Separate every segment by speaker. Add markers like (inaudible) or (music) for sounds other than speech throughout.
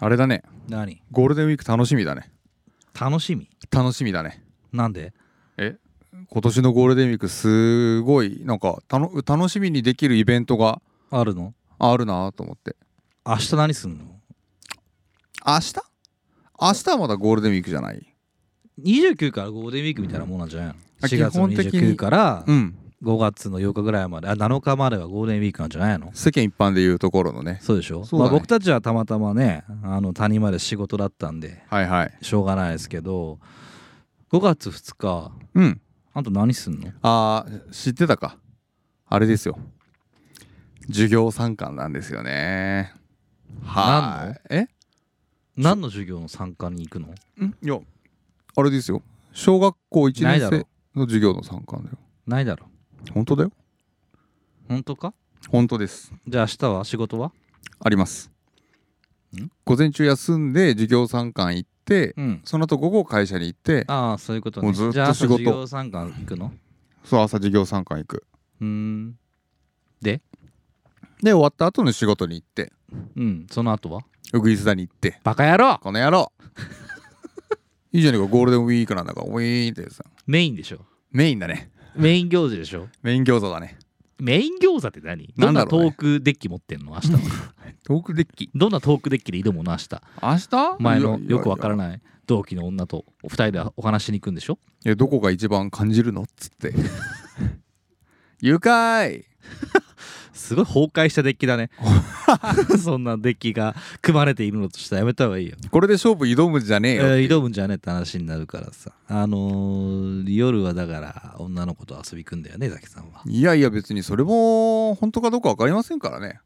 Speaker 1: あれだね
Speaker 2: 何
Speaker 1: ゴールデンウィーク楽しみだね
Speaker 2: 楽しみ
Speaker 1: 楽しみだね
Speaker 2: なんで
Speaker 1: 今年のゴールデンウィークすごいなんかたの楽しみにできるイベントが
Speaker 2: あるの
Speaker 1: あるなと思って
Speaker 2: 明日何すんの
Speaker 1: 明日明日はまだゴールデンウィークじゃない
Speaker 2: 29からゴールデンウィークみたいなもんなんじゃないの
Speaker 1: あ
Speaker 2: 4月の
Speaker 1: 基本的に
Speaker 2: 29から
Speaker 1: うん
Speaker 2: 5月の8日ぐらいまであ7日まではゴールデンウィークなんじゃないの
Speaker 1: 世間一般でいうところのね
Speaker 2: そうでしょ
Speaker 1: そうだね
Speaker 2: まあ、僕たちはたまたまねあの谷まで仕事だったんで
Speaker 1: はいはい
Speaker 2: しょうがないですけど5月2日
Speaker 1: うん
Speaker 2: あんた何すんの
Speaker 1: あー知ってたかあれですよ授業参観なんですよねはーいえ
Speaker 2: 何の授業の参加に行くの
Speaker 1: んいやあれですよ小学校1
Speaker 2: ない
Speaker 1: 年
Speaker 2: だろ
Speaker 1: 生の授業の参観だよ
Speaker 2: ないだろ
Speaker 1: 本当だよ
Speaker 2: 本当か
Speaker 1: 本当です
Speaker 2: じゃあ明日は仕事は
Speaker 1: あります
Speaker 2: ん
Speaker 1: 午前中休んで授業参観行って
Speaker 2: うん
Speaker 1: その後午後会社に行って
Speaker 2: ああそういうことね
Speaker 1: もうずっと
Speaker 2: じゃあ朝
Speaker 1: 仕事
Speaker 2: 授業参観行くの
Speaker 1: そう朝授業参観行く
Speaker 2: うーん
Speaker 1: で終わった後の仕事に行って
Speaker 2: うんその後は
Speaker 1: ウグイスダに行って
Speaker 2: バカ野郎
Speaker 1: この野郎 (laughs) いいじゃねえかゴールデンウィークなんだからウィーンってさ
Speaker 2: メインでしょ
Speaker 1: メインだね
Speaker 2: メイン行事でしょ
Speaker 1: メイン餃子だね
Speaker 2: メイン餃子って何
Speaker 1: な
Speaker 2: ど
Speaker 1: んんだ
Speaker 2: な
Speaker 1: ろ
Speaker 2: ト
Speaker 1: うね
Speaker 2: ークデッキ持ってんの明日は
Speaker 1: トークデッキ
Speaker 2: どんなトークデッキで挑むの明日
Speaker 1: 明日
Speaker 2: 前のよくわから
Speaker 1: い
Speaker 2: ない同期の女とお二人でお話しに行くんでしょ
Speaker 1: やどこが一番感じるのっつって (laughs) 愉快
Speaker 2: すごい崩壊したデッキだ (laughs) ねそんなデッキが組まれているのとしたらやめた方がいいよ
Speaker 1: これで勝負挑むじゃねえ
Speaker 2: え
Speaker 1: よ、
Speaker 2: ー挑むんじゃねえって話になるからさあのー夜はだから女の子と遊び行くんだよねザキさんはい
Speaker 1: やいや別にそれも本当かどうか分かりませんからね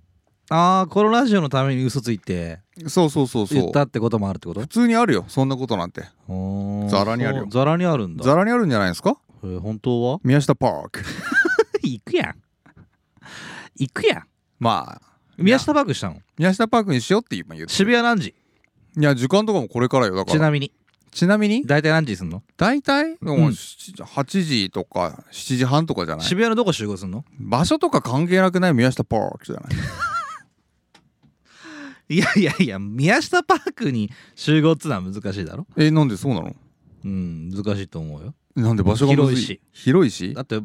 Speaker 2: ああこのラジオのために嘘ついて
Speaker 1: そうそうそうそ
Speaker 2: 言
Speaker 1: う
Speaker 2: ったってこともあるってこと
Speaker 1: 普通にあるよそんなことなんて
Speaker 2: おー
Speaker 1: ザラにあるよ
Speaker 2: そうザラにあるんだ
Speaker 1: ざらにあるんじゃないですか
Speaker 2: えー本当は
Speaker 1: 宮下パーク
Speaker 2: (laughs) 行くやん行くやん
Speaker 1: まあ
Speaker 2: 宮下パークしたの
Speaker 1: 宮下パークにしようって今言って
Speaker 2: 渋谷何時
Speaker 1: いや時間とかもこれからよだか
Speaker 2: ち
Speaker 1: ら
Speaker 2: なみに
Speaker 1: ちなみに
Speaker 2: 大体何時にすんの
Speaker 1: 大体で
Speaker 2: う
Speaker 1: も
Speaker 2: ん
Speaker 1: 7 8時とか7時半とかじゃない
Speaker 2: 渋谷のどこ集合すんの
Speaker 1: 場所とか関係なくない宮下パークじゃない
Speaker 2: (laughs) いやいやいや宮下パークに集合っつうのは難しいだろ
Speaker 1: えなんでそうなの
Speaker 2: うん難しいと思うよ
Speaker 1: なんで場所がむず
Speaker 2: 広いし
Speaker 1: 広いし
Speaker 2: だって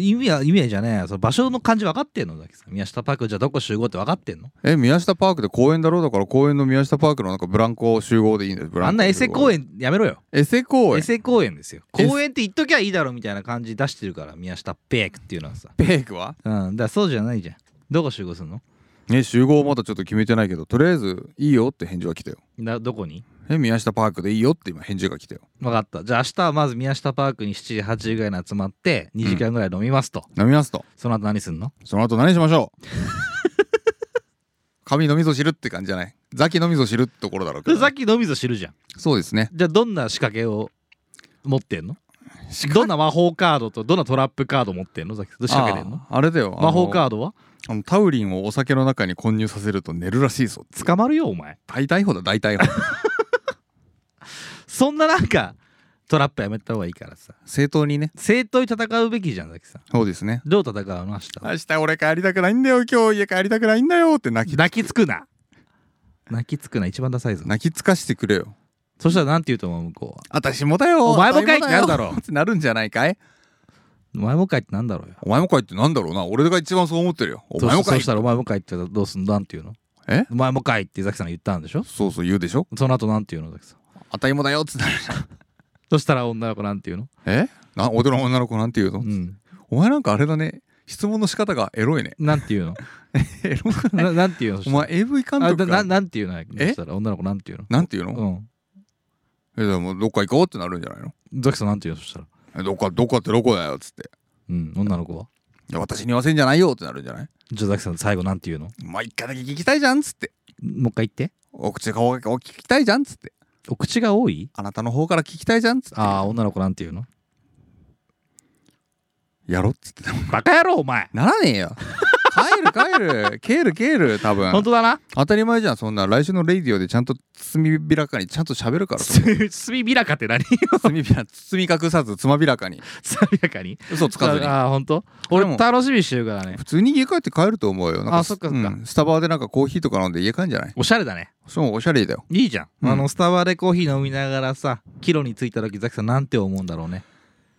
Speaker 2: 意味は意味はじゃねえよその場所の感じ分かってんのだけさん宮下パークじゃあどこ集合って分かってんの
Speaker 1: え宮下パークで公園だろうだから公園の宮下パークのなんかブランコ集合でいいんだよブランコ
Speaker 2: あんなエセ公
Speaker 1: 園
Speaker 2: 園やめろよ
Speaker 1: エセ公
Speaker 2: エ
Speaker 1: 園
Speaker 2: セ公園ですよ公園って言っときゃいいだろみたいな感じ出してるから宮下ペークっていうのはさ
Speaker 1: ペークは
Speaker 2: うんだからそうじゃないじゃんどこ集合すんの
Speaker 1: ね集合まだちょっと決めてないけどとりあえずいいよって返事は来たよ
Speaker 2: などこに
Speaker 1: え宮下パークでいいよって今返事が来たよ
Speaker 2: 分かったじゃあ明日はまず宮下パークに7時8時ぐらいに集まって2時間ぐらい飲みますと、
Speaker 1: 飲みますと
Speaker 2: その後何すんの
Speaker 1: その後何しましょう (laughs) 神のみぞ知るって感じじゃないザキのみぞ知るってところだろうけ
Speaker 2: で
Speaker 1: ど
Speaker 2: さっき飲みぞ知るじゃん
Speaker 1: そうですね
Speaker 2: じゃあどんな仕掛けを持ってんのどんな魔法カードとどんなトラップカード持ってんのさっき仕掛けてんの
Speaker 1: あーあれだよ
Speaker 2: 魔法カ
Speaker 1: ー
Speaker 2: ードは
Speaker 1: あのタウリンをお酒の中に混入させると寝るらしいぞ
Speaker 2: 捕まるよお前
Speaker 1: 大逮捕だ大 (laughs) 逮捕
Speaker 2: そんななんかトラップやめた方がいいからさ
Speaker 1: 正当にね
Speaker 2: 正当に戦うべきじゃんだけさん
Speaker 1: そうですね
Speaker 2: どう戦うの明日
Speaker 1: 明日俺帰りたくないんだよ今日家帰りたくないんだよって泣き
Speaker 2: 泣きつくな泣きつくな一番ダサいぞ
Speaker 1: 泣きつかしてくれよ
Speaker 2: そしたらなんて言うと思う向こうは
Speaker 1: あたしもだよ
Speaker 2: お前もかいって
Speaker 1: あたし
Speaker 2: なるだ
Speaker 1: よ
Speaker 2: ろ
Speaker 1: ってなるんじゃないか (laughs) い
Speaker 2: お前もかいってなんだろうよ
Speaker 1: お前もかいってなんだろうな俺が一番そう思ってるよお前もか
Speaker 2: そ
Speaker 1: いう
Speaker 2: したらお前もかいって言ったらどうすんのなんて言うの
Speaker 1: え
Speaker 2: お前もかいってザキさんが言ったんでしょ
Speaker 1: そうそう言うでしょ
Speaker 2: その後なんて言うのザキさん
Speaker 1: あたいもだよってなるじゃん
Speaker 2: そしたら女の子なんて言うの
Speaker 1: えな俺の女の子なんて言うの、
Speaker 2: うん
Speaker 1: お前なんかあれだね質問の仕方がエロいね
Speaker 2: なんて
Speaker 1: (laughs)
Speaker 2: 言うの
Speaker 1: エロくない
Speaker 2: ななんて言うの
Speaker 1: お前 AV 監
Speaker 2: あ
Speaker 1: 督
Speaker 2: だな
Speaker 1: か
Speaker 2: なんて言うのそ
Speaker 1: え
Speaker 2: したら女の子なんて言う
Speaker 1: なんて言うの、
Speaker 2: のうん
Speaker 1: えでもどっか行こうってなるんじゃないの
Speaker 2: ザキさんなんて言うのそしたら
Speaker 1: えどっかどっかってどこだよっつって
Speaker 2: うん女の子はい
Speaker 1: や私に言わせんじゃないよってなるんじゃない
Speaker 2: じゃあザキさん最後なんて言うの
Speaker 1: もう一回だけ聞きたいじゃんっつって
Speaker 2: もう一回言って
Speaker 1: お口が大きく聞きたいじゃんっつって
Speaker 2: お口が多い
Speaker 1: あなたの方から聞きたいじゃんっつって
Speaker 2: ああ女の子なんて言うの
Speaker 1: やろっつって
Speaker 2: バカ野郎お前
Speaker 1: ならねえよ帰 (laughs) 帰る帰る帰る帰る多分
Speaker 2: 本当だな
Speaker 1: 当たり前じゃんそんな来週のレイディオでちゃんと包みびらかにちゃんと喋るからそんな
Speaker 2: すみびらかって何 (laughs)
Speaker 1: 包みびら包み隠さずつまびらかに
Speaker 2: すみびらかに
Speaker 1: 嘘つかずに
Speaker 2: ああ本当
Speaker 1: 俺
Speaker 2: 俺
Speaker 1: も
Speaker 2: 楽しみにしてるからね
Speaker 1: 普通に家帰って帰ると思うよなん
Speaker 2: あそっかそっか
Speaker 1: うんスタバでなんかコーヒーとか飲んで家帰るんじゃない
Speaker 2: おしゃれだね
Speaker 1: そうおしゃれだよ
Speaker 2: いいじゃん、
Speaker 1: うん
Speaker 2: あのスタバでコーヒー飲みながらさキロに着いた時ザキさんなんて思うんだろうね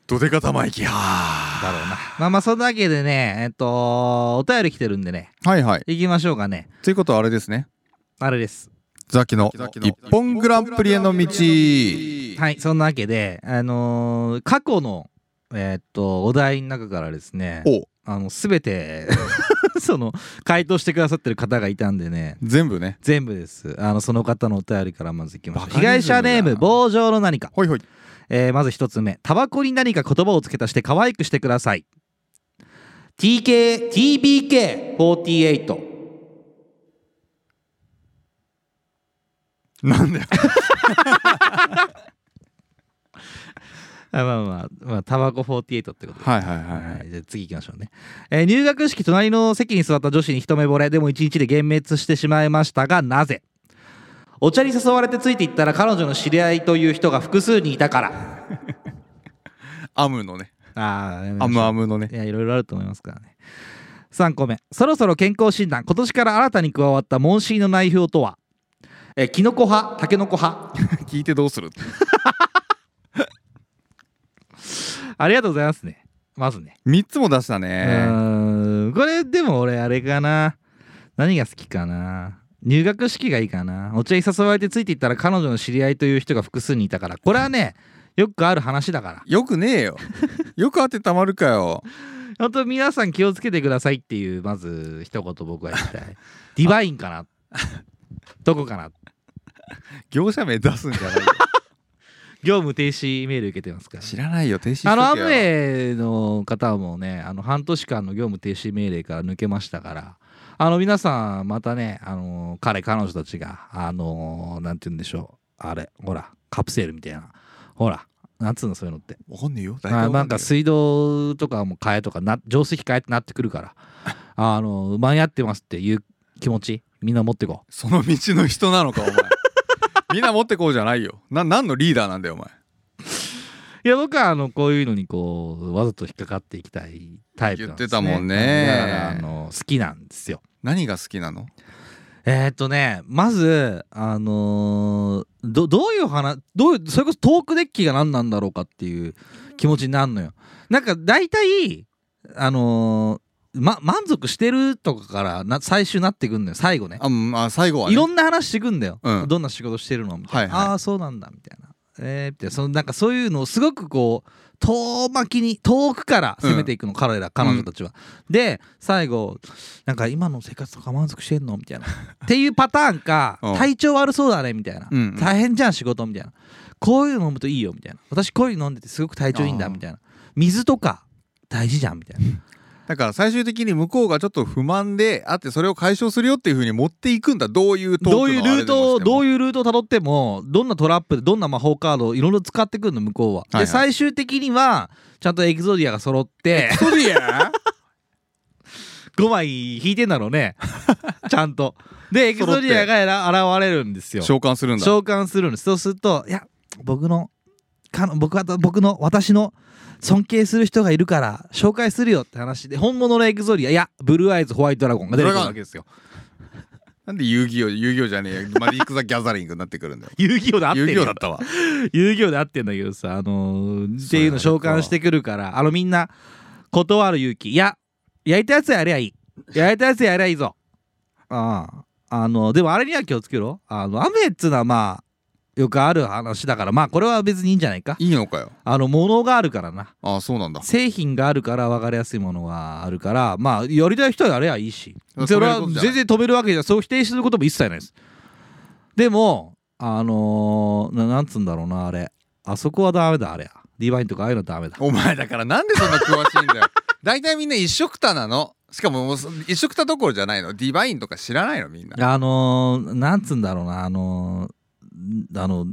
Speaker 1: どでかたまいきやは
Speaker 2: だろうなまあまあそんなわけでねえっとお便り来てるんでね
Speaker 1: いはい
Speaker 2: 行きましょうかね
Speaker 1: ということはあれですね
Speaker 2: あれです
Speaker 1: ザキの一本グランプリへの道
Speaker 2: はいそんなわけであのー過去のえっとお題の中からですね
Speaker 1: お
Speaker 2: あの全て (laughs) その回答してくださってる方がいたんでね
Speaker 1: 全部ね
Speaker 2: 全部ですあのその方のお便りからまずいきましょう
Speaker 1: バカ
Speaker 2: 被害者ネー
Speaker 1: リズムだな
Speaker 2: ム棒状の何か、
Speaker 1: ほいほい
Speaker 2: えーまず一つ目タバコに何か言葉を付け足して可愛くしてください TK TBK48
Speaker 1: なんだよ
Speaker 2: あまあまあまあタバコ48ってことで
Speaker 1: はいはいはい
Speaker 2: はい
Speaker 1: はい
Speaker 2: じゃあ次行きましょうね、えー入学式隣の席に座った女子に一目惚れでも一日で幻滅してしまいましたがなぜお茶に誘われてついていったら彼女の知り合いという人が複数にいたから
Speaker 1: アムのね
Speaker 2: あーやめ
Speaker 1: ア
Speaker 2: ましょう
Speaker 1: ムアムのね
Speaker 2: いやいろいろあると思いますからね3個目そろそろ健康診断今年から新たに加わった問診の内容とはえキノコ派タケノコ派
Speaker 1: 聞いてどうする
Speaker 2: ありがとうございますねまずね
Speaker 1: 3つも出した
Speaker 2: う
Speaker 1: ね
Speaker 2: ーんこれでも俺あれかな何が好きかな入学式がいいかなお茶に誘われてついていったら彼女の知り合いという人が複数にいたからこれは (laughs) ねよくある話だから
Speaker 1: よくねえよよく当てたまるかよ
Speaker 2: 本当皆さん気をつけてくださいっていうまず一言僕は言いたい (laughs) ディバインかなどこかな
Speaker 1: 業者名出すんじゃないよ
Speaker 2: 業務停止メール受けてますから
Speaker 1: 知らないよ停止しとけよ
Speaker 2: あのアムウェイの方もねあの半年間の業務停止命令から抜けましたからあの皆さんまたねあの彼彼女たちがあのなんて言うんでしょうあれほらカプセルみたいなほらなんつうのそういうのって
Speaker 1: わかんねえよ大体
Speaker 2: あ
Speaker 1: わか
Speaker 2: なん
Speaker 1: んねえ
Speaker 2: か
Speaker 1: よ
Speaker 2: 水道とかも変えとかな浄水器変えってなってくるからあの間に合ってますっていう気持ちみんな持ってこう
Speaker 1: その道の人なのかお前 (laughs) みんな持ってこうじゃないよな何のリーダーなんだよお前
Speaker 2: いや僕はあのこういうのにこうわざと引っかかっていきたいタイプなん
Speaker 1: 言
Speaker 2: です、ね、
Speaker 1: ってたもんね
Speaker 2: だからあの好きなんですよ
Speaker 1: 何が好きなの
Speaker 2: えーっとねまずあのーどどういう話どういうそれこそトークデッキが何なんだろうかっていう気持ちになるのよなんか大体あのーま満足してるとかからな最終なってくんだよ最後ね
Speaker 1: あ、まあ、最後は、ね、
Speaker 2: いろんな話してくんだよ、
Speaker 1: うん
Speaker 2: どんな仕事してるのみたいな、
Speaker 1: はいはい
Speaker 2: ああそうなんだみたいなえー、みたいなそのなんかそういうのをすごくこう遠巻きに遠くから攻めていくの、彼ら彼女たちは、で最後なんか今の生活とか満足してんのみたいなっていうパターンか、
Speaker 1: うん
Speaker 2: 体調悪そうだねみたいな、
Speaker 1: うんうん
Speaker 2: 大変じゃん仕事みたいなこういうの飲むといいよみたいな私こういうの飲んでてすごく体調いいんだ
Speaker 1: あー
Speaker 2: みたいな水とか大事じゃんみたいな
Speaker 1: だから最終的に向こうがちょっと不満であってそれを解消するよっていうふうに持っていくんだどういうトークの
Speaker 2: どういうルートをどう
Speaker 1: いう
Speaker 2: いうルートをたどってもどんなトラップでどんな魔法カードをいろいろ使ってくるの向こうは。
Speaker 1: はいは
Speaker 2: で
Speaker 1: い
Speaker 2: 最終的にはちゃんとエキゾディアが揃
Speaker 1: (laughs)
Speaker 2: って
Speaker 1: ソディア
Speaker 2: 5枚引いてんだろう
Speaker 1: (laughs)
Speaker 2: ねちゃんと。でエキゾディアがえら現れるんです
Speaker 1: (laughs)
Speaker 2: よ。
Speaker 1: 召喚するんだ
Speaker 2: 召喚するんです。そうするといや僕のか僕は僕の私の尊敬する人がいるから紹介するよって話で本物のエキゾディアいやブルーアイズホワイトドラゴンが出てくるわけですよ。
Speaker 1: なんで遊戯王遊戯王じゃねえよマリーク・ザ・ギャザリングになってくるんだよ
Speaker 2: 遊戯王で合って
Speaker 1: 遊
Speaker 2: る
Speaker 1: 戯
Speaker 2: よ
Speaker 1: 王だったわ
Speaker 2: 遊戯王で合ってんだけどさあのーっ
Speaker 1: そ
Speaker 2: て
Speaker 1: う
Speaker 2: い
Speaker 1: や
Speaker 2: うの召喚してくるからあのみんな断る勇気いや焼いたやつやりゃいい焼いたやつやりゃいいぞあああのでもあれには気をつけろあの雨っつうのはまあよくある話だからまあこれは別にいいんじゃないか
Speaker 1: いいのかよ
Speaker 2: あの物があるからな
Speaker 1: ああそうなんだ
Speaker 2: 製品があるから分かりやすいものがあるからまあやりたい人はやればいいし
Speaker 1: 止める
Speaker 2: それは
Speaker 1: ことじゃない
Speaker 2: 全然止めるわけじゃそう否定することも一切ないですでもあのー、ななんつうんだろうなあれあそこはダメだあれディバインとかああいうのはダメだ
Speaker 1: お前だからなんでそんな詳しいんだよ (laughs) 大体みんな一緒くたなのしかももうそ一緒くたどころじゃないのディバインとか知らないのみんな
Speaker 2: あのー、なんつうんだろうなあのーあの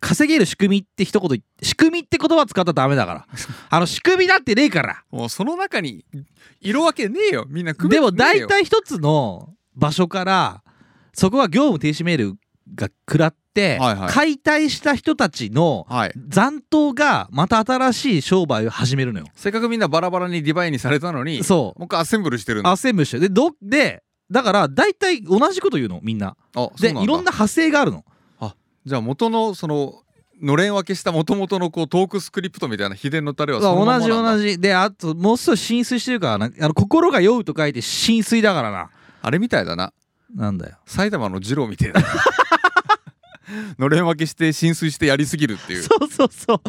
Speaker 2: 稼げる仕組みって一言言って仕組みって言葉使ったらダメだ
Speaker 1: (laughs)
Speaker 2: からあの仕組みだってねえから
Speaker 3: もうその中にいるわけねえよみんな組め
Speaker 2: でも
Speaker 3: 組めねえ
Speaker 2: 大
Speaker 3: よ
Speaker 2: 体一つの場所からそこは業務停止命令が食らって、
Speaker 1: はいはい
Speaker 2: 解体した人たちの
Speaker 1: はい
Speaker 2: 残党がまた新しい商売を始めるのよ。
Speaker 1: せっかくみんなバラバラにディバインにされたのにも
Speaker 2: そう
Speaker 1: う一回アッセンブルしてるんだ
Speaker 2: アッセンブルしてでどでだから大体同じこと言うのみんな
Speaker 1: あそう
Speaker 2: で
Speaker 1: なんだ
Speaker 2: いろんな派生があるの
Speaker 1: じゃあ元のそののれん分けした元々のこうトークスクリプトみたいな秘伝のタレはそのまま
Speaker 2: 同
Speaker 1: なん
Speaker 2: じ
Speaker 1: だ
Speaker 2: 同じであともうすぐ浸水してるからなあの心が酔うと書いて浸水だからな
Speaker 1: あれみたいだな
Speaker 2: なんだよ
Speaker 1: 埼玉の二郎みた
Speaker 2: (laughs)
Speaker 1: いだなのれん分けして浸水してやりすぎるっていう
Speaker 2: そうそうそう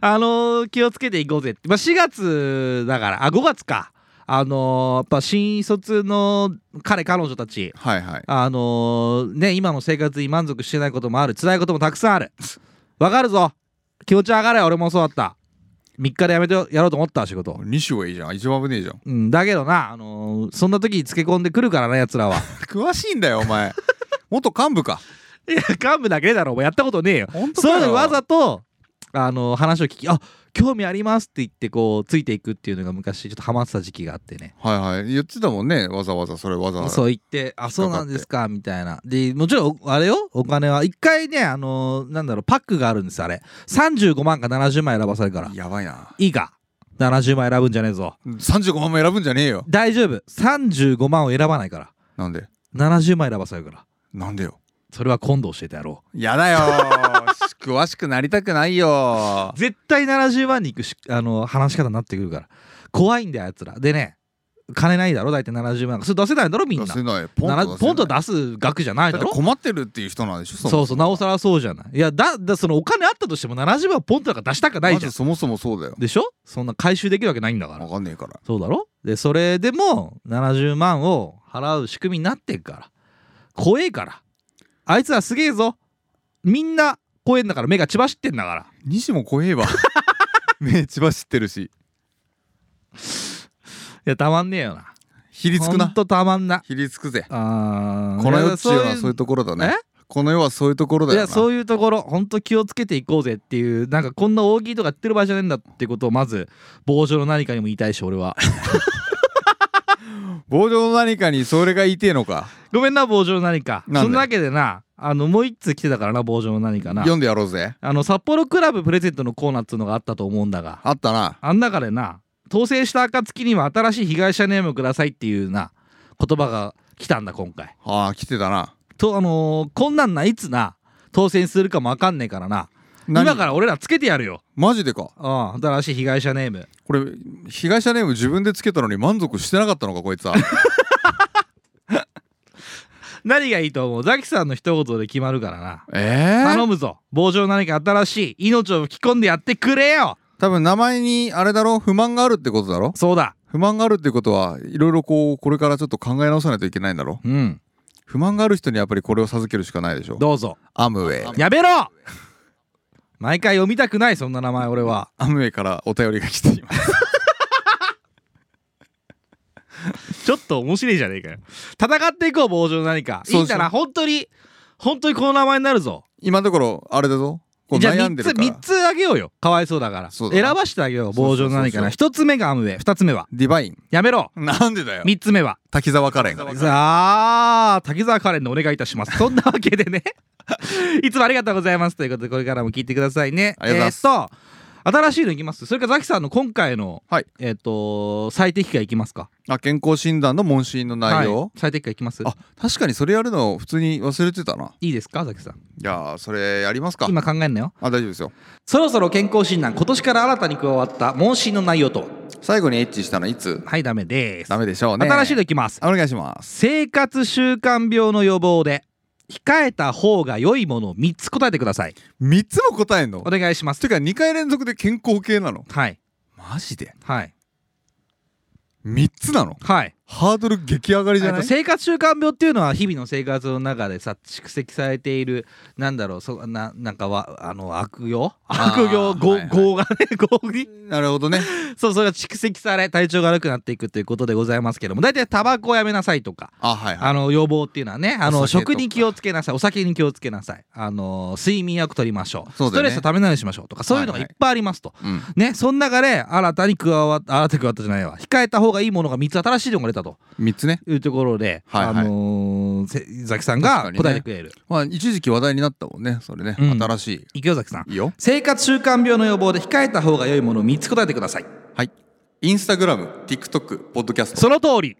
Speaker 2: あのー気をつけていこうぜって、まあ、4月だからあ5月かあのーやっぱ新卒の彼彼女たち
Speaker 1: はいはい
Speaker 2: あのーね今の生活に満足してないこともある辛いこともたくさんあるわかるぞ気持ち上がれ俺もそうだった3日でやめてやろうと思った仕事
Speaker 1: 2種はいいじゃん一番危ねえじゃん
Speaker 2: うん、だけどな、あのーそんな時につけ込んでくるからな、やつらは。
Speaker 1: 詳しいんだよお前元幹部か
Speaker 2: (laughs) いや、幹部だけだろ、お前やったことねえよ。
Speaker 1: 本当
Speaker 2: (laughs) そう
Speaker 1: か
Speaker 2: いうのに
Speaker 1: よ
Speaker 2: わざと、あのー話を聞き、あ興味ありますって言って、こう、ついていくっていうのが昔、ちょっとハマってた時期があってね。
Speaker 1: はいはい言ってたもんねわざわざそれわざわざ
Speaker 2: そう言って、あ、そうなんですか、みたいな。で、もちろん、おあれよ、お金は、一回ね、あのーなんだろう、パックがあるんです、あれ。35万か70万選ばされるから。
Speaker 1: やばいない
Speaker 2: いか。70万選ぶんじゃねえぞ。
Speaker 1: 35万も選ぶんじゃねえよ
Speaker 2: 大丈夫。35万を選ばないから。
Speaker 1: なんで
Speaker 2: 70万選ばされるから。
Speaker 1: なんでよ
Speaker 2: それは今度教えてやろう。
Speaker 1: や
Speaker 2: (laughs)
Speaker 1: だよ詳しくなりたくないよ
Speaker 2: 絶対70万に行くしあの話し方になってくるから怖いんだよあいつらでね金ないだろ大体70万それ出せないだろみんな
Speaker 1: 出せないポン
Speaker 2: なら
Speaker 1: と出せない
Speaker 2: ポンと出す額じゃない
Speaker 1: だ
Speaker 2: だ
Speaker 1: って
Speaker 2: ろ
Speaker 1: 困ってるっていう人なんでしょも
Speaker 2: そうそうなおさらそうじゃないいやだだそのお金あったとしても70万ポンとなんか出したくない
Speaker 1: ま
Speaker 2: じゃ
Speaker 1: ず
Speaker 2: ん
Speaker 1: そもそもそうだよ
Speaker 2: でしょそんな回収できるわけないんだから
Speaker 1: 分かんねえから
Speaker 2: そうだろでそれでも70万を払う仕組みになってるから怖えからあいつらすげえぞみんな怖えんだから目が血走ってんだから
Speaker 1: 西も怖えわ (laughs) 目千葉知ってるし
Speaker 2: いやたまんねえよな
Speaker 1: ひりつく
Speaker 2: ほん
Speaker 1: な
Speaker 2: とたまんない
Speaker 1: ひりつくぜ
Speaker 2: あー
Speaker 1: この世っちゅうのは
Speaker 2: や
Speaker 1: そういうところだねこの世はそういうところ
Speaker 2: え
Speaker 1: だ
Speaker 2: い
Speaker 1: よな
Speaker 2: やそういうところ本当気をつけていこうぜっていうなんかこんな大喜利とかやってる場合じゃねえんだってことをまず棒状の何かにも言いたいし俺は
Speaker 1: 棒状の何かにそれが言いてえのか
Speaker 2: ごめんな棒状の何か
Speaker 1: なんで
Speaker 2: そんなわけでなあのもう一通来てたからな棒状の何かな
Speaker 1: 読んでやろうぜ
Speaker 2: あの札幌クラブプレゼントのコーナーっつうのがあったと思うんだが
Speaker 1: あったな
Speaker 2: あん中でな当選した暁には新しい被害者ネームくださいっていうな言葉が来たんだ今回
Speaker 1: ああ来てたな
Speaker 2: とあのーこんなんないつな当選するかもわかんねえからな今からら俺らつけてやるよ
Speaker 1: マジでか
Speaker 2: ああ新しい被害者ネーム
Speaker 1: これ被害者ネーム自分でつけたのに満足してなかったのかこいつは
Speaker 2: 何がいいと思うザキさんの一言で決まるからな
Speaker 1: ええ
Speaker 2: 頼むぞ棒状何か新しい命を吹き込んでやってくれよ
Speaker 1: 多分名前にあれだろ不満があるってことだろ
Speaker 2: そうだ
Speaker 1: 不満があるってことはいろいろこうこれからちょっと考え直さないといけないんだろ
Speaker 2: うん
Speaker 1: 不満がある人にやっぱりこれを授けるしかないでしょ
Speaker 2: どうぞ
Speaker 1: アムウェイ
Speaker 2: やめろ毎回読みたくないそんな名前俺は
Speaker 1: アムウェイからお便りが来ています
Speaker 2: ちょっと面白いじゃねえかよ戦っていこう棒状何かいいんだな本当に本当にこの名前になるぞ
Speaker 1: 今のところあれだぞこう
Speaker 2: じゃあ
Speaker 1: 悩ん
Speaker 2: 3
Speaker 1: で
Speaker 2: つ
Speaker 1: るか
Speaker 2: 3
Speaker 1: ら
Speaker 2: つあげようよかわいそうだから
Speaker 1: そうだ
Speaker 2: 選
Speaker 1: な
Speaker 2: ばしてあげよう棒状何かな
Speaker 1: そう
Speaker 2: 1つ目がアムウェイ2つ目は
Speaker 1: ディバイン
Speaker 2: やめろ
Speaker 1: なんでだよ
Speaker 2: 3つ目は
Speaker 1: 滝沢カレン
Speaker 2: さあ滝沢カレンのお願いいたしますそ (laughs) んなわけでねいつもありがとうございますということでこれからも聞いてくださいね
Speaker 1: ありがとうご
Speaker 2: えーっと新しいのいきますそれからザキさんの今回の、
Speaker 1: はい
Speaker 2: えーっと最適化いきますか
Speaker 1: あ健康診断の問診の内容、
Speaker 2: はい最適化いきます
Speaker 1: あ確かにそれやるの普通に忘れてたない
Speaker 2: いですかザキさん
Speaker 1: いやーそれやりますか
Speaker 2: 今考えんなよ
Speaker 1: あ大丈夫ですよ
Speaker 2: そろそろ健康診断今年から新たに加わった問診の内容と
Speaker 1: 最後にエッチしたのいつ
Speaker 2: はいダメです
Speaker 1: ダメでしょうね
Speaker 2: 新しいのいきます
Speaker 1: あお願いします
Speaker 2: 生活習慣病の予防で控えた方が良いものを3つ答えてください
Speaker 1: 3つも答えんの
Speaker 2: お願いします
Speaker 1: てか2回連続で健康系なの
Speaker 2: はい
Speaker 1: マジで
Speaker 2: はい
Speaker 1: 3つなの
Speaker 2: はい
Speaker 1: ハードル激上がりじゃ
Speaker 2: あ
Speaker 1: な
Speaker 2: と
Speaker 1: い
Speaker 2: 生活習慣病っていうのは日々の生活の中でさ蓄積されているなんだろうそななんかはあの悪行
Speaker 1: あー
Speaker 2: 悪行業
Speaker 1: はいはい
Speaker 2: がね (laughs) 業に
Speaker 1: なるほどね
Speaker 2: そうそれが蓄積され体調が悪くなっていくということでございますけども大体タバコをやめなさいとか
Speaker 1: あはいはい
Speaker 2: あの予防っていうのはねあ
Speaker 1: お
Speaker 2: の
Speaker 1: 酒とか
Speaker 2: 食に気をつけなさいお酒に気をつけなさいあの睡眠よくとりましょう
Speaker 1: そう
Speaker 2: ス
Speaker 1: だよね
Speaker 2: トレスをためないようにしましょうとかそういうの
Speaker 1: は
Speaker 2: が
Speaker 1: い
Speaker 2: いっ
Speaker 1: はい
Speaker 2: ぱいありますと、
Speaker 1: うん
Speaker 2: ねその中で新たに加わった新たに加わったじゃないわ控えた方がいいものが3つ新しいのが出たと
Speaker 1: 3つね、
Speaker 2: いうところで、
Speaker 1: はいはい
Speaker 2: あのーせザキさん
Speaker 1: 確か
Speaker 2: が
Speaker 1: にね
Speaker 2: 答えてくれる、
Speaker 1: まあ、一時期話題になったもんねそれね、
Speaker 2: うん
Speaker 1: 新し
Speaker 2: 池尾崎さん
Speaker 1: いいいよ
Speaker 2: 生活習慣病の予防で控えた方が良いものを3つ答えてください
Speaker 1: はいインスタグラム TikTok ポッドキャス
Speaker 2: その通り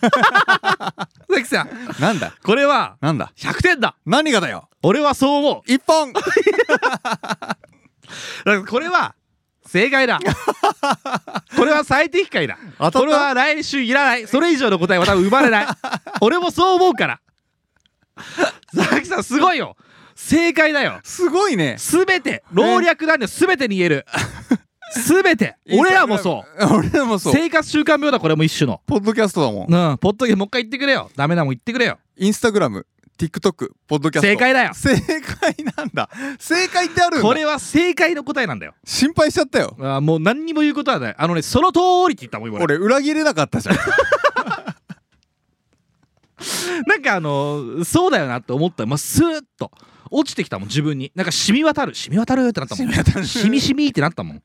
Speaker 2: ザキさん
Speaker 1: トなんだ
Speaker 2: これは
Speaker 1: なんだ
Speaker 2: 100点だ
Speaker 1: 何がだよ
Speaker 2: 俺はそう思う
Speaker 1: 一本
Speaker 2: だからこれは正解だこれは最適解だ
Speaker 1: 当たった
Speaker 2: これは来週いらないそれ以上の答えは多分生まれない俺もそう思うから佐々木さんすごいよ正解だよ
Speaker 1: すごい
Speaker 2: (laughs)
Speaker 1: ね
Speaker 2: 全て老若男女全てに言え (laughs) る全て俺らもそう
Speaker 1: (laughs) 俺らも
Speaker 2: う
Speaker 1: そう
Speaker 2: 生活習慣病だこれも一種の
Speaker 1: ポッドキャストだもん
Speaker 2: うんポッドキャストもう一回言ってくれよダメなもん言ってくれよ
Speaker 1: インスタグラム TikTok ポッドキャスト
Speaker 2: 正解だよ
Speaker 1: 正解なんだ正解ってあるんだ
Speaker 2: これは正解の答えなんだよ
Speaker 1: 心配しちゃったよ
Speaker 2: あーもう何にも言うことはないあのねその通りって言ったもん今俺
Speaker 1: 俺裏切れなかったじ
Speaker 2: (laughs)
Speaker 1: ゃん
Speaker 2: なんかあのそうだよなって思ったまあ、スーッと落ちてきたもん自分になんか染み渡る染み渡るってなったもん
Speaker 1: 染み渡る
Speaker 2: 染み染みってなったもん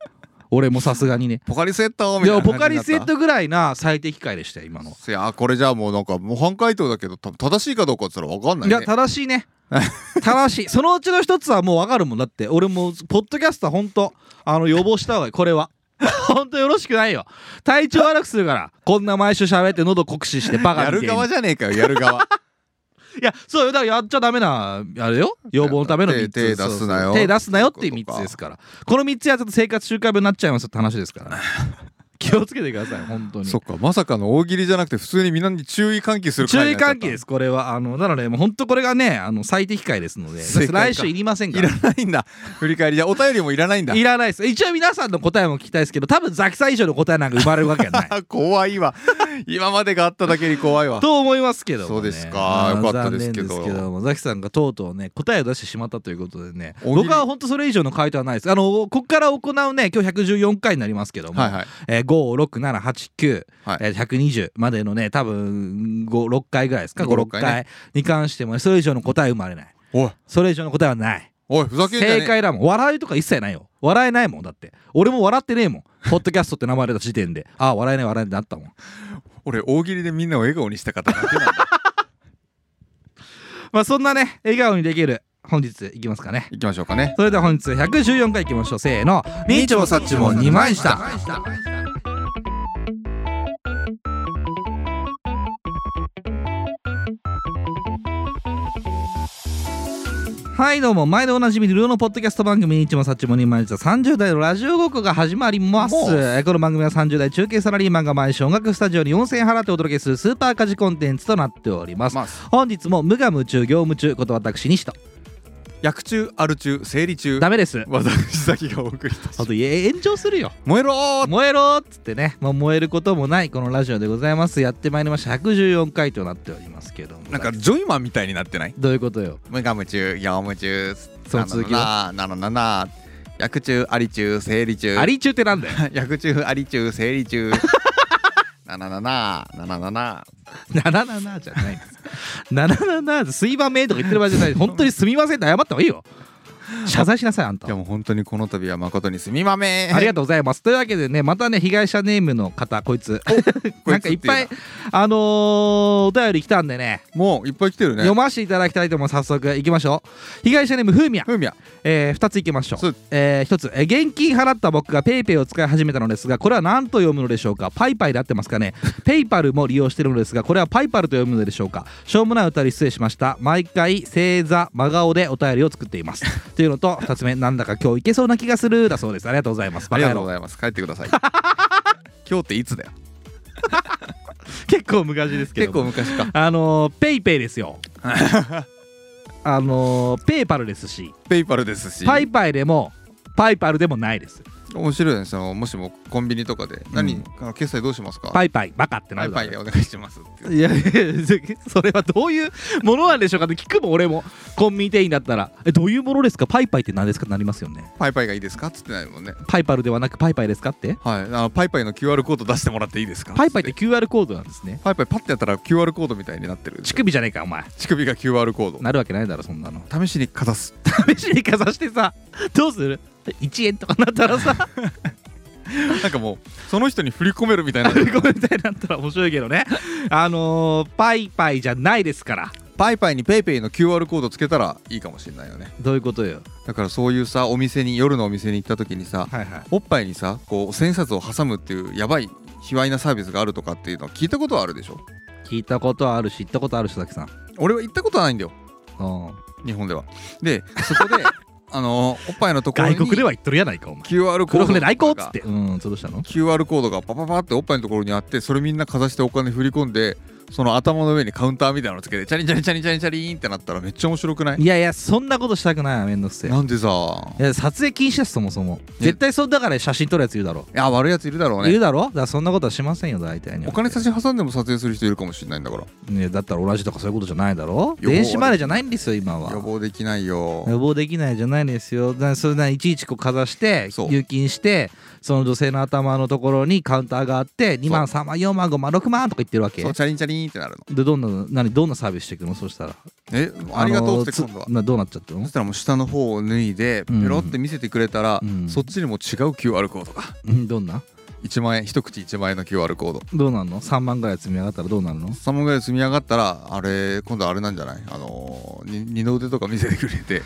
Speaker 2: 俺もさすがに (laughs) ね
Speaker 1: ポカリスエットみ
Speaker 2: い
Speaker 1: たい
Speaker 2: や
Speaker 1: な
Speaker 2: ポカリスエッ
Speaker 1: 感じになっ
Speaker 2: トぐらいな最適解でしたよ今の
Speaker 1: たいやこれじゃあもうなんか模範解答だけど多分正しいかどうかっつったら分かんない
Speaker 2: い
Speaker 1: ね
Speaker 2: や正しいね (laughs) 正しいそのうちの一つはもう分かるもんだって俺もポッドキャストは本当あの予防した方がいいこれは (laughs) 本当よろしくないよ体調悪くするからこんな毎週喋って喉酷使してバカ
Speaker 1: や
Speaker 2: みた
Speaker 1: る
Speaker 2: いに
Speaker 1: 側じゃねえかよやる
Speaker 2: (laughs)
Speaker 1: 側
Speaker 2: いやそうよだからやっちゃダメなあれよ予防のための
Speaker 1: 手
Speaker 2: 3つ
Speaker 1: 手出すなよ
Speaker 2: そうそう手出すなよっていう
Speaker 1: そういうこと
Speaker 2: 3つ
Speaker 1: か
Speaker 2: ですからこの3つやっちゃうと生活習慣病になっちゃいますよって話ですからね (laughs) 気をつけてください本当に
Speaker 1: そっかまさかの大喜利じゃなくて普通にみんなに注意喚起する
Speaker 2: 注意喚起ですすこれはあのなのでもう本当これがねあの最適解ですので
Speaker 1: 正解か
Speaker 2: 来週いりません
Speaker 1: い
Speaker 2: から
Speaker 1: らないんだ振り返りじゃあお便りもいらないんだ
Speaker 2: いらないです一応皆さんの答えも聞きたいですけど多分ザキさん以上の答えなんか生まれるわけ
Speaker 1: (laughs)
Speaker 2: はない
Speaker 1: 怖いわ今までがあっただけに怖いわ
Speaker 2: と思いますけどもね、
Speaker 1: そうですか
Speaker 2: うん
Speaker 1: よかったですけど
Speaker 2: 残念ですけどもザキさんがとうとうね答えを出してしまったということでね
Speaker 1: 大喜利
Speaker 2: 僕は本当それ以上の回答はないですあのここから行うね今日114回になりますけども、
Speaker 1: はいはい
Speaker 2: えー、56789、
Speaker 1: はい
Speaker 2: えー、120までのね多分56回ぐらいですか
Speaker 1: 5
Speaker 2: 56
Speaker 1: 6
Speaker 2: 回
Speaker 1: 回
Speaker 2: に関してもねそれ以上の答え生まれない
Speaker 1: おい
Speaker 2: それ以上の答えはない
Speaker 1: おいふざけんじゃねえ
Speaker 2: 正解だもん笑いとか一切ないよ笑えないもんだって俺も笑ってね
Speaker 1: (laughs)
Speaker 2: えもんポッドキャストって名前出た時点でああ笑えない笑えないってなったもん
Speaker 1: 俺大喜利でみんなを笑顔にしたかっただけなんだ
Speaker 2: まあそんなね笑顔にできる本日いきますかね
Speaker 1: 行きましょうかね
Speaker 2: それでは本日114回いきましょうせーの「二丁サッチも2枚した」はいどうも毎度おなじみルーのポッドキャスト番組「にちもさっちもにまいした」30代のラジオごっこが始まります
Speaker 1: もう
Speaker 2: えーこの番組は30代中継サラリーマンが毎週音楽スタジオに4000円払ってお届けするスーパー家事コンテンツとなっておりま
Speaker 1: (laughs)
Speaker 2: す、
Speaker 1: まあ
Speaker 2: 本日も無我夢中業務中こと私西と
Speaker 1: 薬中ある中生理中
Speaker 2: ダメです
Speaker 1: 私先がお送りいたし
Speaker 2: あといえ炎上するよ
Speaker 1: 燃えろー
Speaker 2: (laughs) 燃えろっつってね、まあ、燃えることもないこのラジオでございますやってまいりました114回となっておりますけども
Speaker 1: なんかジョイマンみたいになってない
Speaker 2: どういうことよ
Speaker 1: 無我夢中業務中
Speaker 2: その続き
Speaker 1: ななななな薬中あり中生理中 (laughs)
Speaker 2: アリ中ってなんだよ (laughs)
Speaker 1: 薬中あり中生理中 (laughs) なななななななな
Speaker 2: 777じゃないです777水盤名とか言ってる場合じゃない本当にすみませんって謝った方がいいよ謝罪しなさいあんた
Speaker 1: いやもう本当にこの度は誠にすみまめ
Speaker 2: ありがとうございますというわけでねまたね被害者ネームの方こいつなんかいっぱい
Speaker 1: こいつって
Speaker 2: あのーお便り来たんでね
Speaker 1: もういっぱい来てるね
Speaker 2: 読ませていただきたいと思います早速いきましょう被害者ネームふうみや
Speaker 1: ふみや
Speaker 2: えー、2ついきましょう
Speaker 1: そう
Speaker 2: えー、1つ、えー現金払った僕が PayPay を使い始めたのですがこれは何と読むのでしょうかパイパイで合ってますかね
Speaker 1: (laughs)
Speaker 2: PayPal も利用しているのですがこれはパイパルと読むのでしょうかしょうもない歌に失礼しました毎回正座真顔でお便りを作って
Speaker 1: (laughs)
Speaker 2: いますというのと2つ目なんだか今日いけそうな気がするだそうですありがとうございます
Speaker 1: あ
Speaker 2: バ
Speaker 1: り
Speaker 2: カ
Speaker 1: が
Speaker 2: 野
Speaker 1: とうご
Speaker 2: 郎
Speaker 1: ざいます帰ってくだ (laughs) さい今日っていつだよ
Speaker 2: 結構昔ですけ
Speaker 1: 結構
Speaker 2: ども
Speaker 1: 昔か
Speaker 2: あのー、PayPay で
Speaker 1: (laughs)
Speaker 2: すよあのー、PayPal ですし
Speaker 1: ペイパルですし
Speaker 2: パイパイでもパイパルでもないです
Speaker 1: 面白いねそのもしもコンビニとかで「何あの決済どうしますか?」
Speaker 2: パイパイバカってな
Speaker 1: パイ
Speaker 2: る
Speaker 1: パイでお願いします」っていう
Speaker 2: いや (laughs) いやそれはどういうものなんでしょうかって聞くもん俺もコンビニ店員だったらえどういうものですかパイパイって何ですかってなりますよね
Speaker 1: 「パイパイがいいですか?」っつってないもんね
Speaker 2: パイパルではなくパイパイですかって
Speaker 1: はいあのパイパイの QR コード出してもらっていいですか
Speaker 2: パイパイって
Speaker 1: つ
Speaker 2: QR コードなんですね
Speaker 1: パイパイパッてやったら QR コードみたいになってる
Speaker 2: 乳首じゃねえかお前
Speaker 1: 乳首が QR コー
Speaker 2: なるわけないだろそんなの
Speaker 1: ド試しにかざす
Speaker 2: 試しにかざしてさどうする1円とかなったらさ
Speaker 1: (laughs) なんかもうその人に振り込めるみたいな
Speaker 2: ごめんなさいなったら面白いけどねあのー、パイパイじゃないですから
Speaker 1: パイパイにペイペイの QR コードつけたらいいかもしれないよね
Speaker 2: どういうことよ
Speaker 1: だからそういうさお店に夜のお店に行った時にさ
Speaker 2: はいはい
Speaker 1: おっぱいにさこう千円札を挟むっていうやばい卑猥なサービスがあるとかっていうのは聞いたことはあるでしょ
Speaker 2: 聞いたことあるし行ったことあるし佐々木さん
Speaker 1: 俺は行ったことはないんだよ
Speaker 2: うん
Speaker 1: 日本ではでそ
Speaker 2: (laughs)
Speaker 1: こであのおっぱいのところに
Speaker 2: 外国では言っとるやないかお前
Speaker 1: QR コー
Speaker 2: 黒
Speaker 1: ド
Speaker 2: 船来航っつ
Speaker 1: が
Speaker 2: ってうんそれどうしたの
Speaker 1: QR コードがパパパっておっぱいのところにあってそれみんなかざしてお金振り込んでその頭の上にカウンターみたいなのつけてチャリンチャリンチャリンチャリンチャリーンってなったらめっちゃ面白くない
Speaker 2: (laughs) いやいやそんなことしたくないわめんどくせえ
Speaker 1: なんでさ
Speaker 2: いや撮影禁止ですそもそも絶対そうだから写真撮るやついるだろ
Speaker 1: いや悪いやついるだろう
Speaker 2: い
Speaker 1: ね
Speaker 2: るだろだからそんなことはしませんよ大体には
Speaker 1: お金差し挟んでも撮影する人いるかもしれないんだから
Speaker 2: いやだったら同じとかそういうことじゃないだろ
Speaker 1: 予防は
Speaker 2: 電子マネーじゃないんですよ今は
Speaker 1: 予防できないよ
Speaker 2: 予防できないじゃないですよだからそれないちいちこうかざして
Speaker 1: そう
Speaker 2: 入金してその女性の頭のところにカウンターがあって2万3万4万5万6万とか言ってるわけ
Speaker 1: そうチャリンチャリーンってなるの
Speaker 2: でどんな何どんなサービスしていくのそしたら
Speaker 1: えありがとうって
Speaker 2: つ
Speaker 1: 今度は
Speaker 2: などうなっちゃったの
Speaker 1: そしたらもう下の方を脱いでペ
Speaker 2: うん
Speaker 1: ロって見せてくれたら、
Speaker 2: うん
Speaker 1: そっちにも違う QR コードが
Speaker 2: うんどんな
Speaker 1: 1万円一口1万円の QR コード
Speaker 2: どうなんの3万ぐらい積み上がったらどうなるの
Speaker 1: 3万ぐらい積み上がったらあれ今度あれなんじゃないあのーに二の腕とか見せてくれて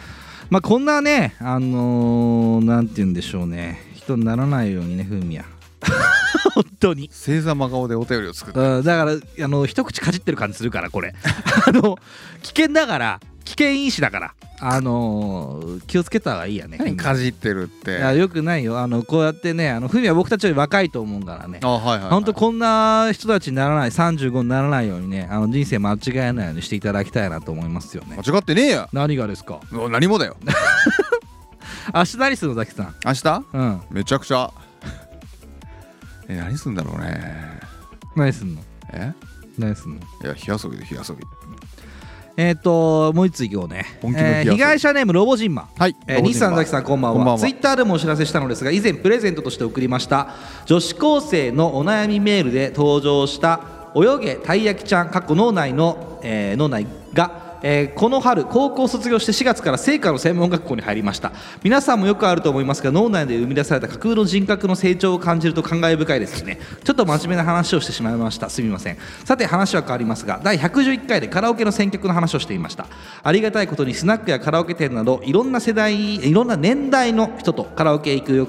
Speaker 2: まあこんなねあのー、なんて言うんでしょうね人にならないようにねふみや (laughs) 本当に
Speaker 1: 正座真顔でお便りを作って
Speaker 2: うんだからあの一口かじってる感じするからこれ (laughs) あの危険だから危険因子だからあのー気をつけた方がいいやね
Speaker 1: 何かじってるっ
Speaker 2: い
Speaker 1: て
Speaker 2: や
Speaker 1: あ
Speaker 2: よくないよあのこうやってねあのふみは僕たちより若いと思うからね
Speaker 1: はいはい、はい、
Speaker 2: ほんとこんな人たちにならない35にならないようにねあの人生間違えないようにしていただきたいなと思いますよね
Speaker 1: 間違ってねえや
Speaker 2: 何がですか
Speaker 1: もう何もだよ
Speaker 2: 明日何するのザキさん
Speaker 1: 明日
Speaker 2: うん
Speaker 1: めちゃくちゃえ何すんだろうね
Speaker 2: 何すんの
Speaker 1: え
Speaker 2: 何すんの
Speaker 1: いや火遊びで火遊び
Speaker 2: えっ、ともう一ついこうね
Speaker 1: 本気の火遊び
Speaker 2: えー被害者ネームロボジンマ
Speaker 1: はい
Speaker 2: えー、西さん、崎さん、こんばんは
Speaker 1: こんばんは
Speaker 2: ツイッターでもお知らせしたのですが、以前、プレゼントとして送りました、女子高生のお悩みメールで登場した、泳げたい焼きちゃん、かっこ脳内の、えー脳内が、えーこの春、高校を卒業して4月から聖火の専門学校に入りました。皆さんもよくあると思いますが、脳内で生み出された架空の人格の成長を感じると感慨深いですしね、ちょっと真面目な話をしてしまいました、すみません。さて、話は変わりますが、第111回でカラオケの選曲の話をしていました。ありがたいことに、スナックやカラオケ店など、いろんな世代、いろんな年代の人とカラオケへ行くよ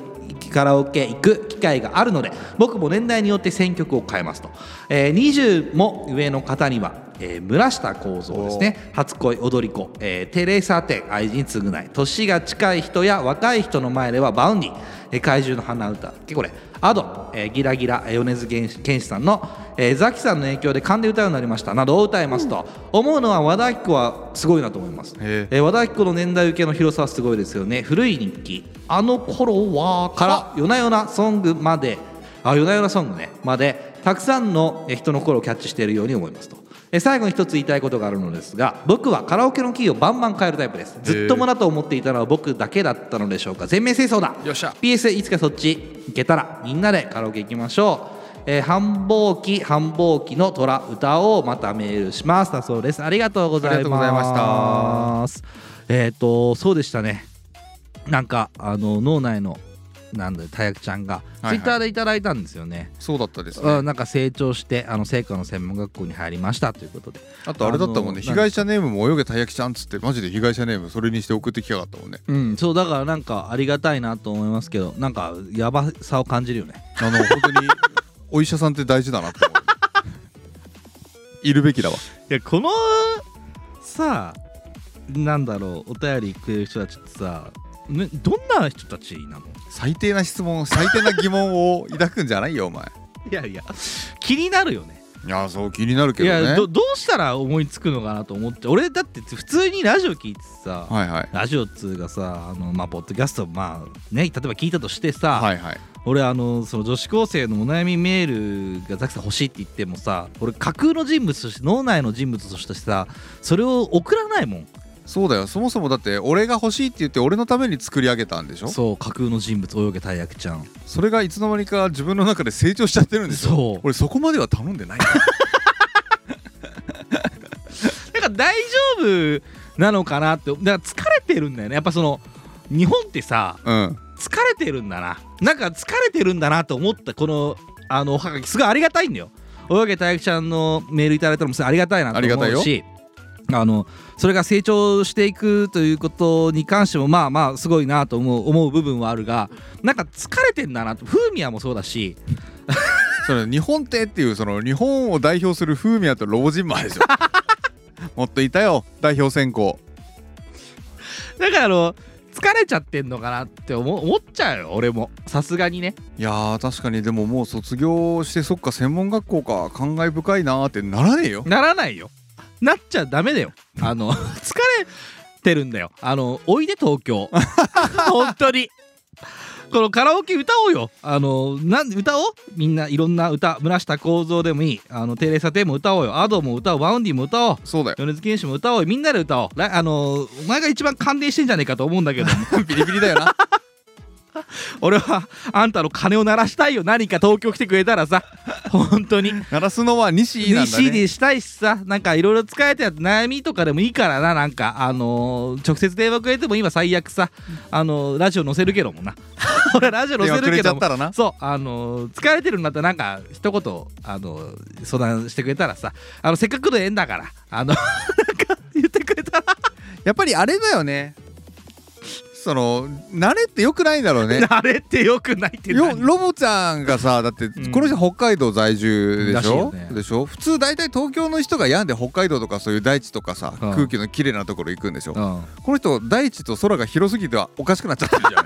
Speaker 2: カラオケ行く機会があるので僕も年代によって選曲を変えますと、えー20も上の方には、えー村下幸三ですね初恋踊り子、えーテレサテン愛人償い年が近い人や若い人の前ではバウンディ、えー怪獣の花歌だっけこれアド、えーギラギラえー米津玄師玄師さんの、えーザキさんの影響で勘で歌うようになりましたなどを歌いますと、思うのは和田アキ子はすごいなと思います、
Speaker 1: へえ
Speaker 2: えー和田アキ子の年代受けの広さはすごいですよね古い日記「あの頃は」から「夜な夜なソング」まで「あ夜な夜なソングね」までたくさんのえー人の心をキャッチしているように思いますと。えー最後に一つ言いたいことがあるのですが僕はカラオケのキーをバンバン変えるタイプですずっともだと思っていたのは僕だけだったのでしょうか全面清掃だ
Speaker 1: よっしゃ
Speaker 2: PS いつかそっち行けたらみんなでカラオケ行きましょう、えー繁忙期繁忙期の虎歌をまたメールしますだそうですありがとうございます
Speaker 1: ありがとうございま
Speaker 2: えっ、とそうでしたねなんかあの脳内のなんだたやきちゃんが
Speaker 1: いは
Speaker 2: ツ
Speaker 1: い
Speaker 2: イッターでいただいたんですよね、
Speaker 1: そうだったですね
Speaker 2: うんなんか成長してあの聖火の専門学校に入りましたということで
Speaker 1: あとあれだったもんね
Speaker 2: あの
Speaker 1: 被害者ネームも泳げたいやきちゃんっつってマジで被害者ネームそれにして送ってきやがったもんね
Speaker 2: うんそうだからなんかありがたいなと思いますけどなんかやばさを感じるよね
Speaker 1: あの本当にお医者さんって大事だなって思ういるべきだわ
Speaker 2: いやこのさあなんだろうお便りくれる人たちってさ、ね、どんな人たちなの
Speaker 1: 最低な質問最低な疑問を抱くんじゃないよお前
Speaker 2: いやいや気になるよね
Speaker 1: いやそう気になるけ
Speaker 2: い
Speaker 1: ど
Speaker 2: や
Speaker 1: ね
Speaker 2: どどうしたら思いつくのかなと思って俺だって普通にラジオ聞いてさ、
Speaker 1: はいはい
Speaker 2: ラジオっつうかさあの、まあ、ポッドキャストまあね例えば聞いたとしてさ、
Speaker 1: はいはい
Speaker 2: 俺あのその女子高生のお悩みメールがザキさん欲しいって言ってもさ俺架空の人物として脳内の人物としてさそれを送らないもん
Speaker 1: そうだよそもそもだって俺が欲しいって言って俺のために作り上げたんでしょそ
Speaker 2: そう架空の人物泳げたい役ちゃん
Speaker 1: れがいつの間にか自分の中で成長しちゃってるんでしょ
Speaker 2: そう
Speaker 1: 俺そこまでは頼んでない
Speaker 2: だから大丈夫なのかなってだから疲れてるんだよねやっぱその日本ってさ
Speaker 1: (laughs) うん
Speaker 2: 疲れてるんだななんか疲れてるんだなと思ったこのあのおはがきすごいありがたいんだよ泳げ体育ちゃんのメールいただいたのもすごいありがたいなと
Speaker 1: あり
Speaker 2: 思
Speaker 1: が
Speaker 2: う
Speaker 1: た
Speaker 2: しあのそれが成長していくということに関してもまあまあすごいなと思う思う部分はあるがなんか疲れてんだなと風味はもそうだし
Speaker 1: それ日本ってっていうその日本を代表する風味やとロボジンマーでし (laughs) ょもっといたよ代表選考
Speaker 2: だからあの疲れちゃってんのかなって思思っちゃうよ俺もさすがにね
Speaker 1: いやー確かにでももう卒業してそっか専門学校か感慨深いなーってならねえよ
Speaker 2: ならないよなっちゃダメだよあの (laughs) 疲れてるんだよあのおいで東京 (laughs) 本当にこのカラオケ歌おうよあのなん歌おうみんないろんな歌村下幸三でもいいあのテレサテも歌おうよアドも歌おうワウンディも歌おう
Speaker 1: そうだよ
Speaker 2: 米津玄師も歌おうよみんなで歌おうらあのお前が一番感電してんじゃねえかと思うんだけど
Speaker 1: (laughs) ビリビリだよな
Speaker 2: 俺はあんたの鐘を鳴らしたいよ何か東京来てくれたらさ本当に
Speaker 1: 鳴らすのは西なんだね
Speaker 2: c でしたいしさなんかいろいろ使えてやつ悩みとかでもいいからななんかあのー直接電話くれても今最悪さあのーラジオ載せるけどもな (laughs) 俺ラジオ載
Speaker 1: 電話
Speaker 2: せ
Speaker 1: く
Speaker 2: る
Speaker 1: れ
Speaker 2: け
Speaker 1: ちゃ
Speaker 2: ど
Speaker 1: っ
Speaker 2: も
Speaker 1: たらな
Speaker 2: そうあのー疲れてるんだったらなんか一言あのー相談してくれたらさあのせっかくの縁だからあの (laughs) なんか言ってくれたら、
Speaker 1: やっぱりあれだよねその慣れってよくないんだろうね
Speaker 2: (laughs) 慣れってよくないって
Speaker 1: よ
Speaker 2: 何
Speaker 1: ロボちゃんがさだって
Speaker 2: ん
Speaker 1: この人北海道在住で
Speaker 2: らし
Speaker 1: し
Speaker 2: いよ
Speaker 1: ょ、
Speaker 2: ね
Speaker 1: でしょ普通大体東京の人が病んで北海道とかそういう大地とかさ、
Speaker 2: うん
Speaker 1: 空気のきれいなところ行くんでしょ、
Speaker 2: うん
Speaker 1: この人大地と空が広すぎてはおかしくなっちゃってるじ
Speaker 2: (laughs)
Speaker 1: ゃん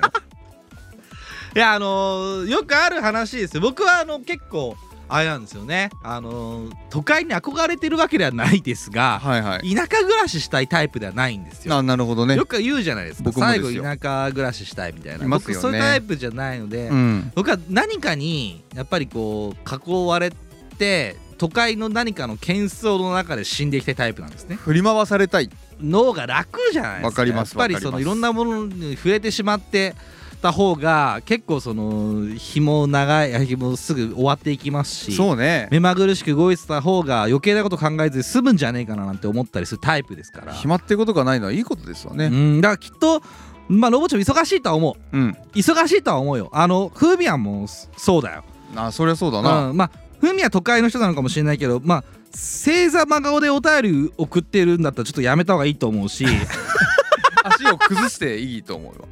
Speaker 2: いやあのーよくある話ですよ僕はあの結構あれなんですよねあのー都会に憧れてるわけではないですが、
Speaker 1: はいはい
Speaker 2: 田舎暮らししたいタイプではないんですよ
Speaker 1: あなるほどね
Speaker 2: よく言うじゃないですか
Speaker 1: 僕もです
Speaker 2: 最
Speaker 1: よ
Speaker 2: 後田舎暮らししたいみたいない
Speaker 1: ますよね
Speaker 2: 僕そういうタイプじゃないので、
Speaker 1: うん
Speaker 2: 僕は何かにやっぱりこう囲われて都会の何かの喧騒の中で死んでいきたいタイプなんですね
Speaker 1: 振り回されたい
Speaker 2: 脳が楽じゃないですか
Speaker 1: わかります
Speaker 2: やっぱり
Speaker 1: わ
Speaker 2: そ
Speaker 1: か
Speaker 2: の
Speaker 1: ります
Speaker 2: いろんなものに触れてしまってた方が結構その紐長いあ紐すぐ終わっていきますし
Speaker 1: そうね
Speaker 2: 目まぐるしく動いてた方が余計なこと考えずに済むんじゃねえかななんて思ったりするタイプですから
Speaker 1: 暇ってことがないのはいいことですよ
Speaker 2: う
Speaker 1: ね
Speaker 2: んだからきっとまあロボちゃん忙しいとは思う
Speaker 1: うん
Speaker 2: 忙しいとは思うよあのフーミアンもそうだよ
Speaker 1: あそりゃそうだな、
Speaker 2: うん、まあふみは都会の人なのかもしれないけどまあ正座真顔でお便り送ってるんだったらちょっとやめた方がいいと思う
Speaker 1: (laughs)
Speaker 2: し
Speaker 1: 足を崩していいと思うわ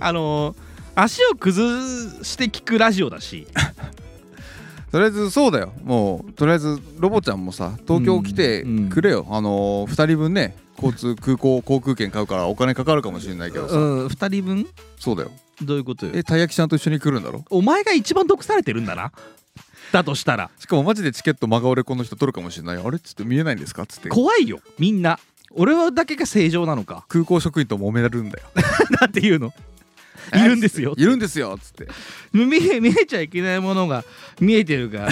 Speaker 2: あのー足を崩して聞くラジオだし
Speaker 1: とりあえず (laughs) そうだよもうとりあえずロボちゃんもさ東京来てくれよ、あのー、2人分ね交通空港航空券買うからお金かかるかもしれないけ
Speaker 2: う
Speaker 1: どさ、
Speaker 2: ん2人分
Speaker 1: そうだよ
Speaker 2: どういうことよ
Speaker 1: えたい焼きちゃんと一緒に来るんだろ
Speaker 2: お前が一番毒されてるんだなだとしたら
Speaker 1: しかもマジでチケット真顔でこの人取るかもしれないあれっつって見えないんですかっつって
Speaker 2: 怖いよみんな俺はだけが正常な
Speaker 1: (laughs)
Speaker 2: のか
Speaker 1: 空港職員と揉めるんだよ
Speaker 2: なんていうのいるんですよ
Speaker 1: (laughs) いるんですよっつって
Speaker 2: 見え見えちゃいけないものが見えてる
Speaker 1: (laughs)
Speaker 2: から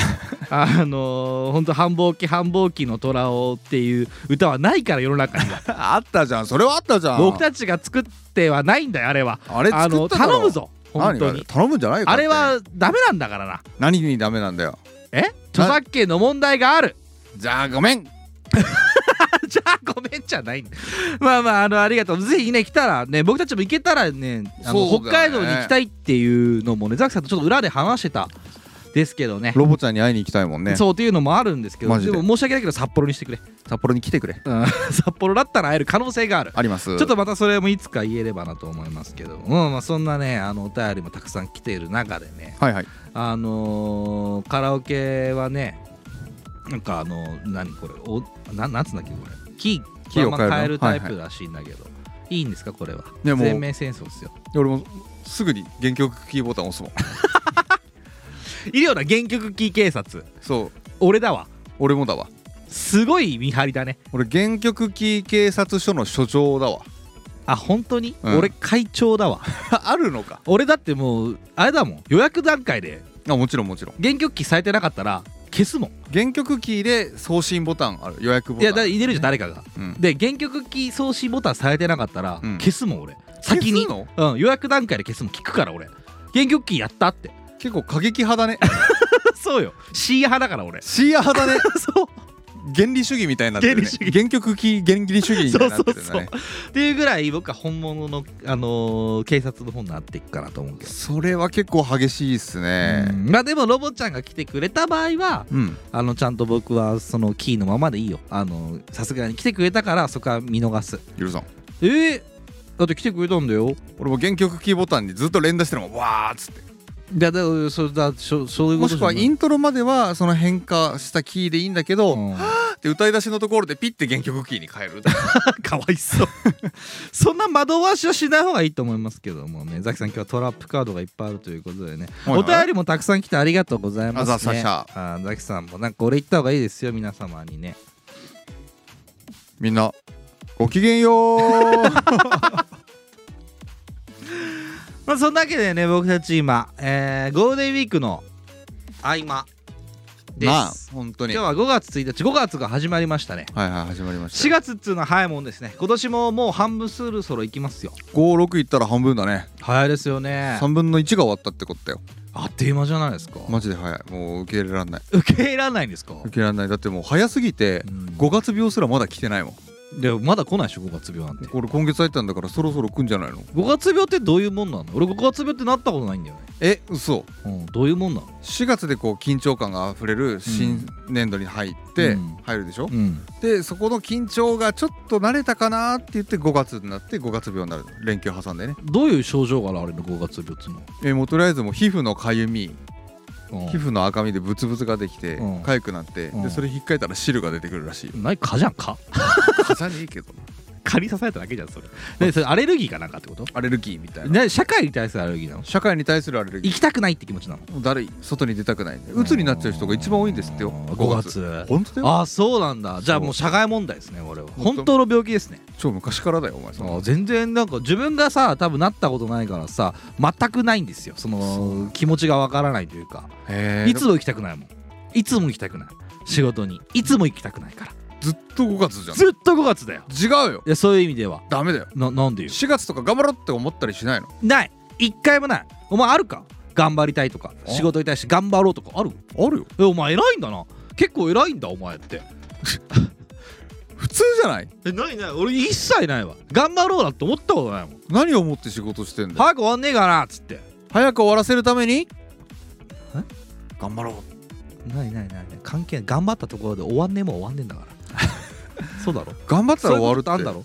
Speaker 2: あのー、ほんと繁忙期繁忙期の虎をっていう歌はないから世の中には
Speaker 1: (laughs) あったじゃんそれはあったじゃん
Speaker 2: 僕たちが作ってはないんだよあれは
Speaker 1: あれ作
Speaker 2: あ
Speaker 1: っただろ
Speaker 2: の頼むぞ本
Speaker 1: 何
Speaker 2: 当に
Speaker 1: 頼むんじゃないよ
Speaker 2: あれ
Speaker 1: 勝
Speaker 2: はダメなんだからな
Speaker 1: 手に何にダメなんだよ
Speaker 2: え著作権の問題がある (laughs)
Speaker 1: じゃあごめん
Speaker 2: じゃあごめんじゃないんだまあまああのありがとうぜひね来たらね僕たちも行けたらねあの
Speaker 1: そう
Speaker 2: 北
Speaker 1: だね
Speaker 2: 海道に行きたいっていうのもねザクさんとちょっと裏で話してたですけどね
Speaker 1: ロボちゃんに会いに行きたいもんね
Speaker 2: そうというのもあるんですけど
Speaker 1: マジ
Speaker 2: で
Speaker 1: で
Speaker 2: も申し訳ないけど札幌にしてくれ
Speaker 1: 札幌に来てくれ
Speaker 2: うん (laughs) 札幌だったら会える可能性がある。
Speaker 1: あります
Speaker 2: ちょっとまたそれもいつか言えればなと思いますけど、うんまあ、そんなねあのお便りもたくさん来ている中でね、
Speaker 1: はいはい
Speaker 2: あのーカラオケはねなんかあの何これおななんつうんだっけこれキー
Speaker 1: キーを変えるの
Speaker 2: まあ変えるタイ
Speaker 1: はい
Speaker 2: プらしいんだけど、いい、んですかこれは
Speaker 1: やもう
Speaker 2: 全面戦争ですよ
Speaker 1: 俺もすぐに原曲キーボタン押すもん
Speaker 2: いるような原曲キー警察
Speaker 1: そう
Speaker 2: 俺だわ
Speaker 1: 俺もだわ
Speaker 2: すごい見張りだね
Speaker 1: 俺原曲キー警察署の署長だわ (laughs)
Speaker 2: あ本当に、
Speaker 1: うん
Speaker 2: 俺会長だわ
Speaker 1: あるのか
Speaker 2: 俺だってもうあれだもん予約段階で
Speaker 1: あもちろんもちろん
Speaker 2: 原曲機されてなかったら消すもん
Speaker 1: 原曲キーで送信ボタンある予約ボタン
Speaker 2: いやだ入れるじゃん誰かが、
Speaker 1: うん
Speaker 2: で原曲機送信ボタンされてなかったら
Speaker 1: うん
Speaker 2: 消すもん俺先に
Speaker 1: 消すの
Speaker 2: うん、予約段階で消すもん聞くから俺原曲機やったって (laughs)
Speaker 1: 結構過激派だね (laughs)
Speaker 2: そうよ C 派だから俺 (laughs)
Speaker 1: シーア派だね
Speaker 2: そう
Speaker 1: 原理主義みたいになってるね
Speaker 2: 原理主義
Speaker 1: 原曲キー原理主義みた
Speaker 2: そ
Speaker 1: いうにな
Speaker 2: そ
Speaker 1: っ
Speaker 2: う
Speaker 1: てるんだ
Speaker 2: そう
Speaker 1: ね
Speaker 2: っていうぐらい僕は本物の、あのー警察の方になっていくかなと思うけど、
Speaker 1: それは結構激しいっすね
Speaker 2: うんまあでもロボちゃんが来てくれた場合は
Speaker 1: うん
Speaker 2: あのちゃんと僕はそのキーのままでいいよあのさすがに来てくれたからそこは見逃す
Speaker 1: 許さん
Speaker 2: えー、だって来てくれたんだよ
Speaker 1: 俺も原曲キーボタンにずっと連打してるもんわーっつって
Speaker 2: いやだからそれだそそういうこ
Speaker 1: も
Speaker 2: と
Speaker 1: しくはイ
Speaker 2: ン
Speaker 1: ントロまではその変化したキーでいいんだけど、
Speaker 2: うん
Speaker 1: で歌い出しのところでピッて原曲キーに変える
Speaker 2: (laughs) かわいそうそんな惑わしはしない方がいいと思いますけどもねザキさん今日はトラップカードがいっぱいあるということでね、
Speaker 1: はいはい
Speaker 2: お便りもたくさん来てありがとうございます、ね、
Speaker 1: あざさしゃ
Speaker 2: あーザキさんもなんか俺言った方がいいですよ皆様にね
Speaker 1: みんなごきげんよう
Speaker 2: まあそんなわけでね僕たち今、えーゴールデンウィークの合間です、
Speaker 1: まあ本当に
Speaker 2: 今日
Speaker 1: はい
Speaker 2: は5月1日5月が始まりましたね
Speaker 1: はい始まりまし
Speaker 2: 4
Speaker 1: た
Speaker 2: 月っつうのは早いもんですね今年ももう半分そろそろいきますよ
Speaker 1: 56いったら半分だね
Speaker 2: 早いですよね
Speaker 1: 3分の1が終わったってことだよ
Speaker 2: あっという間じゃないですか、
Speaker 1: マジで早いもう受け入れられない
Speaker 2: 受け入れられないんですか、
Speaker 1: 受け入れられないだってもう早すぎて
Speaker 2: うん
Speaker 1: 5月病すらまだ来てないもん
Speaker 2: でもまだ来ないでしょ5月病なんて
Speaker 1: これ今月入ったんだからそろそろ来んじゃないの
Speaker 2: 5月病ってどういうもんなの俺5月病ってなったことないんだよね、
Speaker 1: え嘘
Speaker 2: うん、どういうもんなの
Speaker 1: 4月でこう緊張感があふれる新年度に入って、
Speaker 2: うん
Speaker 1: 入るでしょ、
Speaker 2: うん
Speaker 1: でそこの緊張がちょっと慣れたかなって言って5月になって5月病になる連休挟んでね
Speaker 2: どういう症状が現れるの5月病っつうの
Speaker 1: えーもうとりあえずもう皮膚のかゆみ
Speaker 2: うん
Speaker 1: 皮膚の赤みでブツブツができて
Speaker 2: うん
Speaker 1: かゆくなって
Speaker 2: うん
Speaker 1: でそれ引っかいたら汁が出てくるらしいよ
Speaker 2: 何蚊じゃん蚊
Speaker 1: 風にいいけどな
Speaker 2: 蚊に刺されただけじゃんそれでそれアレルギーかなんかってこと
Speaker 1: アレルギーみたいな
Speaker 2: ね社会に対するアレルギーなの
Speaker 1: 社会に対するアレルギ
Speaker 2: 行きたくないって気持ちなの
Speaker 1: ーもうだるい外に出たくない鬱になっちゃう人が一番多いんですってよ
Speaker 2: うん
Speaker 1: 5
Speaker 2: 5月
Speaker 1: 本当だよ
Speaker 2: ああそうなんだじゃあもう社会問題ですね俺は
Speaker 1: 本当
Speaker 2: 本当の病気ですね
Speaker 1: 超昔からだよお前そんな
Speaker 2: あ全然なんか自分がさ多分なったことないからさ全くないんですよその気持ちがわからないというか
Speaker 1: へー
Speaker 2: いつも行きたくないもんいつも行きたくない仕事にいつも行きたくないか
Speaker 1: ずっと5月じ
Speaker 2: らずっと5月だよ
Speaker 1: ゃん違うよ
Speaker 2: いやそういう意味では
Speaker 1: ダメだよ
Speaker 2: ななんでよ
Speaker 1: 4月とか頑張ろうって思ったりしないの
Speaker 2: ない一回もないお前あるか頑張りたいとか
Speaker 1: あ
Speaker 2: 仕事に対して頑張ろうとかある
Speaker 1: あるよ
Speaker 2: えお前偉いんだな結構偉いんだお前って
Speaker 1: 普通じゃない
Speaker 2: えないない俺一切ないわ頑張ろうなって思ったことないもん
Speaker 1: 何を思って仕事してんだよ
Speaker 2: 早く終わんねえかなっつって
Speaker 1: 早く終わらせるために頑張ろう
Speaker 2: ないないないない関係ない頑張ったところで終わんねえもん終わんねえんだから
Speaker 1: (laughs)
Speaker 2: そうだろ
Speaker 1: 頑張ったら
Speaker 2: そういう
Speaker 1: 終わる
Speaker 2: こ
Speaker 1: って
Speaker 2: とあんだろ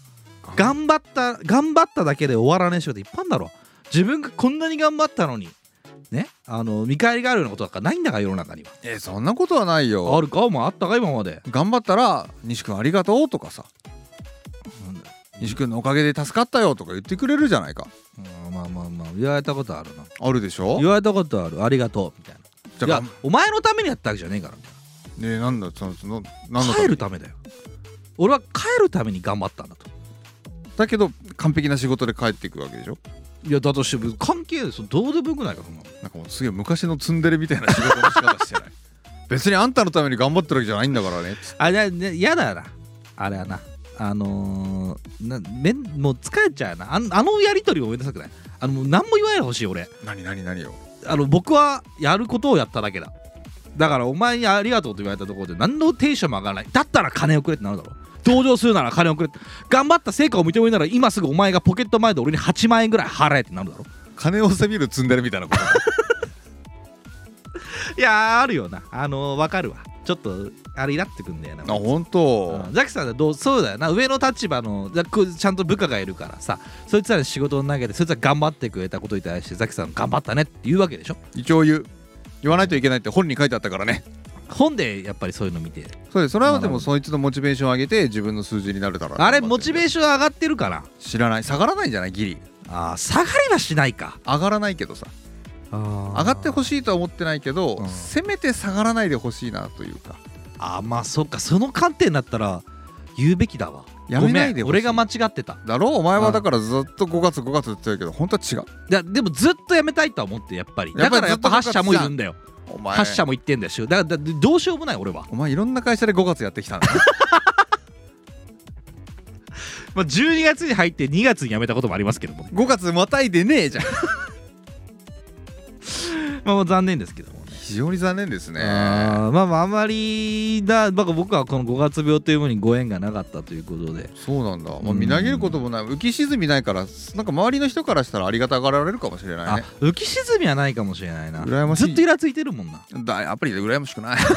Speaker 2: 頑張った頑張っただけで終わらない仕事いっぱいあんだろ自分がこんなに頑張ったのにねあの見返りがあるようなことなんかないんだから世の中には
Speaker 1: えそんなことはないよ
Speaker 2: あるかお前あったか今まで
Speaker 1: 頑張ったら西君ありがとうとかさ
Speaker 2: なんだ
Speaker 1: 西君のおかげで助かったよとか言ってくれるじゃないか
Speaker 2: うんまあまあまあ言われたことあるな
Speaker 1: あるでしょ
Speaker 2: 言われたことあるありがとうみたいな
Speaker 1: じ
Speaker 2: い
Speaker 1: ゃあ
Speaker 2: や
Speaker 1: がんね
Speaker 2: お前のためにやったわけじゃねえから
Speaker 1: えなんだそのその何のため
Speaker 2: 帰るためだよ俺は帰るために頑張ったんだと
Speaker 1: だけど完璧な仕事で帰っていくわけでしょ
Speaker 2: いやだとしても関係ないそのどうでもよくないかそんなの
Speaker 1: なんかもうすげえ昔のツンデレみたいな仕事の仕方
Speaker 2: (laughs)
Speaker 1: してない別にあんたのために頑張ってるわけじゃないんだからねつって
Speaker 2: あれね嫌だなあれはなあのー、なめんもう疲れちゃうなあんあのやり取りもめんどくさくないあのもう何も言わないでほしい俺
Speaker 1: 何何何よ
Speaker 2: あの僕はやることをやっただけだだからお前にありがとうと言われたところで何のテンションも上がらないだったら金をくれってなるだろ同情するなら金をくれって頑張った成果を認めるなら今すぐお前がポケット前で俺に8万円ぐらい払えってなるだろ
Speaker 1: 金をせびるツンデレみたいなこと
Speaker 2: いやーあるよなあのー、わかるわちょっとあれイラってくんだよな
Speaker 1: あ本当
Speaker 2: うんザキさんはどうそうだよな上の立場のザこうちゃんと部下がいるからさそいつらに仕事を投げてそいつら頑張ってくれたことに対してザキさん頑張ったねって言うわけでしょ
Speaker 1: 一応言う言わないといけないって本に書いてあったからね
Speaker 2: 本でやっぱりそういうの見て
Speaker 1: そうですそれはでもそいつのモチベーションを上げて自分の数字になれたら
Speaker 2: あれモチベーション上がってるから
Speaker 1: 知らない下がらないんじゃないギリ
Speaker 2: あー下がりはしないか
Speaker 1: 上がらないけどさ
Speaker 2: 上
Speaker 1: 上がってほしいとは思ってないけど、
Speaker 2: うん
Speaker 1: せめて下がらないでほしいなというか
Speaker 2: あまあそっかその観点だったら言うべきだわ
Speaker 1: やめないで
Speaker 2: ごめ
Speaker 1: ほしい
Speaker 2: ん俺が間違ってた
Speaker 1: だろうお前
Speaker 2: う
Speaker 1: は
Speaker 2: ん
Speaker 1: だからずっと5月5月って言ってるけど本当は違う
Speaker 2: いやでもずっとやめたいとは思ってやっぱり
Speaker 1: や
Speaker 2: だ
Speaker 1: っぱ
Speaker 2: か
Speaker 1: り
Speaker 2: らやっぱ8社もいるんだよ
Speaker 1: お前
Speaker 2: 8社も言ってんだしだからだどうしようもない俺は、
Speaker 1: お前いろんな会社で5月やってきたんだ (laughs)
Speaker 2: まあ、12月に入って2月に辞めたこともありますけども
Speaker 1: 5月またいでねえじゃん
Speaker 2: まあまあ残念ですけどもね
Speaker 1: 非常に残念ですね
Speaker 2: あーまあまああまりだ、まあ、僕はこの5月病というものにご縁がなかったということで
Speaker 1: そうなんだ、ま
Speaker 2: う
Speaker 1: あ、
Speaker 2: ん
Speaker 1: 見投げることもない浮き沈みないからなんか周りの人からしたらありがたがられるかもしれない
Speaker 2: あ
Speaker 1: ね
Speaker 2: 浮き沈みはないかもしれないな
Speaker 1: 羨ましい
Speaker 2: ずっとイラついてるもんな
Speaker 1: だやっぱり羨ましくない (laughs)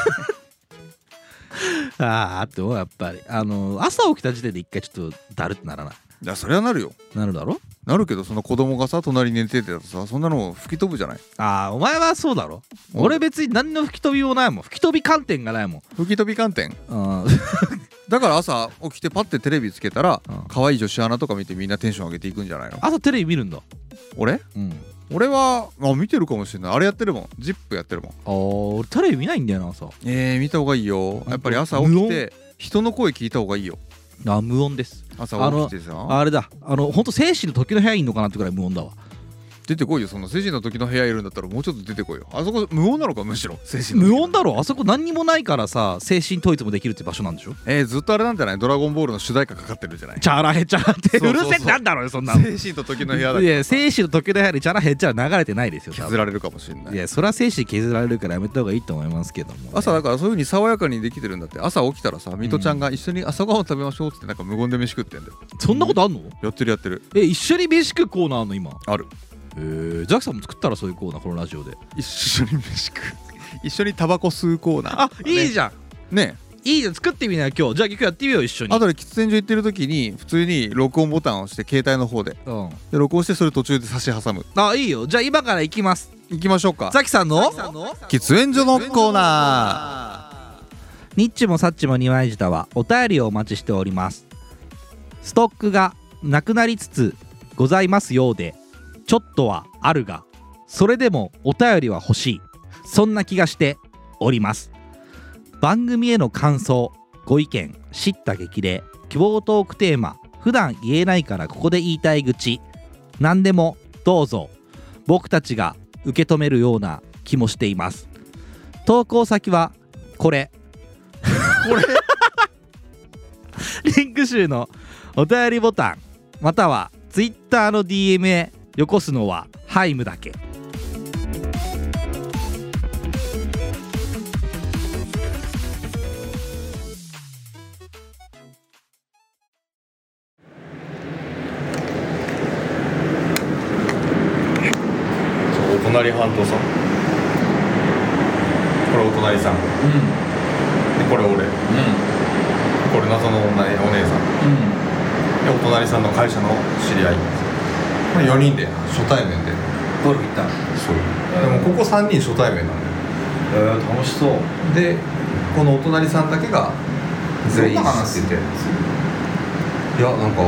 Speaker 2: ああって思うやっぱりあの朝起きた時点で一回ちょっとだるってならない
Speaker 1: いやそれはなるよ
Speaker 2: なるだろ
Speaker 1: なるけどその子供がさ隣に寝ててたとさそんなの吹き飛ぶじゃない
Speaker 2: ああお前はそうだろ俺別に何の吹き飛びもないもん吹き飛び観点がないもん
Speaker 1: 吹き飛び観点
Speaker 2: あ
Speaker 1: だから朝起きてパッてテレビつけたら
Speaker 2: うん
Speaker 1: 可愛い女子アナとか見てみんなテンション上げていくんじゃないの
Speaker 2: (laughs) 朝テレビ見るんだ
Speaker 1: 俺
Speaker 2: うん
Speaker 1: 俺はあ見てるかもしれないあれやってるもん「ZIP!」やってるもん
Speaker 2: ああ俺テレビ見ないんだよな朝
Speaker 1: えー、見た方がいいよやっぱり朝起きて人の声聞いた方がいいよ
Speaker 2: あ無音です
Speaker 1: 朝起きてさ
Speaker 2: あれだあのほんと精神の時の部屋いんのかなってくらい無音だわ
Speaker 1: 出てこいよその成人の時の部屋いるんだったらもうちょっと出てこいよあそこ無音なのかむしろ成人の時
Speaker 2: 無音だろあそこ何にもないからさ精神統一もできるって場所なんでしょ
Speaker 1: えー、ずっとあれなんじゃない「ドラゴンボール」の主題歌かかってるんじゃない
Speaker 2: チャラヘチャラって
Speaker 1: そううそう
Speaker 2: る
Speaker 1: そう
Speaker 2: せえってなんだろうよそんなの
Speaker 1: 精神と時の部屋だ
Speaker 2: い
Speaker 1: け
Speaker 2: や精神の時の部屋にチャラヘチャラ流れてないですよ多分
Speaker 1: 削られるかもしれない
Speaker 2: いやそれは精神削られるからやめた方がいいと思いますけどもね、
Speaker 1: 朝だからそういう風に爽やかにできてるんだって朝起きたらさミトちゃんが一緒に朝ごはん食べましょうっつってなんか無言で飯食ってんだよ
Speaker 2: そんなことあんの
Speaker 1: やってるやってる
Speaker 2: え一緒に飯食うコーナーあんの今
Speaker 1: ある
Speaker 2: えー、ザキさんも作ったらそういうコーナーこのラジオで
Speaker 1: 一緒に飯食う (laughs) 一緒にタバコ吸うコーナー
Speaker 2: あいいじゃん、
Speaker 1: ね
Speaker 2: いいじゃん作ってみなよ今日じゃあ今日やってみよう一緒に
Speaker 1: あとで喫煙所行ってる時に普通に録音ボタンを押して携帯の方で
Speaker 2: うん、
Speaker 1: で録音してそれ途中で差し挟む
Speaker 2: あいいよじゃあ今から行きます
Speaker 1: 行きましょうか
Speaker 2: ザキさんの
Speaker 1: 喫煙所のコーナー
Speaker 2: ニッチもサッチも二枚舌はお便りをお待ちしておりますストックがなくなりつつございますようでちょっとはあるがそれでもお便りは欲しいそんな気がしております番組への感想ご意見知った激励希望トークテーマ普段言えないからここで言いたい口何でもどうぞ僕たちが受け止めるような気もしています投稿先はこれ
Speaker 1: これ
Speaker 2: リンク集のお便りボタンまたは Twitter の DM へよこすのはハイムだけ
Speaker 4: お隣半島さんこれお隣さんで
Speaker 1: うん
Speaker 4: これ俺これ謎の女お姉さんでお隣さんの会社の知り合いこれ4人で初対面で
Speaker 1: ゴルフ行った
Speaker 4: そうでもここ3人初対面なんで
Speaker 1: えー、楽しそう
Speaker 4: でこのお隣さんだけが全員話してていやなんか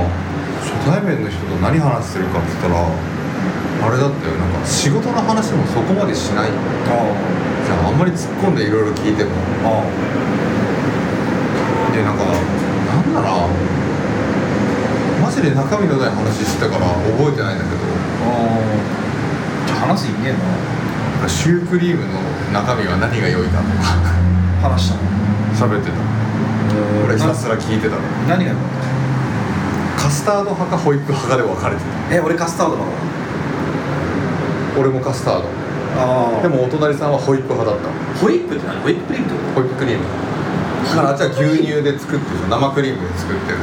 Speaker 4: 初対面の人と何話してるかって言ったらあれだったよなんか仕事の話もそこまでしないじゃああんまり突っ込んでいろいろ聞いてもでなんかなんだろうマジで中身のない話してたから覚えてないんだけど
Speaker 5: 話言えんの
Speaker 4: なんかシュークリームの中身は何が良いかと (laughs) か
Speaker 5: 話したの
Speaker 4: 喋ってた俺ひたすら聞いてたの
Speaker 5: 何が良かっ
Speaker 4: カスタード派かホイップ派かで分かれて
Speaker 5: たえ俺カスタードだわ
Speaker 4: た俺もカスタード
Speaker 5: あ
Speaker 4: でもお隣さんはホイップ派だった
Speaker 5: ホイップって何ホイップクリームってこ
Speaker 4: ホイップクリームだからあっちは牛乳で作ってる生クリームで作ってる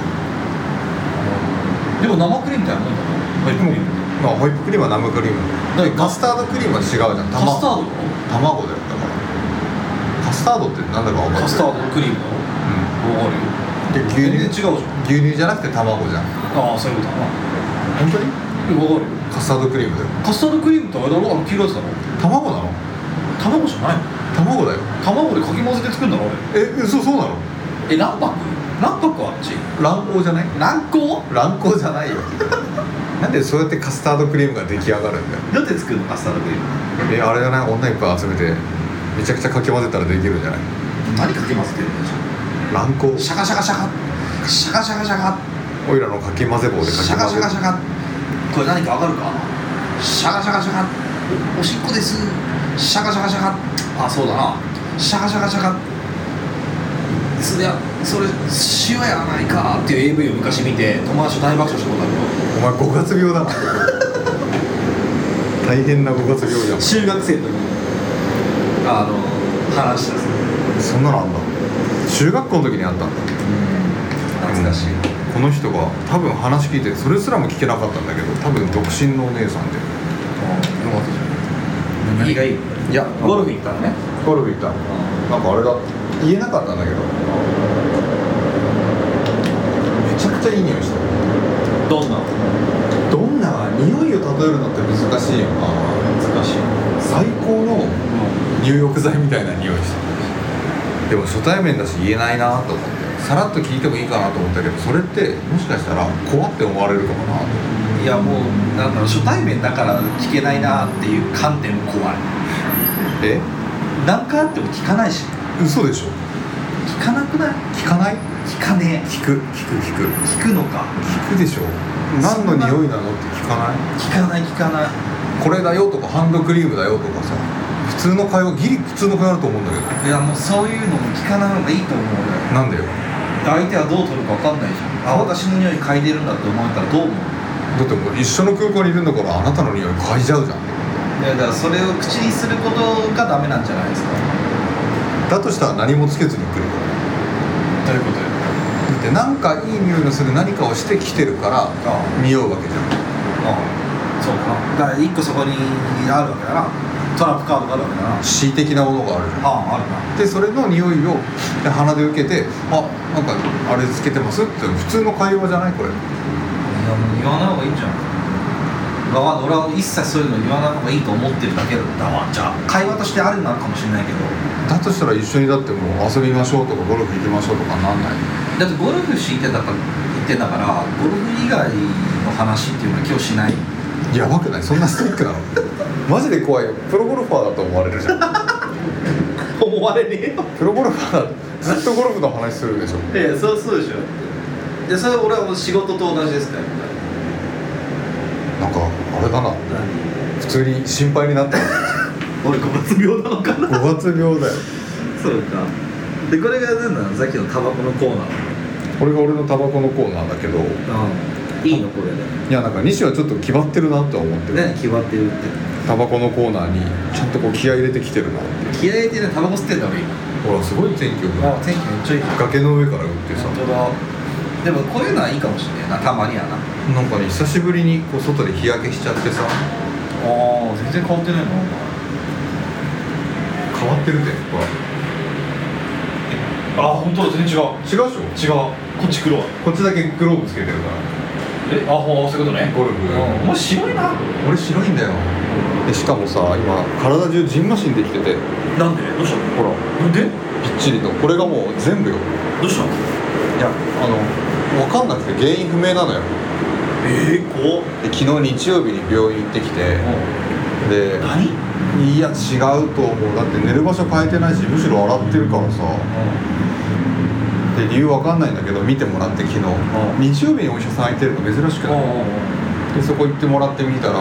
Speaker 5: とでも生クリームみたいなもんだホイップクリーム
Speaker 4: まあホイップクリームは生クリームだけどカスタードクリームは違うじゃん
Speaker 5: カスタード
Speaker 4: 卵だよだからカスタードってなんだか分かんない
Speaker 5: カスタードクリームだ
Speaker 4: う
Speaker 5: わかるよ
Speaker 4: んで牛乳
Speaker 5: 全然違うじゃん
Speaker 4: 牛乳じゃなくて卵じゃん
Speaker 5: ああそういうことだな
Speaker 4: 本当に
Speaker 5: わかるよ
Speaker 4: カスタードクリームだよ
Speaker 5: カスタードクリームってあれだろあの黄色いやつだろ
Speaker 4: 卵なの
Speaker 5: 卵じゃないの
Speaker 4: 卵だよ
Speaker 5: 卵でかき混ぜて作るんだろ
Speaker 4: え嘘そうなの
Speaker 5: あれえ卵白卵白はあっち
Speaker 4: 卵黄じゃない
Speaker 5: 卵黄
Speaker 4: 卵黄じゃないよ
Speaker 1: (laughs) なんでそうやってカスタードクリームが出来上がるんだよ
Speaker 5: どうやって作るのカスタードクリーム
Speaker 1: えあれじゃない女いっぱい集めてめちゃくちゃかき混ぜたらできるんじゃない
Speaker 5: 何かけますって言うんでし
Speaker 1: 乱
Speaker 5: ょ
Speaker 1: 行
Speaker 5: シャカシャカシャカシャカシャカシャカ
Speaker 1: おいらのかき混ぜ棒でかき
Speaker 5: シャカ
Speaker 1: 混
Speaker 5: シ
Speaker 1: ぜ
Speaker 5: ャカシャカこれ何かわかるかシャカシャカシャカおおしっこですシャカシャカシャカあそうだなシャカシャカシャカそりゃそれ塩やないかっていう AV を昔見て友達と大爆笑したことあるよ
Speaker 1: お前五月病
Speaker 4: (laughs)
Speaker 1: だ大変な五月病じゃん
Speaker 5: 中学生の時にあの話したんですよ
Speaker 1: そんなのあんだ中学校の時にあったんだ
Speaker 5: 懐かしい
Speaker 1: この人が多分話聞いてそれすらも聞けなかったんだけど多分独身のお姉さんで
Speaker 5: 何がいい
Speaker 1: いや
Speaker 5: ゴルフ行ったらね
Speaker 1: ゴルフ行ったなんかあれだ言えなかったんだけどめちゃくちゃいい匂いした
Speaker 5: どんな
Speaker 1: どんな匂いを例えるのって難しいよな
Speaker 5: 難しい
Speaker 1: 最高の入浴剤みたいな匂いしたでも初対面だし言えないなと思ってさらっと聞いてもいいかなと思ったけどそれってもしかしたら怖って思われるかもなと
Speaker 5: いやもうなんだろう初対面だから聞けないなっていう観点も怖い
Speaker 1: え
Speaker 5: 何回あっても聞かないし
Speaker 1: 嘘でしょ
Speaker 5: 聞かなくない
Speaker 1: 聞かない
Speaker 5: 聞かねえ
Speaker 1: 聞く聞く聞く
Speaker 5: 聞くのか
Speaker 1: 聞くでしょ何の匂いなのって聞かない
Speaker 5: 聞かない聞かない
Speaker 1: これだよとかハンドクリームだよとかさ普通の会話ギリ普通の会話だと思うんだけど
Speaker 5: いやもうそういうのも聞かない方がいいと思うよ
Speaker 1: なんだよ
Speaker 5: 相手はどう取るか分かんないじゃんあ私の匂い嗅いでるんだって思われたらどう思う
Speaker 1: だってもう一緒の空港にいるんだからあなたの匂い嗅いじゃうじゃん
Speaker 5: いやだからそれを口にすることがダメなんじゃないですか
Speaker 1: だとしたら何もつけずに来るよ
Speaker 5: どういうことよ
Speaker 1: だってなんかいい匂いのする何かをして来てるから
Speaker 5: あ
Speaker 1: 匂うわけじゃん
Speaker 5: ああそうかなだから一個そこにあるわけだなトラップカードがあるわけだなあ
Speaker 1: 恣意的なものがあるじゃ
Speaker 5: ああるなん
Speaker 1: でそれの匂いをで鼻で受けてあなんかあれつけてますって普通の会話じゃないこれ
Speaker 5: いやもう言わない方がいいんじゃんまあ俺はもう一切そういうの言わない方がいいと思ってるだけだわじゃあ会話としてあるなのかもしれないけど
Speaker 1: だとしたら一緒にだってもう遊びましょうとかゴルフ行きましょうとかなんない
Speaker 5: だってゴルフ敷いてたから言ってんだからゴルフ以外の話っていうのは今日しない
Speaker 1: やばくないそんなストイックなのマジで怖いよプロゴルファーだと思われるじゃん
Speaker 5: (laughs) 思われねえよ
Speaker 1: プロゴルファーだずっとゴルフの話するでしょ
Speaker 5: ええそうそうでしょでそれ俺はもう仕事と同じですから
Speaker 1: なんかあれだな普通に心配になった
Speaker 5: 俺五月病なのかな
Speaker 1: 五月病だよ
Speaker 5: そうかでこれが何なのさっきのタバコのコーナ
Speaker 1: これが俺のタバコのコーナーだけどい
Speaker 5: ーうんいいのこれで
Speaker 1: やなんか西はちょっと気張ってるなって思ってる、
Speaker 5: 何決まってるって
Speaker 1: タバコのコーナーにちゃんとこう気合い入れてきてるなって
Speaker 5: 気合い入れてねタバコ吸ってんだ俺今
Speaker 1: ほらすごい天気よく
Speaker 5: あ天気めっちゃいいじゃん
Speaker 1: 崖の上から打ってさ
Speaker 5: 本当だでもこういうのはいいかもしれないなたまにはなあ
Speaker 1: なんかね久しぶりにこう外で日焼けしちゃってさ
Speaker 5: あ全然変わってないな
Speaker 1: 変わってるでほら
Speaker 5: あ本当だ全然違う
Speaker 1: 違うでしょ
Speaker 5: 違うこっち黒い
Speaker 1: こっちだけグローブつけてるから
Speaker 5: えあほうそういうことね
Speaker 1: ゴルフ
Speaker 5: うんもう白いな
Speaker 1: 俺白いんだよでしかもさ今体中ジンマシンできてて
Speaker 5: なんでどうしたの
Speaker 1: ほら
Speaker 5: なんで
Speaker 1: びっちりとこれがもう全部よい
Speaker 5: どうしたの
Speaker 1: やあの分かんなくて原因不明なのよ
Speaker 5: えー、こ
Speaker 1: で昨日日曜日に病院行ってきてで
Speaker 5: 何
Speaker 1: いや違うと思うだって寝る場所変えてないしむしろ洗ってるからさで理由わかんないんだけど見てもらって昨日日曜日にお医者さん空いてるの珍しくないでそこ行ってもらってみたら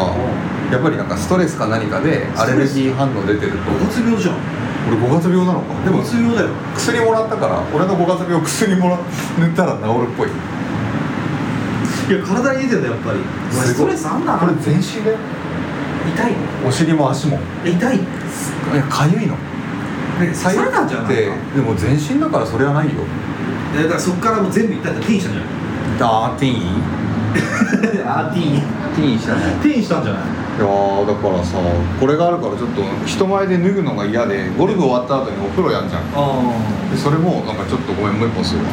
Speaker 1: やっぱりなんかストレスか何かでアレルギー反応出てると
Speaker 5: 五月病じゃん
Speaker 1: 俺5月病なのかで
Speaker 5: 五
Speaker 1: も
Speaker 5: 月病だよ
Speaker 1: 薬もらったから俺の5月病薬もら塗ったら治るっぽい
Speaker 5: いや体に出てんだやっぱり
Speaker 1: すごい
Speaker 5: ストレスあんな
Speaker 1: これ全身だよ
Speaker 5: 痛い
Speaker 1: お尻も足も
Speaker 5: え痛い
Speaker 1: いやかゆいの
Speaker 5: ねそれなんじゃない
Speaker 1: で
Speaker 5: か
Speaker 1: でも全身だからそれはないよ
Speaker 5: いやだからそっからもう全部痛いんだ転移したんじゃ
Speaker 1: ダーティーン
Speaker 5: ない (laughs) あーティーン
Speaker 1: ティーンしたね
Speaker 5: 転移したんじゃない
Speaker 1: いやーだからさこれがあるからちょっと人前で脱ぐのが嫌でゴルフ終わった後にお風呂やんじゃん
Speaker 5: ああ
Speaker 1: でそれもなんかちょっとごめんもう一本するわ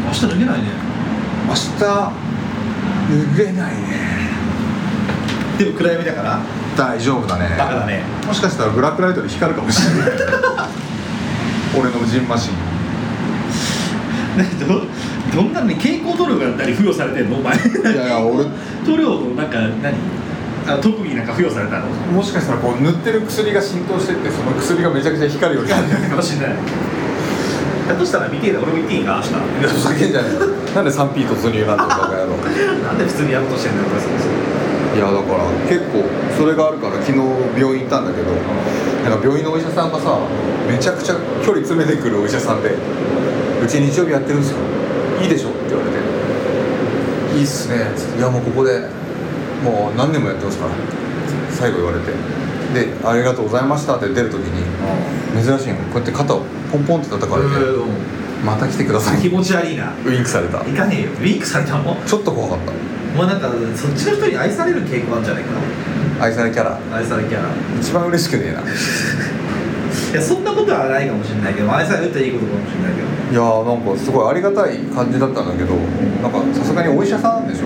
Speaker 5: うん、明日脱げないね
Speaker 1: 明日脱げないね
Speaker 5: でも暗闇だから
Speaker 1: 大丈夫だね
Speaker 5: バカだね
Speaker 1: もしかしたらブラックライトで光るかもし (laughs) れない俺のジンマシン
Speaker 5: (laughs) ねどうどんなね蛍光塗料が何付与されてんのお前
Speaker 1: いやいや俺
Speaker 5: 塗料のなんか何あ特技なんか付与されたの
Speaker 1: もしかしたらこう塗ってる薬が浸透してってその薬がめちゃくちゃ光るようになってる
Speaker 5: かもしれないだとしたら見てえだ俺も見ていいか明
Speaker 1: ふざけんじゃねえよなんで 3P 突入なんてバカ野郎
Speaker 5: 日なんで普通にやろうとしてんだよ俺そもそも
Speaker 1: いやだから結構それがあるから昨日病院行ったんだけどなんか病院のお医者さんがさめちゃくちゃ距離詰めてくるお医者さんで「うち日曜日やってるんですよいいでしょ?」って言われて「いいっすね」つって「いやもうここでもう何年もやってますから」最後言われてで「ありがとうございました」って出る時に珍しいのこうやって肩をポンポンって叩かれて「また来てください」
Speaker 5: 気持ち悪いな
Speaker 1: ウインクされた
Speaker 5: 行かねえよウィンクされたもん
Speaker 1: ちょっと怖かっ
Speaker 5: お前なんかそっちの人に愛される傾向あるんじゃないか
Speaker 1: た愛されキャラ
Speaker 5: 愛されキャラ
Speaker 1: 一番嬉しくねえない
Speaker 5: いやそんなことはないかもしれないけど愛されるっていいことかもしれないけど
Speaker 1: やーなんかすごいありがたい感じだったんだけどなんかさすがにお医者さんでしょ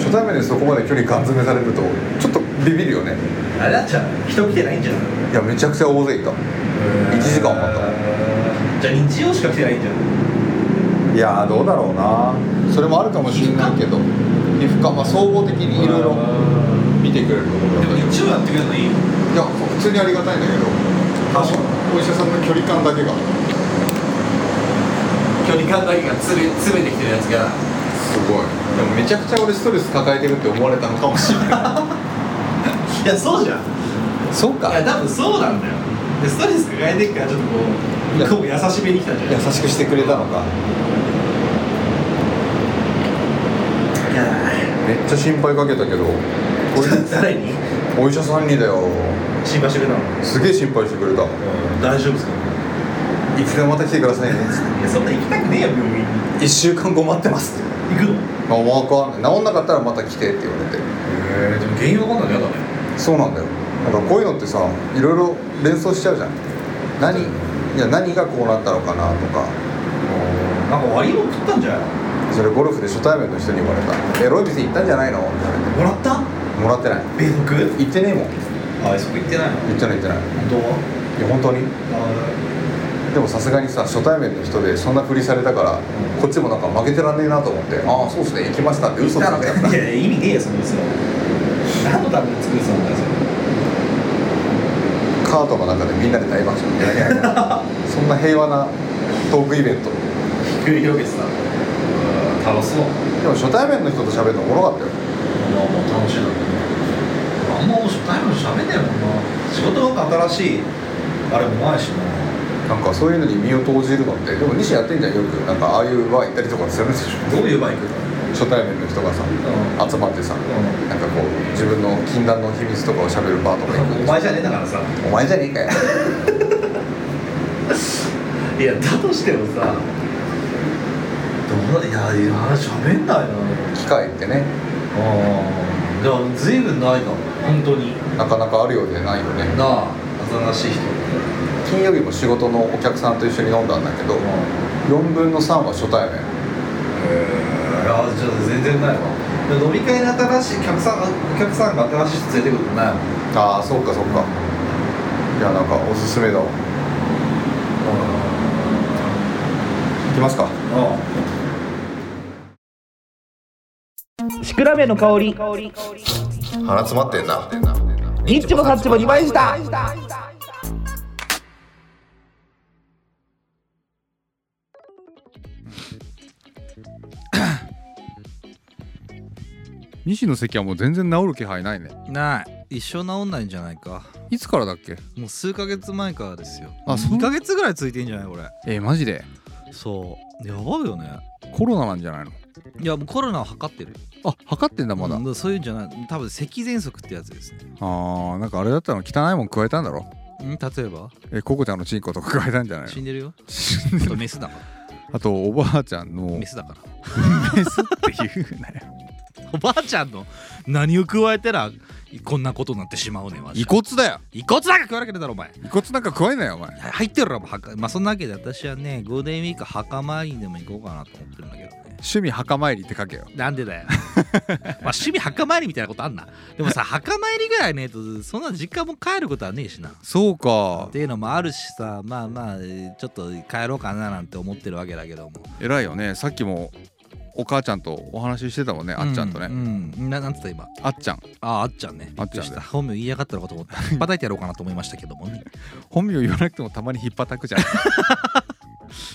Speaker 1: 初対面でそこまで距離感詰めされるとちょっとビビるよね
Speaker 5: あれだっちゃう人来てないんじゃない
Speaker 1: いやめちゃくちゃ大勢いた1時間もあった
Speaker 5: じゃあ日曜しか来てないんじゃん
Speaker 1: いやーどうだろうなそれもあるかもしれないけど皮膚科まあ総合的にいろいろ見てくれるところだったけど
Speaker 5: 日曜やってくれるのいいよ
Speaker 1: いや普通にありがたいんだけどお医者さんの距離感だけが
Speaker 6: 距離感だけがつれ詰めてきてるやつが
Speaker 1: すごいでもめちゃくちゃ俺ストレス抱えてるって思われたのかもしれない
Speaker 5: やそうじゃんい
Speaker 1: い (laughs) そうか
Speaker 5: や多分そうなんだよでストレス抱えてっからちょっとこ
Speaker 1: い
Speaker 5: う
Speaker 1: や
Speaker 5: 今日も優しめに来たんじゃない
Speaker 1: 優しくしてくれたのか
Speaker 5: いや
Speaker 1: めっちゃ心配かけたけど
Speaker 5: 誰に
Speaker 1: (laughs) お医者さんにだよ
Speaker 5: 心配してくれたの
Speaker 1: すげえ心配してくれた
Speaker 5: 大丈夫ですか
Speaker 1: いつでもまた来てくださいね
Speaker 5: いやそんな行きたくねえよ病院に
Speaker 1: 1週間後待ってますって
Speaker 5: 行くの
Speaker 1: まあわかんない治んなかったらまた来てって言われて
Speaker 5: えー、でも原因わかんないのやだね
Speaker 1: そうなんだよなんかこういうのってさいろいろ連想しちゃうじゃん何いや何がこうなったのかなとか
Speaker 5: なんか割りを食ったんじゃない
Speaker 1: それゴルフで初対面の人に言われた「エロい店行ったんじゃないの?」って言われ
Speaker 5: もらった
Speaker 1: てもらってない
Speaker 5: 米国
Speaker 1: 行ってねえもん
Speaker 5: あそこ行ってないの
Speaker 1: 行ってない行ってない
Speaker 5: 本当は
Speaker 1: や本当
Speaker 5: い
Speaker 1: にでもさすがにさ初対面の人でそんなふりされたからこっちもなんか負けてらんねえなと思って「ああそうっすね行きました」って嘘ついちゃった
Speaker 5: いやいや意味ねえよその店は何のために作るつもりなんだよ
Speaker 1: カートの中でみんなで大爆笑いやい (laughs) やそんな平和なトークイベントで
Speaker 5: それ繰り広げてた楽しそう
Speaker 1: も初対面の人と喋るのおもろかったよ
Speaker 5: まあまあ楽しいだろうねあんま初対面の喋んねえもんな仕事なんか新しいあれもないしな
Speaker 1: なんかそういうのに身を投じるのってでも西やってんじゃんよくなんかああいうバー行ったりとかするんでしょ
Speaker 5: どういうバイクだ
Speaker 1: 初対面の人がさ
Speaker 5: う
Speaker 1: 集まってさ
Speaker 5: ん
Speaker 1: なんかこう自分の禁断の秘密とかを喋るバーとか行くん
Speaker 5: お
Speaker 1: でしょ
Speaker 5: 前じゃねえんだからさ
Speaker 1: お前じゃねえかよ
Speaker 5: いやだとしてもさどうだいやいや喋んないな
Speaker 1: 機会ってね
Speaker 5: あじゃあ随分ないかも本当に
Speaker 1: なかなかあるようでないよね
Speaker 5: なあ新しい人
Speaker 1: 金曜日も仕事のお客さんと一緒に飲んだんだけど4分の3は初対面
Speaker 5: いやじゃあ全然ないわで飲み会に新しい客さんお客さんが新しい人連れてくることないもん
Speaker 1: ああそうかそうかいやなんかおすすめだわ行きますか
Speaker 7: シクラメンの香り
Speaker 1: 鼻詰まってんな
Speaker 7: ニッチもサッチも2枚した
Speaker 8: 西の席はもう全然治る気配ないね
Speaker 2: ない一生治んないんじゃないか
Speaker 8: いつからだっけ
Speaker 2: もう数ヶ月前からですよ
Speaker 8: あそう
Speaker 2: 2ヶ月ぐらいついてんじゃないこれ
Speaker 8: えマジで
Speaker 2: そうやばいよね
Speaker 8: コロナなんじゃないの
Speaker 2: いやもうコロナは測ってる
Speaker 8: あ測ってんだまだ、
Speaker 2: う
Speaker 8: あ
Speaker 2: んそういうんじゃない多分咳喘息ってやつですね
Speaker 8: ーなんかあれだったの汚いもん加えたんだろ
Speaker 2: ん例えば
Speaker 8: えココちゃんのチンコとか加えたんじゃない
Speaker 2: 死
Speaker 8: の
Speaker 2: んでるよあとメスだか
Speaker 8: あとおばあちゃんの
Speaker 1: (laughs)
Speaker 2: らメ
Speaker 8: メス
Speaker 2: スだから
Speaker 8: っていうなよ
Speaker 2: おばあちゃんの何を加えてらこんなことになってしまうねわし
Speaker 8: 遺骨だよ
Speaker 2: 遺骨なんか食わなきゃだろお前
Speaker 8: 遺骨なんか加えなよお前
Speaker 2: 入ってるらもう墓まあそんなわけで私はねゴールデンウィーク墓参りにでも行こうかなと思ってるんだけどね
Speaker 8: 趣味墓参りって書けよ
Speaker 2: なんでだ (laughs) よまあ趣味墓参りみたいなことあんなでもさ墓参りぐらいねえとそんな実家も帰ることはねえしな
Speaker 8: そうか
Speaker 2: っていうのもあるしさまあまあえーちょっと帰ろうかななんて思ってるわけだけども
Speaker 8: 偉いよねさっきも
Speaker 1: お母ちゃんとお話ししてたもんねあっちゃんとね、
Speaker 2: うん、うんななんつった今
Speaker 1: あっちゃん
Speaker 2: あああっちゃんね
Speaker 1: あっちゃんね
Speaker 2: びくりした本名言いやがったのかと思った引っ叩いてやろうかなと思いましたけど
Speaker 1: (laughs)
Speaker 2: もね
Speaker 1: 本名言わなくてもたまにひっぱたく (laughs) じゃん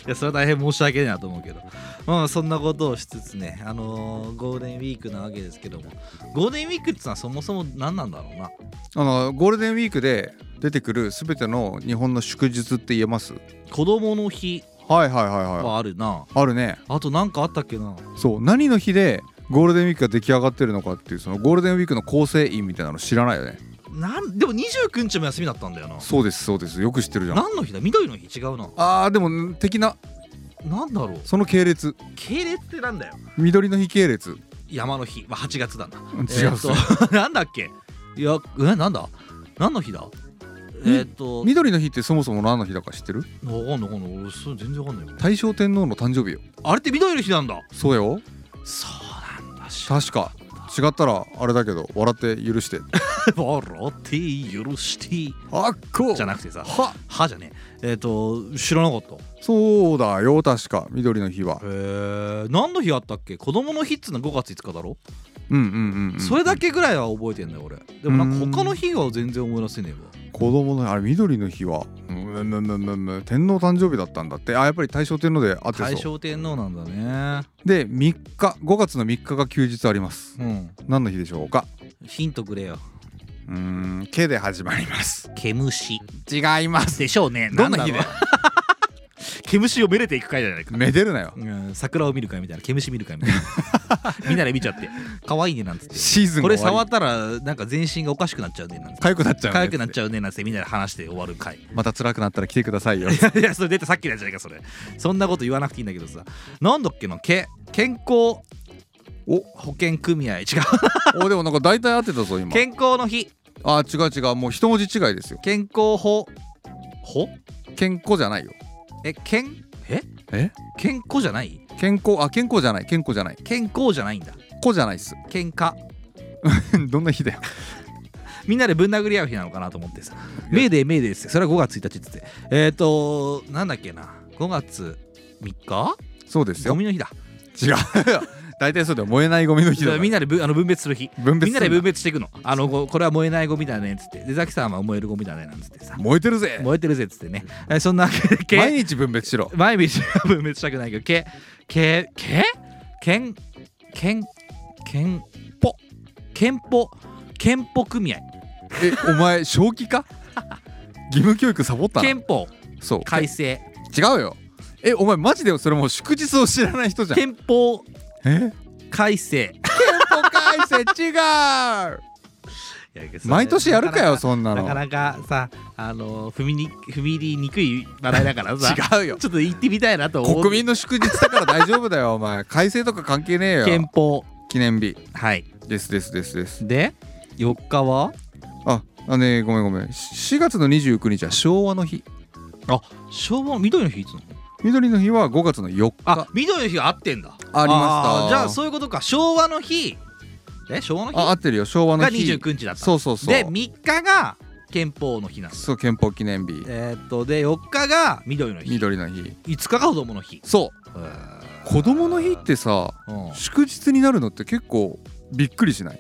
Speaker 2: いやそれは大変申し訳ないなと思うけどまあそんなことをしつつねあのーゴールデンウィークなわけですけどもゴールデンウィークってのはそもそも何なんだろうな
Speaker 1: あのゴールデンウィークで出てくる全ての日本の祝日って言えます
Speaker 2: 子供の日
Speaker 1: はいはいはいはい
Speaker 2: はあるな
Speaker 1: あるね
Speaker 2: あと何かあったっけな
Speaker 1: そう何の日でゴールデンウィークが出来上がってるのかっていうそのゴールデンウィークの構成員みたいなの知らないよね
Speaker 2: なんでも29日も休みだったんだよな
Speaker 1: そうですそうですよく知ってるじゃん
Speaker 2: 何の日だ緑の日違うな
Speaker 1: あーでも的な
Speaker 2: 何だろう
Speaker 1: その系列
Speaker 2: 系列ってなんだよ
Speaker 1: 緑の日系列
Speaker 2: 山の日は8月だな
Speaker 1: (laughs) 違うっす
Speaker 2: えーっと (laughs) なんだっけいやえなんだ何の日だえーっと
Speaker 1: 緑の日ってそもそも何の日だか知ってる
Speaker 2: わかんないわかんない俺それ全然わかんないよ
Speaker 1: 大正天皇の誕生日よ
Speaker 2: あれって緑の日なんだ
Speaker 1: そうよ
Speaker 2: そうなんだし
Speaker 1: 確か違ったらあれだけど笑って許して
Speaker 2: 笑って許して
Speaker 1: あっこ
Speaker 2: じゃなくてさ
Speaker 1: は
Speaker 2: 歯じゃねええーっと知らなかった
Speaker 1: そうだよ確か緑の日は
Speaker 2: へえ何の日あったっけ子供の日っつうのは5月5日だろ
Speaker 1: うんうんうん、うん、
Speaker 2: それだけぐらいは覚えてんだよ俺でもなんか他の日は全然思い出せねえわ
Speaker 1: 子供の日あれ緑の日は、うんうんうんうんうん天皇誕生日だったんだってあやっぱり大正天皇であって
Speaker 2: 大
Speaker 1: そう
Speaker 2: 正天皇なんだね
Speaker 1: で3日5月の3日が休日あります
Speaker 2: うん
Speaker 1: 何の日でしょうか
Speaker 2: ヒントくれよ
Speaker 1: うーん「け」で始まります
Speaker 2: 毛虫
Speaker 1: 違います
Speaker 2: でしょうね
Speaker 1: どんな日
Speaker 2: (laughs) で
Speaker 1: で
Speaker 2: 毛虫をめでていく会じゃないか
Speaker 1: めでるなよ
Speaker 2: うん桜を見る会みたいな毛虫見る会みたい (laughs) なみんなで見ちゃって可愛いねなんつって
Speaker 1: シーズン
Speaker 2: こ
Speaker 1: が
Speaker 2: れ
Speaker 1: 終わ
Speaker 2: 触っ
Speaker 1: り
Speaker 2: たらなんか全身がおかしくなっちゃうねなんつって
Speaker 1: かゆくなっちゃう
Speaker 2: かゆくなっち
Speaker 1: ゃ
Speaker 2: ゃうねなんつってみんなで話して終わる会いう
Speaker 1: また辛くなったら来てくださ
Speaker 2: (laughs)
Speaker 1: いよ
Speaker 2: やいやそれ出てさっきのやつじゃないかそれそんなこと言わなくていいんだけどさなんだっけなけ健康
Speaker 1: お
Speaker 2: 保険組合違う
Speaker 1: おでもなんか大体合ってたぞ今
Speaker 2: 健康の日
Speaker 1: あ違う違うもう一文字違いですよ
Speaker 2: 健康法ほ
Speaker 1: 健康じゃないよ
Speaker 2: え健え
Speaker 1: え
Speaker 2: 健康じゃない
Speaker 1: 健康あ健康じゃない健康じゃない
Speaker 2: 健康じゃないんだ
Speaker 1: 子じゃないっす (laughs)
Speaker 2: 喧嘩
Speaker 1: どんな日だよ
Speaker 2: みんなでぶん殴り合う日なのかなと思ってさ「メーデーメーデー」ですよそれは5月1日っつってえっ、ー、となんだっけな5月3日
Speaker 1: そうです
Speaker 2: ゴ
Speaker 1: よ
Speaker 2: ミの日だ
Speaker 1: 違う (laughs) 大体そうだよ燃えないゴミの日だから
Speaker 2: みんなでぶあの分別する日
Speaker 1: 分別す
Speaker 2: みん
Speaker 1: ん
Speaker 2: な
Speaker 1: だ
Speaker 2: で分別していくのあのここれは燃えないゴミだねっつってでザキさんは燃えるゴミだねなんつってさ
Speaker 1: 燃えてるぜ
Speaker 2: 燃えてるぜっつってねえそんなわけで
Speaker 1: 毎
Speaker 2: け
Speaker 1: 日分別しろ
Speaker 2: 毎日は分別したくないけどけけけけんけんけんぽけんぽ憲法組合
Speaker 1: えお前正気か (laughs) 義務教育サボったな
Speaker 2: 憲法
Speaker 1: そう
Speaker 2: 改正
Speaker 1: 違うよえお前マジでそれもう祝日を知らない人じゃん
Speaker 2: 憲法
Speaker 1: え
Speaker 2: 改正
Speaker 1: 憲法改
Speaker 2: (laughs)
Speaker 1: 正違う毎年やるかよそんな
Speaker 2: なか
Speaker 1: の
Speaker 2: なかさあの踏みに踏み入りにくい話題だからさ
Speaker 1: (laughs) 違うよ
Speaker 2: ちょっと行ってみたいなと思う
Speaker 1: 国民の祝日だから大丈夫だよお前改正とか関係ねえ
Speaker 2: 憲
Speaker 1: よ
Speaker 2: 法
Speaker 1: 記念日
Speaker 2: はい
Speaker 1: ですですですです
Speaker 2: で4日は
Speaker 1: ああねごめんごめんし4月の29日は昭和の日
Speaker 2: 昭和の緑の日いつなの
Speaker 1: 緑の日は5月の4日
Speaker 2: あ緑の日が合ってんだあり
Speaker 1: ありました
Speaker 2: じゃあそういうことか昭和の日え昭和の日
Speaker 1: あ合ってるよ昭和の
Speaker 2: が
Speaker 1: 日
Speaker 2: 29日だった
Speaker 1: そうそうそう
Speaker 2: で3日が憲法の日なんです
Speaker 1: そう憲法記念日
Speaker 2: えーっとで4日が緑の日
Speaker 1: 緑の日
Speaker 2: 5日が子供の日
Speaker 1: そう
Speaker 2: へー
Speaker 1: 子供の日ってさ
Speaker 2: うん
Speaker 1: 祝日になるのって結構びっくりしない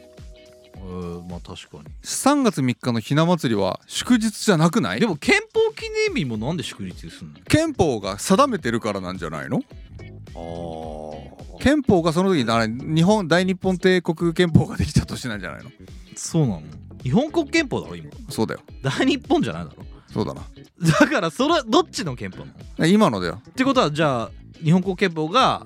Speaker 2: うんまあ確かに
Speaker 1: 3月3日のひな祭りは祝日じゃなくない
Speaker 2: でも憲法記念日もなんで祝日にすん
Speaker 1: 憲法が定めてるからなんじゃないの
Speaker 2: のああ
Speaker 1: 憲法がその時にあれ日本大日本帝国憲法ができた年なんじゃないの
Speaker 2: そうなの日本国憲法だろ今
Speaker 1: そうだよ
Speaker 2: 大日本じゃないだろ
Speaker 1: そうだな
Speaker 2: だからそれどっちの憲法なのっ
Speaker 1: え今のだよ
Speaker 2: てことはじゃあ日本国憲法が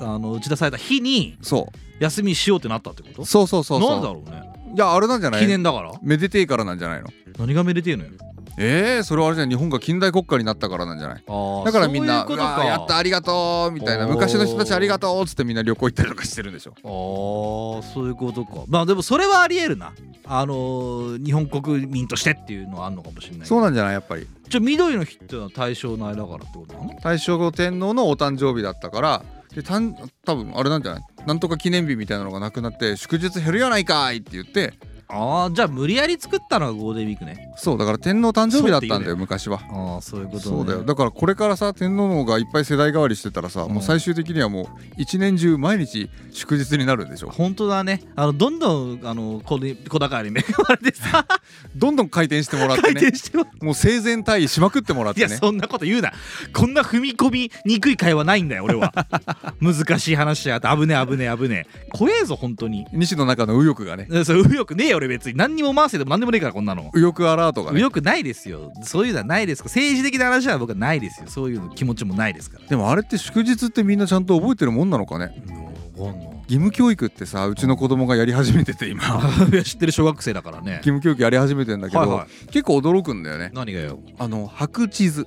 Speaker 2: あの打ち出された日に
Speaker 1: そ
Speaker 2: 休みしようってなったってこ
Speaker 1: う
Speaker 2: と
Speaker 1: そうそうそうそう
Speaker 2: なんだろうね
Speaker 1: いやあれなんじゃない
Speaker 2: 記念だから
Speaker 1: めでてえからなんじゃないの
Speaker 2: 何がめでてえのよ
Speaker 1: えー、それはあれじゃん日本が近代国家になったからなんじゃない
Speaker 2: あー
Speaker 1: だからみんな
Speaker 2: そういうこと
Speaker 1: うわ
Speaker 2: か
Speaker 1: ーやったありがとうみたいな
Speaker 2: おー
Speaker 1: 昔の人たちありがとうっつってみんな旅行行ったりとかしてるんでしょ
Speaker 2: あーそういうことかまあでもそれはありえるなあのー日本国民としてっていうのはあるのかもしれないけど
Speaker 1: そうなんじゃないやっぱり
Speaker 2: じゃあ緑の日っていうのは対象の間だからってことなの
Speaker 1: 大正天皇のお誕生日だったからでたん多分あれなんじゃないなんとか記念日みたいなのがなくなって祝日減るやないかいって言って
Speaker 2: ああじゃあ無理やり作ったのがゴールデンウィークね
Speaker 1: そうだから天皇誕生日だったんだ
Speaker 2: そうって言う
Speaker 1: よ
Speaker 2: ね
Speaker 1: 昔は
Speaker 2: ああそういうこと、ね、
Speaker 1: そうだよだからこれからさ天皇がいっぱい世代代わりしてたらさ、もう最終的にはもう一年中毎日祝日になるんでしょ
Speaker 2: 本当だねあのどんどんあのこれ小高に恵 (laughs) まれてさ
Speaker 1: どんどん回転してもらっ
Speaker 2: 回
Speaker 1: てね
Speaker 2: 転しても
Speaker 1: もう生前退位しまくってもらっ
Speaker 2: い
Speaker 1: て
Speaker 2: や
Speaker 1: ね
Speaker 2: そんなこと言うなこんな踏み込みにくい会話ないんだよ俺 (laughs) は難しい話やって危ねえ危ねえ危ねえ怖えぞ本当に
Speaker 1: 西の中の右翼がね
Speaker 2: そう右翼ねえよ俺別に何にも回せでも何でもねえからこんなの
Speaker 1: 右翼アラートが
Speaker 2: 右
Speaker 1: ね
Speaker 2: 翼ないですよそういうのはないです政治的な話は僕はないですよそういうの気持ちもないですから
Speaker 1: でもあれって祝日ってみんなちゃんと覚えてるもんなのかね義務教育ってさうちの子供がやり始めてて今義
Speaker 2: (laughs) いや知ってる小学生だからね
Speaker 1: 務教育やり始めてんだけど、
Speaker 2: はいは
Speaker 1: 結構驚くんだよね
Speaker 2: 何がよ
Speaker 1: あの白地図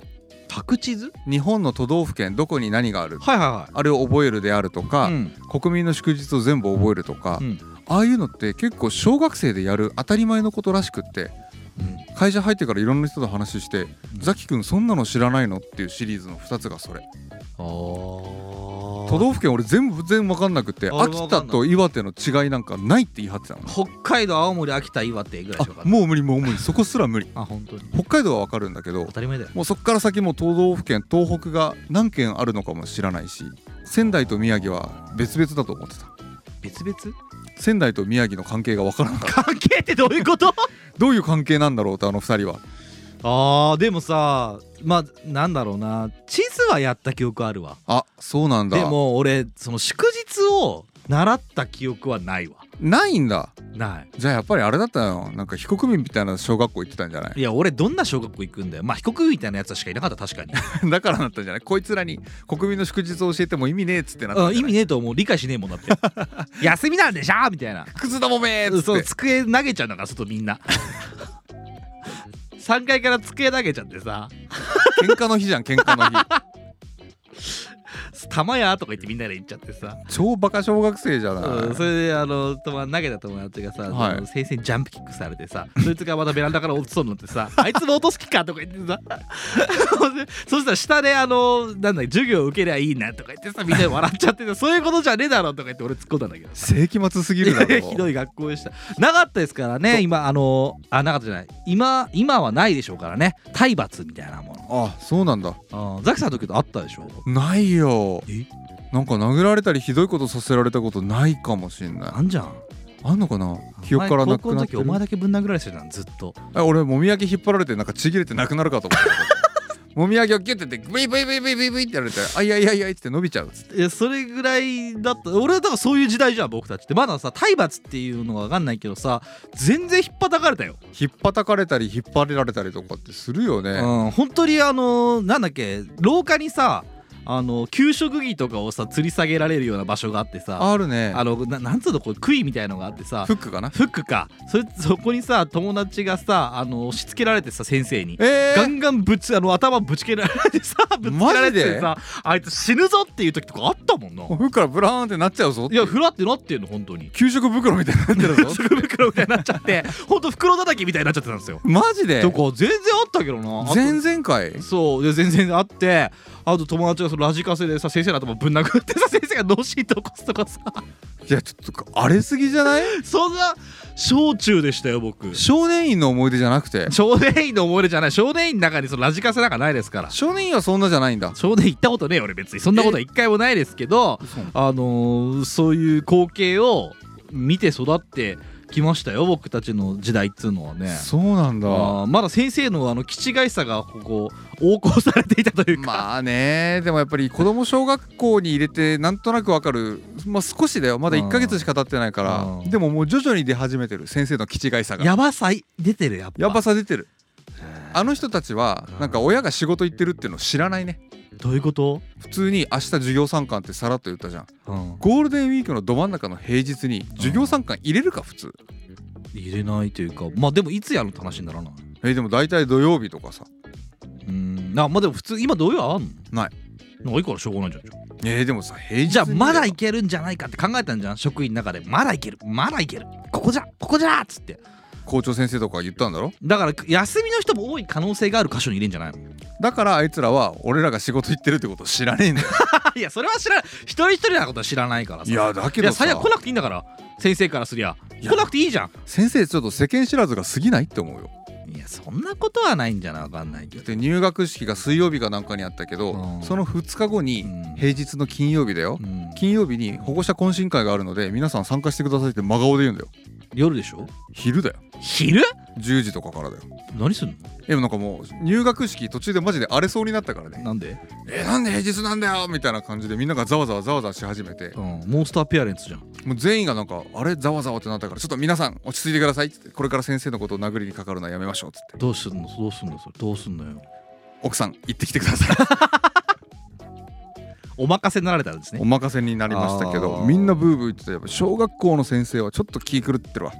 Speaker 2: 宅地図
Speaker 1: 日本の都道府県どこに何がある
Speaker 2: はいは
Speaker 1: あれを覚えるであると
Speaker 2: い
Speaker 1: か、
Speaker 2: はいうん
Speaker 1: 国民の祝日を全部覚えるとか、
Speaker 2: うん
Speaker 1: ああいうのって結構小学生でやる当たり前のことらしくって、会社入ってからいろんな人と話して「ザキ君そんなの知らないの?」っていうシリーズの2つがそれ
Speaker 2: あー
Speaker 1: 都道府県俺全部全然分かんなくて
Speaker 2: 俺も
Speaker 1: 秋田と岩手の違いなんかないって言い張ってたの
Speaker 2: 北海道青森秋田岩手ぐらいしか分か
Speaker 1: あ
Speaker 2: んない
Speaker 1: もう無理もう無理そこすら無理
Speaker 2: あ本当に
Speaker 1: 北海道は分かるんだけど
Speaker 2: 当たり前だよ
Speaker 1: もうそっから先もう都道府県東北が何県あるのかも知らないし仙台と宮城は別々だと思ってた
Speaker 2: 別々
Speaker 1: 仙台と宮城の関係が分からなかった
Speaker 2: 関係ってどういうこと
Speaker 1: どういう関係なんだろうってあの2人は
Speaker 2: (laughs) あーでもさまあなんだろうな地図はやった記憶あるわ
Speaker 1: あそうなんだ
Speaker 2: でも俺その祝日を習った記憶はないわ
Speaker 1: ないんだ
Speaker 2: ない
Speaker 1: じゃあやっぱりあれだったよなんか非国民みたいな小学校行ってたんじゃない
Speaker 2: いや俺どんな小学校行くんだよまあ被告みたいなやつしかいなかった確かに
Speaker 1: だからなったんじゃない (laughs) こいつらに国民の祝日を教えても意味ねえっつってなった
Speaker 2: (laughs) うんん
Speaker 1: じ
Speaker 2: 意
Speaker 1: ゃない
Speaker 2: 味ねえと思う理解しねえもんだって (laughs) 休みなんでしょみたいな
Speaker 1: クズどもめーっつ
Speaker 2: そう
Speaker 1: って
Speaker 2: 机投げちゃうんだから外みん (laughs) な3階から机投げちゃってさ
Speaker 1: 喧嘩の日じゃん喧嘩の
Speaker 2: (laughs)
Speaker 1: 日
Speaker 2: 「玉や」とか言ってみんなで言っちゃってさ、
Speaker 1: 超バカ小学生じゃない、
Speaker 2: うん、それであのとま投げた友達がさ、
Speaker 1: はい
Speaker 2: あの先生にジャンプキックされてさそいつがまたベランダから落ちそうになって (laughs) さあいつも落とす気かとか言ってさそしたら下であのなんだ授業受けりゃいいなとか言ってさみんなで笑っちゃってさそういうことじゃねえだろとか言って俺突っ込んだん (laughs) だけど
Speaker 1: 世紀末すぎるだろ
Speaker 2: (laughs) ひどい学校でしたなかったですからね今あのあなかったじゃない今今はないでしょうからね体罰みたいなも
Speaker 1: あそうなんだ
Speaker 2: の、うん、ザキさんの時とあったでしょ
Speaker 1: ないよ
Speaker 2: え
Speaker 1: なんか殴られたりひどいことさせられたことないかもしんな
Speaker 2: あ
Speaker 1: い
Speaker 2: んじゃん
Speaker 1: あんのかな記憶からな
Speaker 2: お前高校
Speaker 1: く
Speaker 2: の
Speaker 1: なっ
Speaker 2: 時
Speaker 1: て
Speaker 2: お
Speaker 1: る
Speaker 2: 前だけぶん殴られてたじゃんずっと
Speaker 1: あ俺もみあげ引っ張られてなんかちぎれてなくなるかと思
Speaker 2: (laughs)
Speaker 1: ったもみあげをギュッてやってブイブイブイブイブイブイってやられて「あいやいやいやい」って伸びちゃうっつって
Speaker 2: いやそれぐらいだった俺はだからそういう時代じゃん僕たちってまださ体罰っていうのが分かんないけどさ全然引っ叩かれたよ、
Speaker 1: 引っぱたかれたり引っ張られたりとかってするよね
Speaker 2: うん本当にあのーなんだっけ廊下にさあの給食着とかをさ吊り下げられるような場所があってさあ
Speaker 1: あるね
Speaker 2: のななんつうのこう杭みたいのがあってさ
Speaker 1: フックかな
Speaker 2: フックかそれそこにさ友達がさあの押し付けられてさ先生に、
Speaker 1: え
Speaker 2: ガ
Speaker 1: ー、
Speaker 2: ンガンぶちあの頭ぶちけられてさぶつけられてさあいつ死ぬぞっていう時とかあったもんな
Speaker 1: もうフックからブラーンってなっちゃうぞっ
Speaker 2: い
Speaker 1: て
Speaker 2: やフラってなってんの本当に
Speaker 1: 給食袋みたいになってる
Speaker 2: (laughs)
Speaker 1: ぞ
Speaker 2: 福袋みたいになっちゃって本当袋叩きみたいになっちゃってたんですよ
Speaker 1: マジで
Speaker 2: とか全然あったけどなあと
Speaker 1: 前々回
Speaker 2: そうで全然あってあと友達がそのラジカセでさ先生の頭ぶん殴ってさ先生が脳震盪起こすとかさ (laughs)
Speaker 1: いやちょっと荒れすぎじゃない
Speaker 2: そんな小中でしたよ僕
Speaker 1: 少年院の思い出じゃなくて
Speaker 2: 少年院の思い出じゃない少年院の中にそのラジカセなんかないですから
Speaker 1: 少年院はそんなじゃないんだ
Speaker 2: 少年院行ったことねえよ俺別にそんなことは一回もないですけどあのーそういう光景を見て育ってきましたよ僕たちの時代っつうのはね
Speaker 1: そうなんだ
Speaker 2: あーまだ先生のあの気違いさがここ横行されていたというか、
Speaker 1: まあねでもやっぱり子供小学校に入れてなんとなくわかる、まあ、少しだよまだ1ヶ月しか経ってないか
Speaker 2: う
Speaker 1: ら
Speaker 2: ん
Speaker 1: でももう徐々に出始めてる先生の気違いさがや
Speaker 2: やばさい出てるやっぱ
Speaker 1: ばさ出てるあの人たちはなんか親が仕事行ってるっていうの知らないね
Speaker 2: どういうこと、
Speaker 1: 普通に明日授業参観ってさらっと言ったじゃん
Speaker 2: うん、
Speaker 1: ゴールデンウィークのど真ん中の平日に授業参観入れるか普通
Speaker 2: 入れないというかまあでもいつやるって話にならない
Speaker 1: えでも大体土曜日とかさ
Speaker 2: うんあまあでも普通今土曜あんの
Speaker 1: ない
Speaker 2: ないからしょうがないじゃんじゃ
Speaker 1: えでもさ平日
Speaker 2: あ
Speaker 1: に
Speaker 2: じゃあまだ
Speaker 1: 入
Speaker 2: いけるんじゃないかって考えたんじゃん職員の中でまだいけるまだいけるここじゃここじゃっつって
Speaker 1: 校長先生とか言ったんだろ
Speaker 2: だから休みの人も多い可能性がある箇所に入れんじゃないの
Speaker 1: だからあいつらは俺らが仕事行ってるってことを知らねえんだよ
Speaker 2: (laughs) いやそれは知らない一人一人のことは知ら (laughs) ないからさ
Speaker 1: いやだけ
Speaker 2: いや
Speaker 1: ど
Speaker 2: 最
Speaker 1: さ
Speaker 2: 悪来なくていいんだから先生からすりゃ来なくていいじゃん
Speaker 1: 先生ちょっと世間知らずが過ぎないって思うよ
Speaker 2: いやそんなことはないんじゃないわかんないけど
Speaker 1: で入学式が水曜日かなんかにあったけど、
Speaker 2: うん
Speaker 1: その2日後に
Speaker 2: うん
Speaker 1: 平日の金曜日だよ、
Speaker 2: うん
Speaker 1: 金曜日に保護者懇親会があるので皆さん参加してくださいって真顔で言うんだよ
Speaker 2: 夜でしょ
Speaker 1: 昼だよ
Speaker 2: 昼
Speaker 1: 10時とかからだよ
Speaker 2: 何すん
Speaker 1: でもなんかもう入学式途中でマジで荒れそうになったから
Speaker 2: の
Speaker 1: ね
Speaker 2: なんで
Speaker 1: 「えなんで平日なんだよ!」みたいな感じでみんながざわざわざわざわし始めて
Speaker 2: うんモンスターペアレンツじゃん
Speaker 1: もう全員がなんか「あれざわざわ」ってなったから「ちょっと皆さん落ち着いてください」っつって「これから先生のことを殴りにかかるのはやめましょう」っつって
Speaker 2: どうすんのどうすんのそれどうすんのよ
Speaker 1: 「奥さん行ってきてください」
Speaker 2: お任せになられたんですね
Speaker 1: お任せになりましたけ
Speaker 2: あ
Speaker 1: ど
Speaker 2: ー
Speaker 1: みんなブーブー言ってたよ小学校の先生はちょっと気狂ってるわ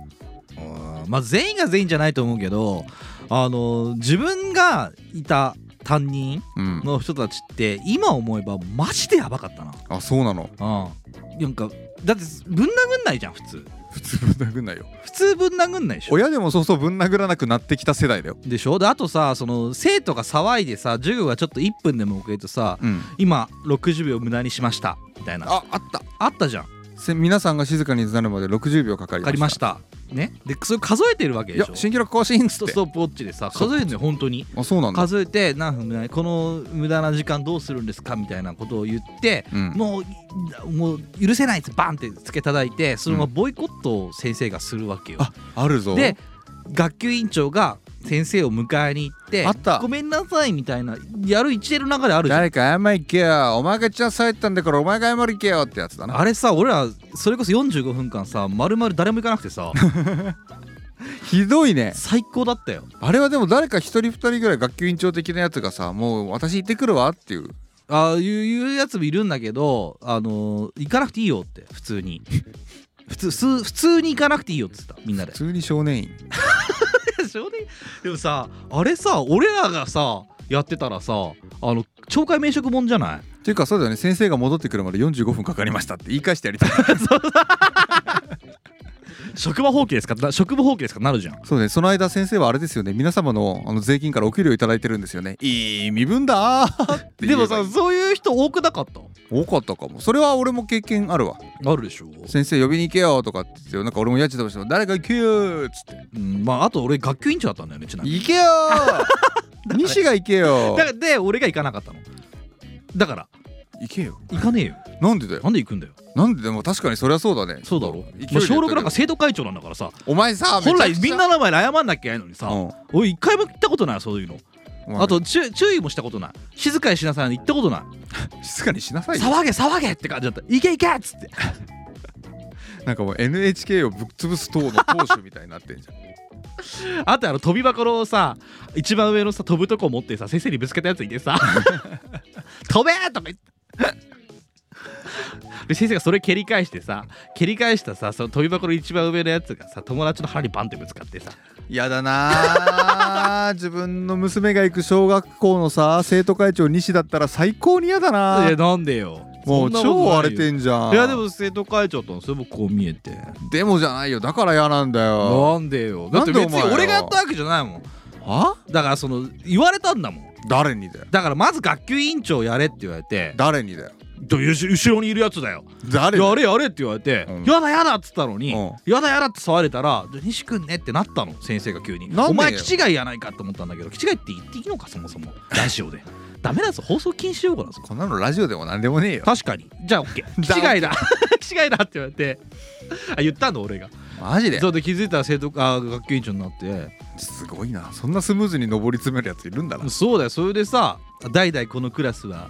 Speaker 2: うんまあ全員が全員じゃないと思うけどあの自分がいた担任
Speaker 1: うん
Speaker 2: の人たちって今思えばマジでやばかったな
Speaker 1: あそうなの
Speaker 2: うんなんかだってぶん殴んないじゃん普通
Speaker 1: 普通ぶん殴んないよ
Speaker 2: 普通ぶん殴んないでしょ
Speaker 1: 親でもそうそうぶん殴らなくなってきた世代だよ
Speaker 2: でしょであとさその生徒が騒いでさ授業がちょっと1分でも遅れるとさ
Speaker 1: うん
Speaker 2: 今60秒無駄にしましたみたいなあ
Speaker 1: ああった
Speaker 2: ったじゃん
Speaker 1: せ皆さんが静かになるまで60秒かかり
Speaker 2: 分
Speaker 1: ま
Speaker 2: か
Speaker 1: した
Speaker 2: りましたねでそれ数えてるわけ
Speaker 1: い
Speaker 2: でし
Speaker 1: や
Speaker 2: ょ
Speaker 1: 新記録更新っ
Speaker 2: ス
Speaker 1: つ
Speaker 2: ト
Speaker 1: って
Speaker 2: ストップウォッチでさ数えるのよ本当に
Speaker 1: あそうなんだ
Speaker 2: 数えて何分無駄にこの無駄な時間どうするんですかみたいなことを言って、
Speaker 1: うん
Speaker 2: もうもう許せないってバンってつけ叩いてそのままボイコットを先生がするわけよ。
Speaker 1: ああるぞ
Speaker 2: で学級委員長が先生を迎えに行って
Speaker 1: あった
Speaker 2: ごめんなさいみたいなやる一連の中であるじゃん。
Speaker 1: 誰か謝り行けよお前が一番最ったんだからお前が謝り行けよってやつだな
Speaker 2: あれさ俺らそれこそ45分間さまるまる誰も行かなくて (laughs) さ
Speaker 1: ひどいね
Speaker 2: 最高だったよ
Speaker 1: あれはでも誰か一人二人ぐらい学級委員長的なやつがさもう私行ってくるわっていう
Speaker 2: ああいういうやつもいるんだけどあのー行かなくていいよって普通に (laughs) 普通す普通に行かなくていいよって言ったみんな (laughs) で
Speaker 1: 普通に少年院
Speaker 2: 少年でもさあれさ俺らがさやってたらさあの懲戒免職もんじゃない
Speaker 1: っていうかそうだよね先生が戻ってくるまで45分かかりましたって言い返してやりたい (laughs)
Speaker 2: 職場放棄ですかな職務放棄ですかなるじゃん
Speaker 1: そうねその間先生はあれですよね皆様のあの税金からお給料いただいてるんですよねいい身分だーって言
Speaker 2: で
Speaker 1: えばい
Speaker 2: も
Speaker 1: い
Speaker 2: さそういう人多くなかった
Speaker 1: 多かったかもそれは俺も経験あるわ
Speaker 2: あるでしょ、
Speaker 1: 先生呼びに行けよとかって言ってなんか俺も家賃としても誰か行けよーっつって
Speaker 2: うん、まああと俺学級委員長だったんだよねちなみに
Speaker 1: 行けよー (laughs) 西が行けよ
Speaker 2: だからで俺が行かなかったのだから
Speaker 1: 行けよ
Speaker 2: 行かねえよ
Speaker 1: なんでだよ
Speaker 2: なんで行くんだよ
Speaker 1: なんででも確かにそりゃそうだね
Speaker 2: そうだろ、
Speaker 1: 勢いで
Speaker 2: ま
Speaker 1: や
Speaker 2: あ、
Speaker 1: ったけど
Speaker 2: 小6なんか生徒会長なんだからさ
Speaker 1: お前さ
Speaker 2: 本来
Speaker 1: めちゃくち
Speaker 2: み
Speaker 1: ゃ
Speaker 2: んなの前で謝んなきゃいけないのにさ、
Speaker 1: うん
Speaker 2: 俺一回も行ったことないよそういうの、
Speaker 1: お前
Speaker 2: あと注注意もしたことない静かにしなさいなんて言ったことない
Speaker 1: 静かにしなさいよ
Speaker 2: 騒げ騒げって感じだった「いけいけ!」っつって
Speaker 1: なんかもう NHK をぶっ潰す党の党首みたいになってんじゃん
Speaker 2: あとあの飛び箱のさ一番上のさ飛ぶとこ持ってさ先生にぶつけたやついてさ (laughs) 「飛べ!」とか言って。で先生がそれ蹴り返してさ蹴り返したさその飛び箱の一番上のやつがさ友達の腹にバンってぶつかってさ
Speaker 1: やだなあ (laughs) 自分の娘が行く小学校のさ生徒会長西だったら最高に嫌だ
Speaker 2: 「い
Speaker 1: な
Speaker 2: やなんでよ
Speaker 1: もう
Speaker 2: そんなことない
Speaker 1: 超
Speaker 2: よ
Speaker 1: 荒れてんじゃん
Speaker 2: いやでも生徒会長とのそれもこう見えて
Speaker 1: でもじゃないよだから嫌なんだよ
Speaker 2: なんでよ
Speaker 1: な
Speaker 2: だっ
Speaker 1: ん
Speaker 2: て
Speaker 1: で
Speaker 2: 別に
Speaker 1: お前
Speaker 2: 俺がやったわけじゃないもん
Speaker 1: は
Speaker 2: だからその言われたんだもん
Speaker 1: 誰にだよ
Speaker 2: だからまず学級委員長やれって言われて
Speaker 1: 誰にだよ
Speaker 2: どうし後ろにいるやつだよ
Speaker 1: 誰に
Speaker 2: やれやれって言われて、
Speaker 1: うん
Speaker 2: やだやだっつったのに、
Speaker 1: うん
Speaker 2: やだやだって騒いれたらじゃあ西君ねってなったの先生が急に
Speaker 1: なんでよ
Speaker 2: お前気違いやないかって思ったんだけど気違いって言っていいのかそもそもラジオで (laughs) ダメだぞ放送禁止用語だぞ
Speaker 1: こんなのラジオでも何でもねえよ
Speaker 2: 確かにじゃあ OK
Speaker 1: (laughs)
Speaker 2: 気違いだ (laughs) 気違いだって言われてあ言ったの俺が
Speaker 1: マジで
Speaker 2: そうで気づいたら生徒あ学級委員長になって
Speaker 1: すごいなそんなスムーズに上り詰めるやついるんだな
Speaker 2: そうだよそれでさ代々このクラスは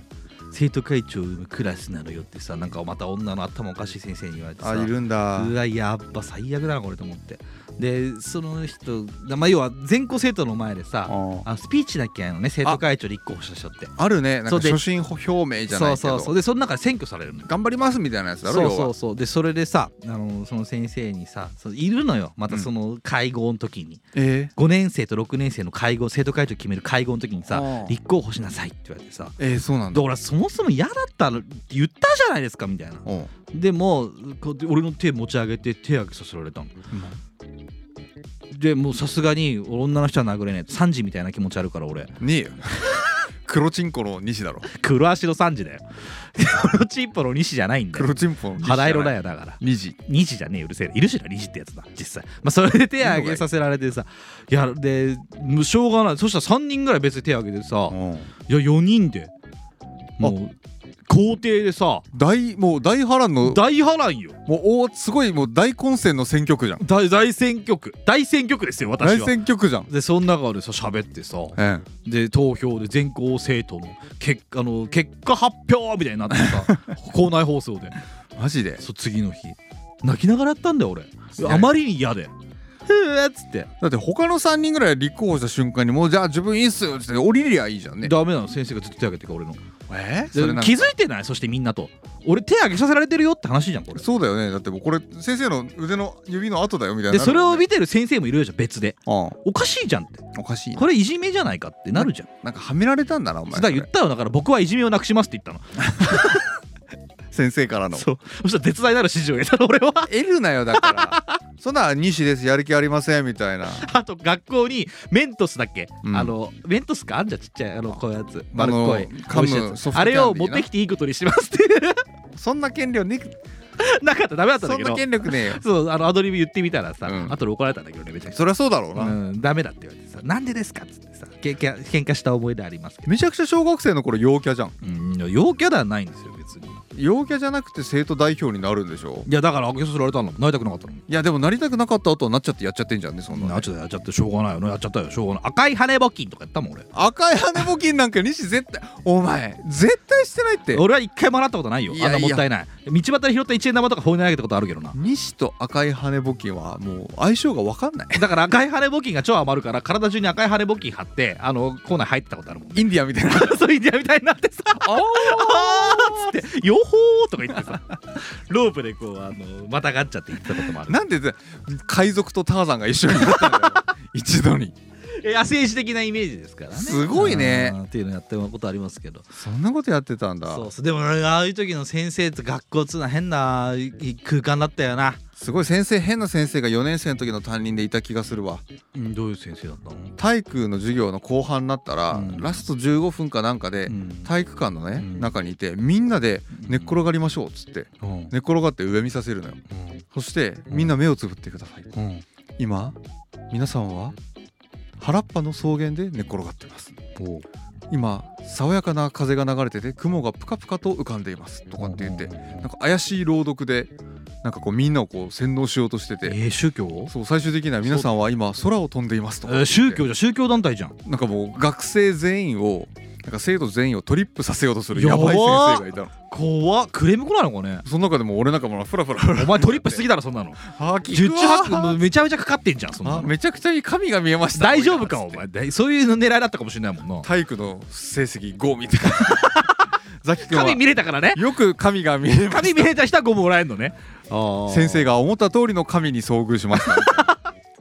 Speaker 2: 生徒会長のクラスなのよってさなんかまた女の頭おかしい先生に言われてさ
Speaker 1: あいるんだ
Speaker 2: うわやっぱ最悪だなこれと思ってでその人、まあ、要は全校生徒の前でさ
Speaker 1: うん
Speaker 2: あのスピーチだけやのね生徒会長立候補した人って
Speaker 1: あるねなん
Speaker 2: そ
Speaker 1: か
Speaker 2: うで
Speaker 1: 初心表明じゃな
Speaker 2: そ
Speaker 1: いうけど
Speaker 2: そうそうでその中で選挙されるの
Speaker 1: 頑張りますみたいなやつだろ
Speaker 2: そう
Speaker 1: 要
Speaker 2: そ
Speaker 1: は
Speaker 2: うそうでそれでさあのその先生にさそういるのよまたその会合の時に、
Speaker 1: え
Speaker 2: 5年生と6年生の会合生徒会長決める会合の時にさ
Speaker 1: うん
Speaker 2: 立候補しなさいって言われてさ
Speaker 1: ー、えー、そうなん
Speaker 2: で
Speaker 1: だ
Speaker 2: 俺はそもそも嫌だったのって言ったじゃないですかみたいな
Speaker 1: うん
Speaker 2: でもこう俺の手持ち上げて手上げさせられたの、でもうさすがに女の人は殴れねえ3時みたいな気持ちあるから俺
Speaker 1: ねえよ (laughs) 黒チンコの西だろ
Speaker 2: 黒足の3時だよ黒チンポの西じゃないんだよ
Speaker 1: 黒チンポの西じゃない
Speaker 2: 肌色だよだから
Speaker 1: 西
Speaker 2: 2時じゃねえうるせえいるしな2時ってやつだ実際まあそれで手挙げさせられてさいやでもうしょうがないそしたら3人ぐらい別に手挙げてさ
Speaker 1: うん
Speaker 2: いや4人でもう校庭でさ
Speaker 1: 大もう大波乱の
Speaker 2: 大波乱よ
Speaker 1: もうおすごいもう大混戦の選挙区じゃん
Speaker 2: 大大選挙区大選挙区ですよ
Speaker 1: 大
Speaker 2: 私は
Speaker 1: 選挙区じゃん
Speaker 2: でその中でさ喋ってさ
Speaker 1: え
Speaker 2: で投票で全校生徒の結果あの結果発表みたいになってさ (laughs) 校内放送で
Speaker 1: えマジで
Speaker 2: そう次の日泣きながらやったんだよ俺
Speaker 1: げえ
Speaker 2: あまりに嫌で「ふえ」っつって
Speaker 1: だって他の3人ぐらい立候補した瞬間にもうじゃあ自分いいっすよっつって降りりゃいいじゃんね
Speaker 2: ダメなの先生がずっと手挙げてるから俺の
Speaker 1: えーそれなん
Speaker 2: で
Speaker 1: か
Speaker 2: 気づいてないそしてみんなと俺手挙げさせられてるよって話じゃんこれ
Speaker 1: そうだよねだってもうこれ先生の腕の指の跡だよみたい
Speaker 2: で
Speaker 1: な
Speaker 2: それを
Speaker 1: 見
Speaker 2: 見てる先生もいるじゃん別で
Speaker 1: ああ
Speaker 2: おかしいじゃんって
Speaker 1: おかしいな
Speaker 2: これいじめじゃないかってなるじゃん
Speaker 1: なんかはめられたんだなお前
Speaker 2: だから言ったよだから僕はいじめをなくしますって言ったの
Speaker 1: 先生からの
Speaker 2: そうそしたら絶大なる支持を得たの俺は
Speaker 1: 得るなよだからそんな西ですやる気ありませんみたいな
Speaker 2: あと学校にメントスだっけ、
Speaker 1: うん
Speaker 2: あのメントスかあんじゃんちっちゃいあのこういうやつ丸っこい
Speaker 1: 噛む
Speaker 2: 美味しいやつ
Speaker 1: ソフトキャンディーな
Speaker 2: あれを持ってきていいことにしますって (laughs) いう
Speaker 1: そんな権力ね
Speaker 2: なかったらダメだったん
Speaker 1: そ
Speaker 2: だ
Speaker 1: ん
Speaker 2: け
Speaker 1: な
Speaker 2: ど
Speaker 1: 権力ねえよ
Speaker 2: そうあのアドリブ言ってみたらさ、
Speaker 1: うん
Speaker 2: 後で怒られたんだけどねめちゃくちゃ
Speaker 1: そりゃそうだろう
Speaker 2: う
Speaker 1: な、
Speaker 2: ん、ダメだって言われてさ「なんでですか?」っつってさけけ喧嘩した思い出ありますけど、
Speaker 1: めちゃくちゃ小学生の頃陽キャじゃん
Speaker 2: うん、陽キャではないんですよ別にい
Speaker 1: 陽キャじゃなくて生徒代表になるんでしょ
Speaker 2: やだからあげさせられたのなりたくなかったの
Speaker 1: いやでもなりたくなかった後はなっちゃってやっちゃってんじゃんねそんなの
Speaker 2: なっちゃったやっちゃってしょうがないよねやっちゃったよしょうがない赤い羽募金とかやったもん俺
Speaker 1: 赤い羽募金なんか西絶対お前絶対してないって
Speaker 2: 俺は一回もらったことないよ
Speaker 1: いやいや
Speaker 2: あんなもったいない道端で拾った一円玉とか放り投げたことあるけどな
Speaker 1: 西と赤い羽募金はもう相性が分かんない
Speaker 2: だから赤い羽募金が超余るから体中に赤い羽募金貼ってあのコーナー入ってたことあるもん
Speaker 1: インディアンみたいな (laughs)
Speaker 2: (laughs) そうインディアみたいになってさ「あーあ」っつって「よほー」とか言ってさ (laughs) ロープでこうあのまたがっちゃって言ってたこともある
Speaker 1: なんで海賊とターザンが一緒になったんだよ一度に
Speaker 2: (laughs) え野生児的なイメージですからね
Speaker 1: すごいね
Speaker 2: あーっていうのやってることありますけど
Speaker 1: そんなことやってたんだ
Speaker 2: そうそうでもああいう時の先生と学校っつうのは変ない空間だったよな、
Speaker 1: すごい先生変な先生が4年生の時の担任でいた気がするわ
Speaker 2: うん、どういう先生だったの、
Speaker 1: 体育の授業の後半になったら、
Speaker 2: うん
Speaker 1: ラスト15分かなんかで、
Speaker 2: うん
Speaker 1: 体育館のね、
Speaker 2: うん
Speaker 1: 中にいてみんなで寝っ転がりましょうっつって
Speaker 2: うん
Speaker 1: 寝っ転がって上見させるのよそしてみんな目をつぶってください
Speaker 2: うん
Speaker 1: 今皆さんは原っぱの草原で寝っ転がってます今爽やかな風が流れてて雲がプカプカと浮かんでいますとかって言ってなんか怪しい朗読でなんかこうみんなをこう洗脳しようとして
Speaker 2: え
Speaker 1: て
Speaker 2: ー宗教
Speaker 1: そう最終的には皆さんは今空を飛んでいますと
Speaker 2: え
Speaker 1: かって言
Speaker 2: ー
Speaker 1: って
Speaker 2: 宗教じゃ宗教団体じゃん
Speaker 1: なんかもう学生全員をなんか生徒全員をトリップさせようとする
Speaker 2: や
Speaker 1: や
Speaker 2: ば
Speaker 1: ば
Speaker 2: っ
Speaker 1: い先生がいたの
Speaker 2: 怖っクレーム来ないのかね
Speaker 1: その中でも俺なんかもうフラフラフラ
Speaker 2: お前トリップしすぎだろそんなの
Speaker 1: (laughs) あー
Speaker 2: 十
Speaker 1: 聞
Speaker 2: 中
Speaker 1: く
Speaker 2: 八九も
Speaker 1: わ
Speaker 2: うめちゃめちゃかかってんじゃんそんな
Speaker 1: あ
Speaker 2: の
Speaker 1: めちゃくちゃいい神が見えました
Speaker 2: 大丈夫か
Speaker 1: みた
Speaker 2: お
Speaker 1: いな
Speaker 2: 前だいそういう狙いだったかもしれないもんな
Speaker 1: 体育の成績5みたいな (laughs) ザキ君は
Speaker 2: 髪見れたからね
Speaker 1: よく神が見えま
Speaker 2: 髪見れた人は5もらえるのね
Speaker 1: 先生が思った通りの神に遭遇し (laughs) ましたみたいな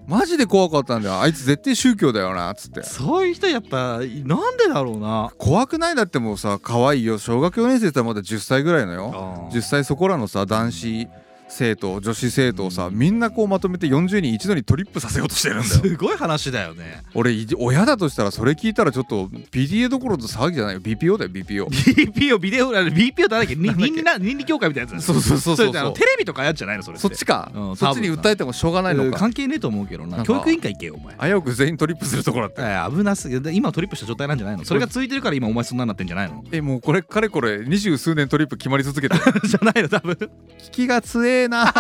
Speaker 1: マジで怖かったんだよあいつ絶対宗教だよなっつって
Speaker 2: そういう人やっぱなんでだろうな
Speaker 1: 怖くないだってもうさ可愛いよ小学4年生だってまだ10歳ぐらいのよ
Speaker 2: あー
Speaker 1: 10歳そこらのさ男子生徒女子生徒をさみんなこうまとめて40人一度にトリップさせようとしてるんだよ
Speaker 2: すごい話だよね
Speaker 1: 俺い親だとしたらそれ聞いたらちょっと PTA どころと騒ぎじゃないよ BPO だよ BPO
Speaker 2: BP をビデオあの BP をだっけに倫理な倫理協会みたいなやつ
Speaker 1: そうそうそうそう
Speaker 2: れあ
Speaker 1: そ
Speaker 2: の
Speaker 1: う
Speaker 2: テレビとかやつじゃないのそれ
Speaker 1: そっちか、
Speaker 2: うん
Speaker 1: そっちに訴えてもしょうが
Speaker 2: な
Speaker 1: ないのか
Speaker 2: 関係ねえと思うけど
Speaker 1: な
Speaker 2: な
Speaker 1: か
Speaker 2: ん教育委員会行けよお前
Speaker 1: 危うく全員トリップするところだったよ
Speaker 2: えー危なすぎ今トリップした状態なんじゃないのそれが続いてるから今お前そんなになってんじゃないの
Speaker 1: えもうこれかれこれ二十数年トリップ決まり続けてる
Speaker 2: (laughs) じゃないの多分
Speaker 1: 聞きが強え (laughs) な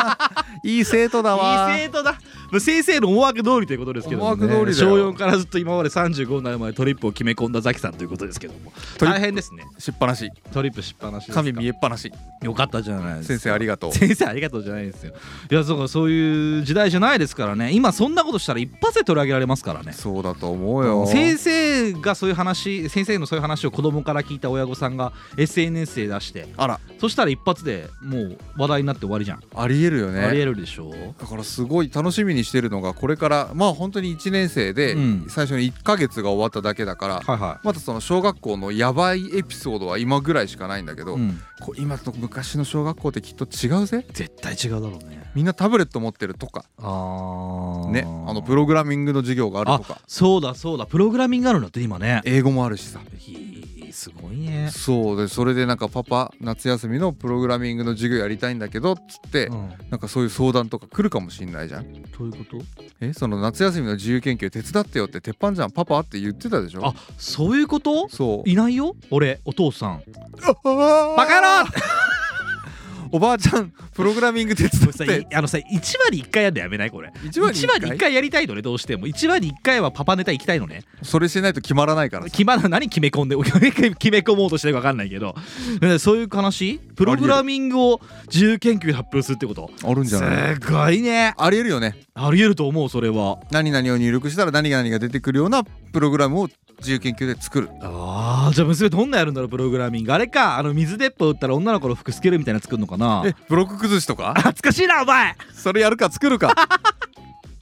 Speaker 1: いい生徒だわ
Speaker 2: いい生徒だ先生の思惑通りということですけども、ね、
Speaker 1: 思惑通りだ
Speaker 2: 小
Speaker 1: よ
Speaker 2: 4からずっと今まで35になるまでトリップを決め込んだザキさんということですけども
Speaker 1: トリップ
Speaker 2: 大変ですね
Speaker 1: しっぱなし
Speaker 2: トリップしっぱなしですか
Speaker 1: 神見えっぱなし
Speaker 2: よかったじゃないです
Speaker 1: 先生ありがとう
Speaker 2: 先生ありがとうじゃないですよいやそうかそういう時代じゃないですからね今そんなことしたら一発で取り上げられますからね
Speaker 1: そうだと思うよ
Speaker 2: 先生がそういう話先生のそういう話を子供から聞いた親御さんが SNS で出して
Speaker 1: あら
Speaker 2: そしたら一発でもう話題になって終わりじゃん、
Speaker 1: ありえるよね
Speaker 2: ありえるでしょ
Speaker 1: だからすごい楽しみにしてるのがこれからまあ本当に1年生で
Speaker 2: うん
Speaker 1: 最初に1ヶ月が終わっただけだから、
Speaker 2: はいは
Speaker 1: またその小学校のやばいエピソードは今ぐらいしかないんだけど、
Speaker 2: うん、
Speaker 1: こう今と昔の小学校ってきっと違うぜ
Speaker 2: 絶対違うだろうね
Speaker 1: みんなタブレット持ってるとか
Speaker 2: あー
Speaker 1: ねあのプログラミングの授業があるとか
Speaker 2: そうだそうだプログラミングあるんだって今ね
Speaker 1: 英語もあるしさ
Speaker 2: いいーすごいね。
Speaker 1: そうでそれでなんかパパ夏休みのプログラミングの授業やりたいんだけどっつって、
Speaker 2: うん、
Speaker 1: なんかそういう相談とか来るかもしんないじゃん
Speaker 2: どういうこと
Speaker 1: えその夏休みの自由研究手伝ってよって鉄板じゃんパパって言ってたでしょ
Speaker 2: あそういうこと
Speaker 1: そう
Speaker 2: いないよ俺お父さん。
Speaker 1: バ
Speaker 2: バカ野郎
Speaker 1: おばあちゃんプログラミング手伝
Speaker 2: これさ
Speaker 1: っ
Speaker 2: いあのさ1話に1回やんのやめないこれ。
Speaker 1: て
Speaker 2: 1話に1回やりたいのねどうしても1話に1回はパパネタ行きたいのね
Speaker 1: それしないと決まらないからさ
Speaker 2: 決まら何決め込んで (laughs) 決め込もうとしてるか分かんないけどうんそういう話プログラミングを自由研究で発表するってこと
Speaker 1: あるんじ
Speaker 2: す
Speaker 1: ゃない
Speaker 2: ごいね
Speaker 1: ありえるよね
Speaker 2: ありえると思うそれは
Speaker 1: 何々を入力したら何々が出てくるようなプログラムを自由研究で作る
Speaker 2: あーじゃあ娘どんなやるんだろうプログラミングあれかあの水鉄砲打ったら女の子の服透けるみたいなの作るのかな (laughs)
Speaker 1: えブロック崩しとか
Speaker 2: 懐かしいなお前
Speaker 1: それやるか作るか
Speaker 2: (laughs)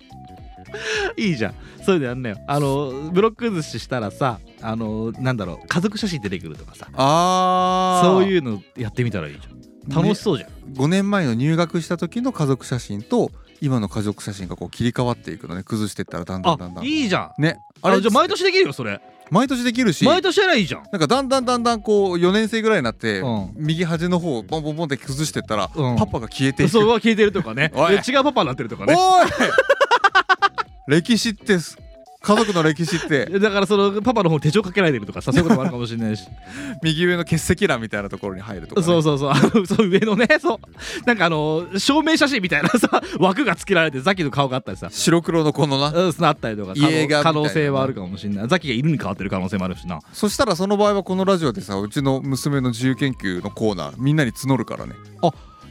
Speaker 2: いいじゃんそういうのやんなよあのブロック崩ししたらさあのなんだろう家族写真出てくるとかさ
Speaker 1: ああ
Speaker 2: そう
Speaker 1: う
Speaker 2: いうのやってみたらいいじゃん楽しそうじゃん、
Speaker 1: 5年前の入学した時の家族写真と今の家族写真がこう切り替わっていくのね崩していったらだんだんだんだ
Speaker 2: あ
Speaker 1: ん
Speaker 2: いいじゃん
Speaker 1: ね
Speaker 2: あ
Speaker 1: あれ
Speaker 2: じゃあ毎年できるよそれ
Speaker 1: 毎年できるし
Speaker 2: 毎年やればいいじゃん
Speaker 1: なんかだんだんだんだんこう4年生ぐらいになって、
Speaker 2: うん
Speaker 1: 右端の方をボンボンボンって崩してったら、
Speaker 2: うん
Speaker 1: パパが消えていく
Speaker 2: そこが消えてるとかね
Speaker 1: おい
Speaker 2: で違うパパになってるとかね
Speaker 1: おい (laughs) 歴史ってす家族の歴史って
Speaker 2: だからそのパパの方に手錠かけられてるとかさそういうこともあるかもしれないし
Speaker 1: 右上の欠席欄みたいなところに入るとか、ね、
Speaker 2: そうそうそうあ
Speaker 1: (laughs)
Speaker 2: のそう上のねそうなんかあの証明写真みたいなさ (laughs) 枠がつけられてザキの顔があったりさ
Speaker 1: 白黒のこのな
Speaker 2: うん、そうあったりとか可
Speaker 1: 家が
Speaker 2: 能
Speaker 1: みたいな
Speaker 2: 可能性はあるかもしれないザキが犬に変わってる可能性もあるしな
Speaker 1: そしたらその場合はこのラジオでさうちの娘の自由研究のコーナーみんなに募るからね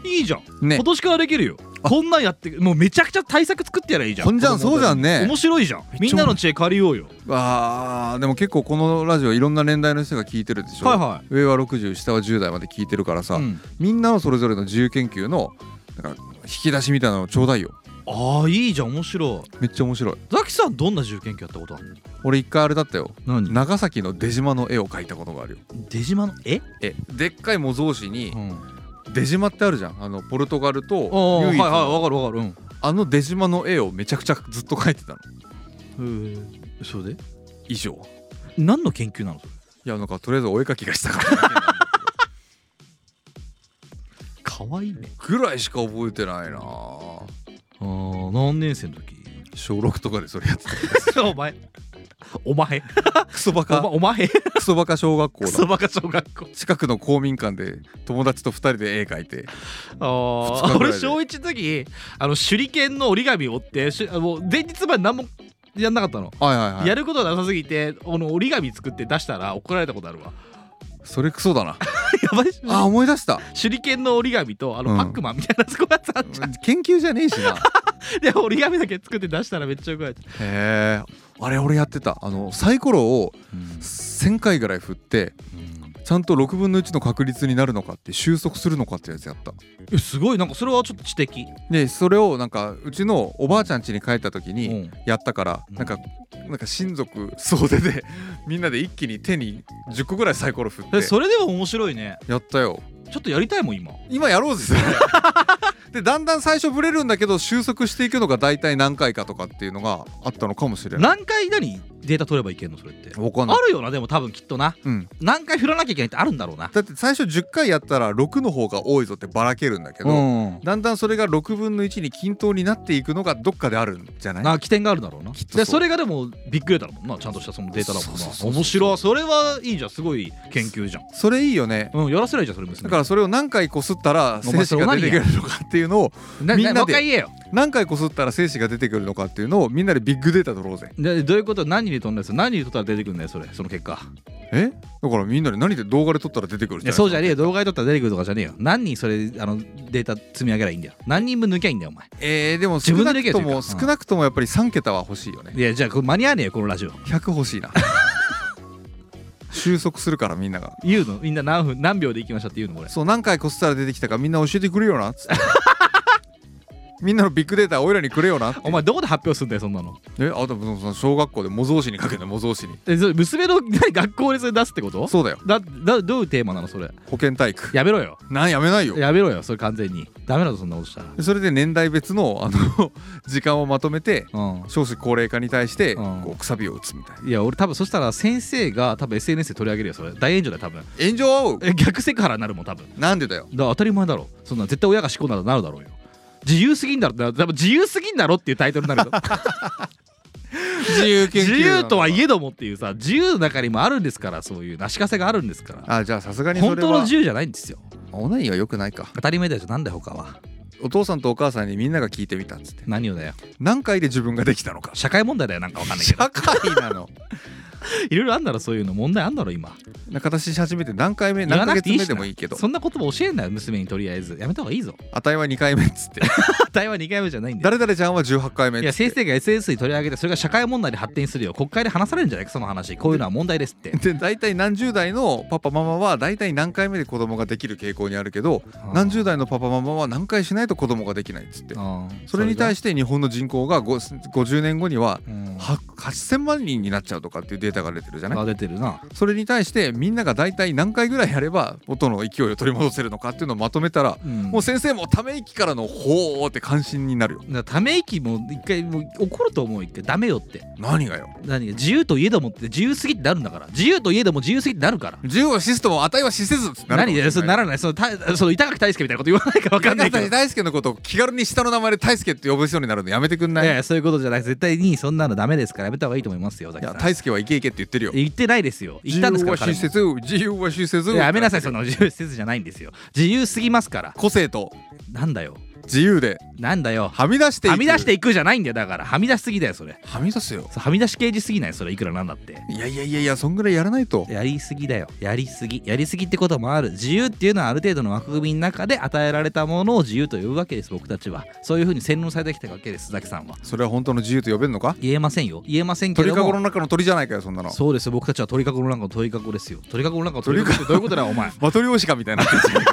Speaker 2: いいじゃん、
Speaker 1: ね
Speaker 2: 今年からできるよこんなんやってもうめちゃくちゃ対策作ってやればいいじゃん
Speaker 1: ほんじゃんそうじゃんね
Speaker 2: 面白いじゃんみんなの知恵借りようよ
Speaker 1: あーでも結構このラジオいろんな年代の人が聞いてるでしょ、
Speaker 2: はいはい
Speaker 1: 上は60下は10代まで聞いてるからさ、
Speaker 2: うん
Speaker 1: みんなのそれぞれの自由研究のなんか引き出しみたいなのちょうだいよ
Speaker 2: ああいいじゃん面白い
Speaker 1: めっちゃ面白い
Speaker 2: ザキさんどんな自由研究やったことある
Speaker 1: 俺一回あれだったよ
Speaker 2: の何
Speaker 1: 長崎の出島の絵を描いたことがあるよ
Speaker 2: 出島の絵
Speaker 1: えでっかい模造紙に
Speaker 2: うん
Speaker 1: 出島ってあるじゃんあのポルトガルと
Speaker 2: ああは
Speaker 1: 唯
Speaker 2: い
Speaker 1: 一の
Speaker 2: はいわかるわかるうん
Speaker 1: あの出島の絵をめちゃくちゃずっと描いてたの
Speaker 2: それで
Speaker 1: 以上
Speaker 2: 何の研究なの
Speaker 1: いやなんかとりあえずお絵描きがしたから
Speaker 2: かわいいね
Speaker 1: ぐらいしか覚えてないな
Speaker 2: あー何年生の時
Speaker 1: 小6とかでそれやってた
Speaker 2: (laughs) お前お前
Speaker 1: クソバ
Speaker 2: お前
Speaker 1: カ
Speaker 2: お前
Speaker 1: クソバカ小学校
Speaker 2: ク
Speaker 1: だ
Speaker 2: ソバカ小学校
Speaker 1: 近くの公民館で友達と2人で絵描いて
Speaker 2: あ
Speaker 1: 二
Speaker 2: あ
Speaker 1: 日ぐらい
Speaker 2: 俺
Speaker 1: で
Speaker 2: 小1の時あの手裏剣の折り紙を折ってしゅもう前日まで何もやんなかったの
Speaker 1: はいはいはい
Speaker 2: やることなさすぎてあの折り紙作って出したら怒られたことあるわ
Speaker 1: それクソだな
Speaker 2: (laughs) やばいっしょ
Speaker 1: あ思い出した
Speaker 2: 手裏剣の折り紙とあ
Speaker 1: う
Speaker 2: の
Speaker 1: ん
Speaker 2: パックマンみたいなそこやつあっちゃ
Speaker 1: 研究じゃねえしな
Speaker 2: で折り紙だけ作って出したらめっちゃ怒られた
Speaker 1: へえあれ俺やってたあのサイコロを1,000回ぐらい振ってちゃんと6分の1の確率になるのかって収束するのかってやつやった
Speaker 2: えすごいなんかそれはちょっと知的
Speaker 1: でそれをなんかうちのおばあちゃん家に帰った時
Speaker 2: う
Speaker 1: に
Speaker 2: ん
Speaker 1: やったから、なんかなんか親族総出で (laughs) みんなで一気に手に10個ぐらいサイコロ振って
Speaker 2: えそれでも面白いね
Speaker 1: やったよ
Speaker 2: ちょっとやりたいもん今
Speaker 1: 今やろうぜ
Speaker 2: (laughs)
Speaker 1: それでだんだん最初ブレるんだけど収束していくのが大体何回かとかっていうのがあったのかもしれない
Speaker 2: 何回何データ取ればいけんのそれって
Speaker 1: わかん
Speaker 2: あ
Speaker 1: ない
Speaker 2: るよなでも多分きっとな
Speaker 1: うん、
Speaker 2: 何回振らなきゃいけないってあるんだろうな
Speaker 1: だって最初10回やったら6の方が多いぞってばらけるんだけど、
Speaker 2: ん
Speaker 1: だんだんそれが6分の1に均等になっていくのがどっかであるんじゃない
Speaker 2: な起点があるだろうな
Speaker 1: きっとそう
Speaker 2: でそれがでもビッグデータだもんなちゃんとしたそのデータだもん
Speaker 1: そうそうそうそ
Speaker 2: な
Speaker 1: う
Speaker 2: 面白いそれはいいじゃんすごい研究じゃん
Speaker 1: それいいよね
Speaker 2: うんやらせないじゃんそれ娘
Speaker 1: だからそれを何回こすったら
Speaker 2: お前
Speaker 1: 精子が出てくるのかっていうのを
Speaker 2: な
Speaker 1: みんなで
Speaker 2: なもう一回言えよ
Speaker 1: 何回こすったら精子が出てくるのかっていうのをみんなでビッグデータ取ろうぜ
Speaker 2: でどういうこと何で取んです何で取ったら出てくるんだよそれその結果
Speaker 1: えだからみんなで何で動画で撮ったら出てくる
Speaker 2: い
Speaker 1: じゃ
Speaker 2: や
Speaker 1: ん
Speaker 2: そうじゃねえよ動画で撮ったら出てくるとかじゃねえよ何人それあのデータ積み上げりゃいいんだよ何人分抜きゃいいんだよお前
Speaker 1: えー、でも
Speaker 2: 自
Speaker 1: 少
Speaker 2: 分
Speaker 1: な
Speaker 2: ででき
Speaker 1: くと
Speaker 2: るという
Speaker 1: も
Speaker 2: か
Speaker 1: 少なくともやっぱり3桁は欲しいよね
Speaker 2: いやじゃあこれ間に合わねえよこのラジオ
Speaker 1: 100欲しいな (laughs) 収束するからみんなが
Speaker 2: 言うのみんな何分何秒で行きましたって言うのこれ
Speaker 1: そう何回こすったら出てきたかみんな教えてくれよなっつって
Speaker 2: (laughs)
Speaker 1: みんなのビッグデータおいらにくれよなって
Speaker 2: お前どこで発表すんだよそんなの
Speaker 1: えあとその小学校で模造紙に書けた模造紙に
Speaker 2: えそれ娘の何学校でそれ出すってこと
Speaker 1: そうだよ
Speaker 2: だだどういうテーマなのそれ
Speaker 1: 保健体育
Speaker 2: やめろよ
Speaker 1: なんやめないよ
Speaker 2: やめろよそれ完全にダメだぞそんなことしたら
Speaker 1: でそれで年代別のあの (laughs) 時間をまとめて
Speaker 2: うん
Speaker 1: 少子高齢化に対して
Speaker 2: うん
Speaker 1: こうくさびを打つみたいない
Speaker 2: や俺多分そしたら先生が多分 SNS で取り上げるよそれ大炎上だよ多分
Speaker 1: 炎上
Speaker 2: え逆セクハラになるもん多分だか
Speaker 1: なんでだよ
Speaker 2: ら当たり前だろそんな絶対親がしこならなるだろうよ自由すぎんだろ多分自由すぎんだろっていうタイトルに
Speaker 1: (laughs)
Speaker 2: なるよ
Speaker 1: 自由研究
Speaker 2: 自由とはいいえどもっていうさ自由の中にもあるんですからそういうなしかせがあるんですから
Speaker 1: あじゃあさすがにそ
Speaker 2: 本
Speaker 1: れ
Speaker 2: 当の
Speaker 1: は
Speaker 2: 自由じゃないんですよ
Speaker 1: オナニーは良くないか
Speaker 2: 当たり前だよなんだよ他は
Speaker 1: お父さんとお母さんにみんなが聞いてみたっつって
Speaker 2: 何をだよ
Speaker 1: 何回で自分ができたのか
Speaker 2: 社会問題だよなんかわかんないけ
Speaker 1: 社
Speaker 2: ど
Speaker 1: 会なの
Speaker 2: いろいろあんだろそういうの問題あんだろ今
Speaker 1: な形し始めて何回目
Speaker 2: 言わ
Speaker 1: 何
Speaker 2: な
Speaker 1: ヶ
Speaker 2: くて
Speaker 1: 月
Speaker 2: いいし
Speaker 1: 目でもいいけど
Speaker 2: そんな言葉教えんなよ娘にとりあえずやめた方がいいぞ (laughs)
Speaker 1: 値は2回目っつって
Speaker 2: 台湾2回目じゃないんだ
Speaker 1: 誰
Speaker 2: よ
Speaker 1: 々ちゃんは18回目っ
Speaker 2: い
Speaker 1: つ
Speaker 2: や
Speaker 1: って
Speaker 2: 先生が SNS に取り上げてそれが社会問題に発展するよ国会で話されるんじゃないかその話こういうのは問題です
Speaker 1: (laughs)
Speaker 2: って
Speaker 1: で大体何十代のパパママは大体何回目で子供ができる傾向にあるけど何十代のパパママは何回しないと子供ができないっつってそれに対
Speaker 2: し
Speaker 1: して日本の人口が5 50年後には
Speaker 2: て、うん
Speaker 1: は8,000万人になっちゃうとかっていうデータが出てるじゃない
Speaker 2: あ出てるな
Speaker 1: それに対してみんなが大体何回ぐらいやれば元の勢いを取り戻せるのかっていうのをまとめたら
Speaker 2: うん
Speaker 1: もう先生もため息からの「ほー」って関心になるよ
Speaker 2: だからため息も一回もう怒ると思うってダメよって
Speaker 1: 何がよ
Speaker 2: 何が自由といえどもって自由すぎってなるんだから自由といえども自由すぎってなるから
Speaker 1: 自由はシステムを値はしせずっつってなるかも
Speaker 2: 何
Speaker 1: しれ
Speaker 2: でそれな
Speaker 1: ない
Speaker 2: らないそのたその板垣大輔みたいなこと言わないか分かんないけど
Speaker 1: 中谷大輔のことを気軽に下の名前で大輔って呼ぶ人になるのやめてくんない
Speaker 2: いやいやそういうことじゃなくて絶対にそんなのダメですからやめた方がいいと思いますよザ
Speaker 1: い
Speaker 2: キ
Speaker 1: や
Speaker 2: さん
Speaker 1: 大輔はいけいけって言ってるよ
Speaker 2: 言ってないですよ言ったんですから
Speaker 1: 自由は
Speaker 2: 彼
Speaker 1: しせ
Speaker 2: も
Speaker 1: ず自由はしせず
Speaker 2: いややめなさいその自由せずじゃないんですよ自由すぎますから
Speaker 1: 個性と
Speaker 2: なんだよ
Speaker 1: 自由で
Speaker 2: なんだよ
Speaker 1: はみ出していく
Speaker 2: はみ出していくじゃないんだよだからはみ出しすぎだよそれ
Speaker 1: はみ出すよ
Speaker 2: そうはみ出し刑事すぎないそれいくらなんだって
Speaker 1: いやいやいやいやそんぐらいやらないと
Speaker 2: やりすぎだよやりすぎやりすぎってこともある自由っていうのはある程度の枠組みの中で与えられたものを自由と呼ぶわけです僕たちはそういうふうに洗脳されてきたわけです崎さんは
Speaker 1: それは本当の自由と呼べるのか
Speaker 2: 言えませんよ言えませんけ
Speaker 1: 鳥
Speaker 2: ど
Speaker 1: かごの
Speaker 2: も
Speaker 1: 中の鳥じゃないかよそんなの
Speaker 2: そうですよ僕たちは鳥かごの中の鳥かごですよ鳥かごの中の鳥かごってどういうことだよお前
Speaker 1: マトリョーシカみたいになってるじゃん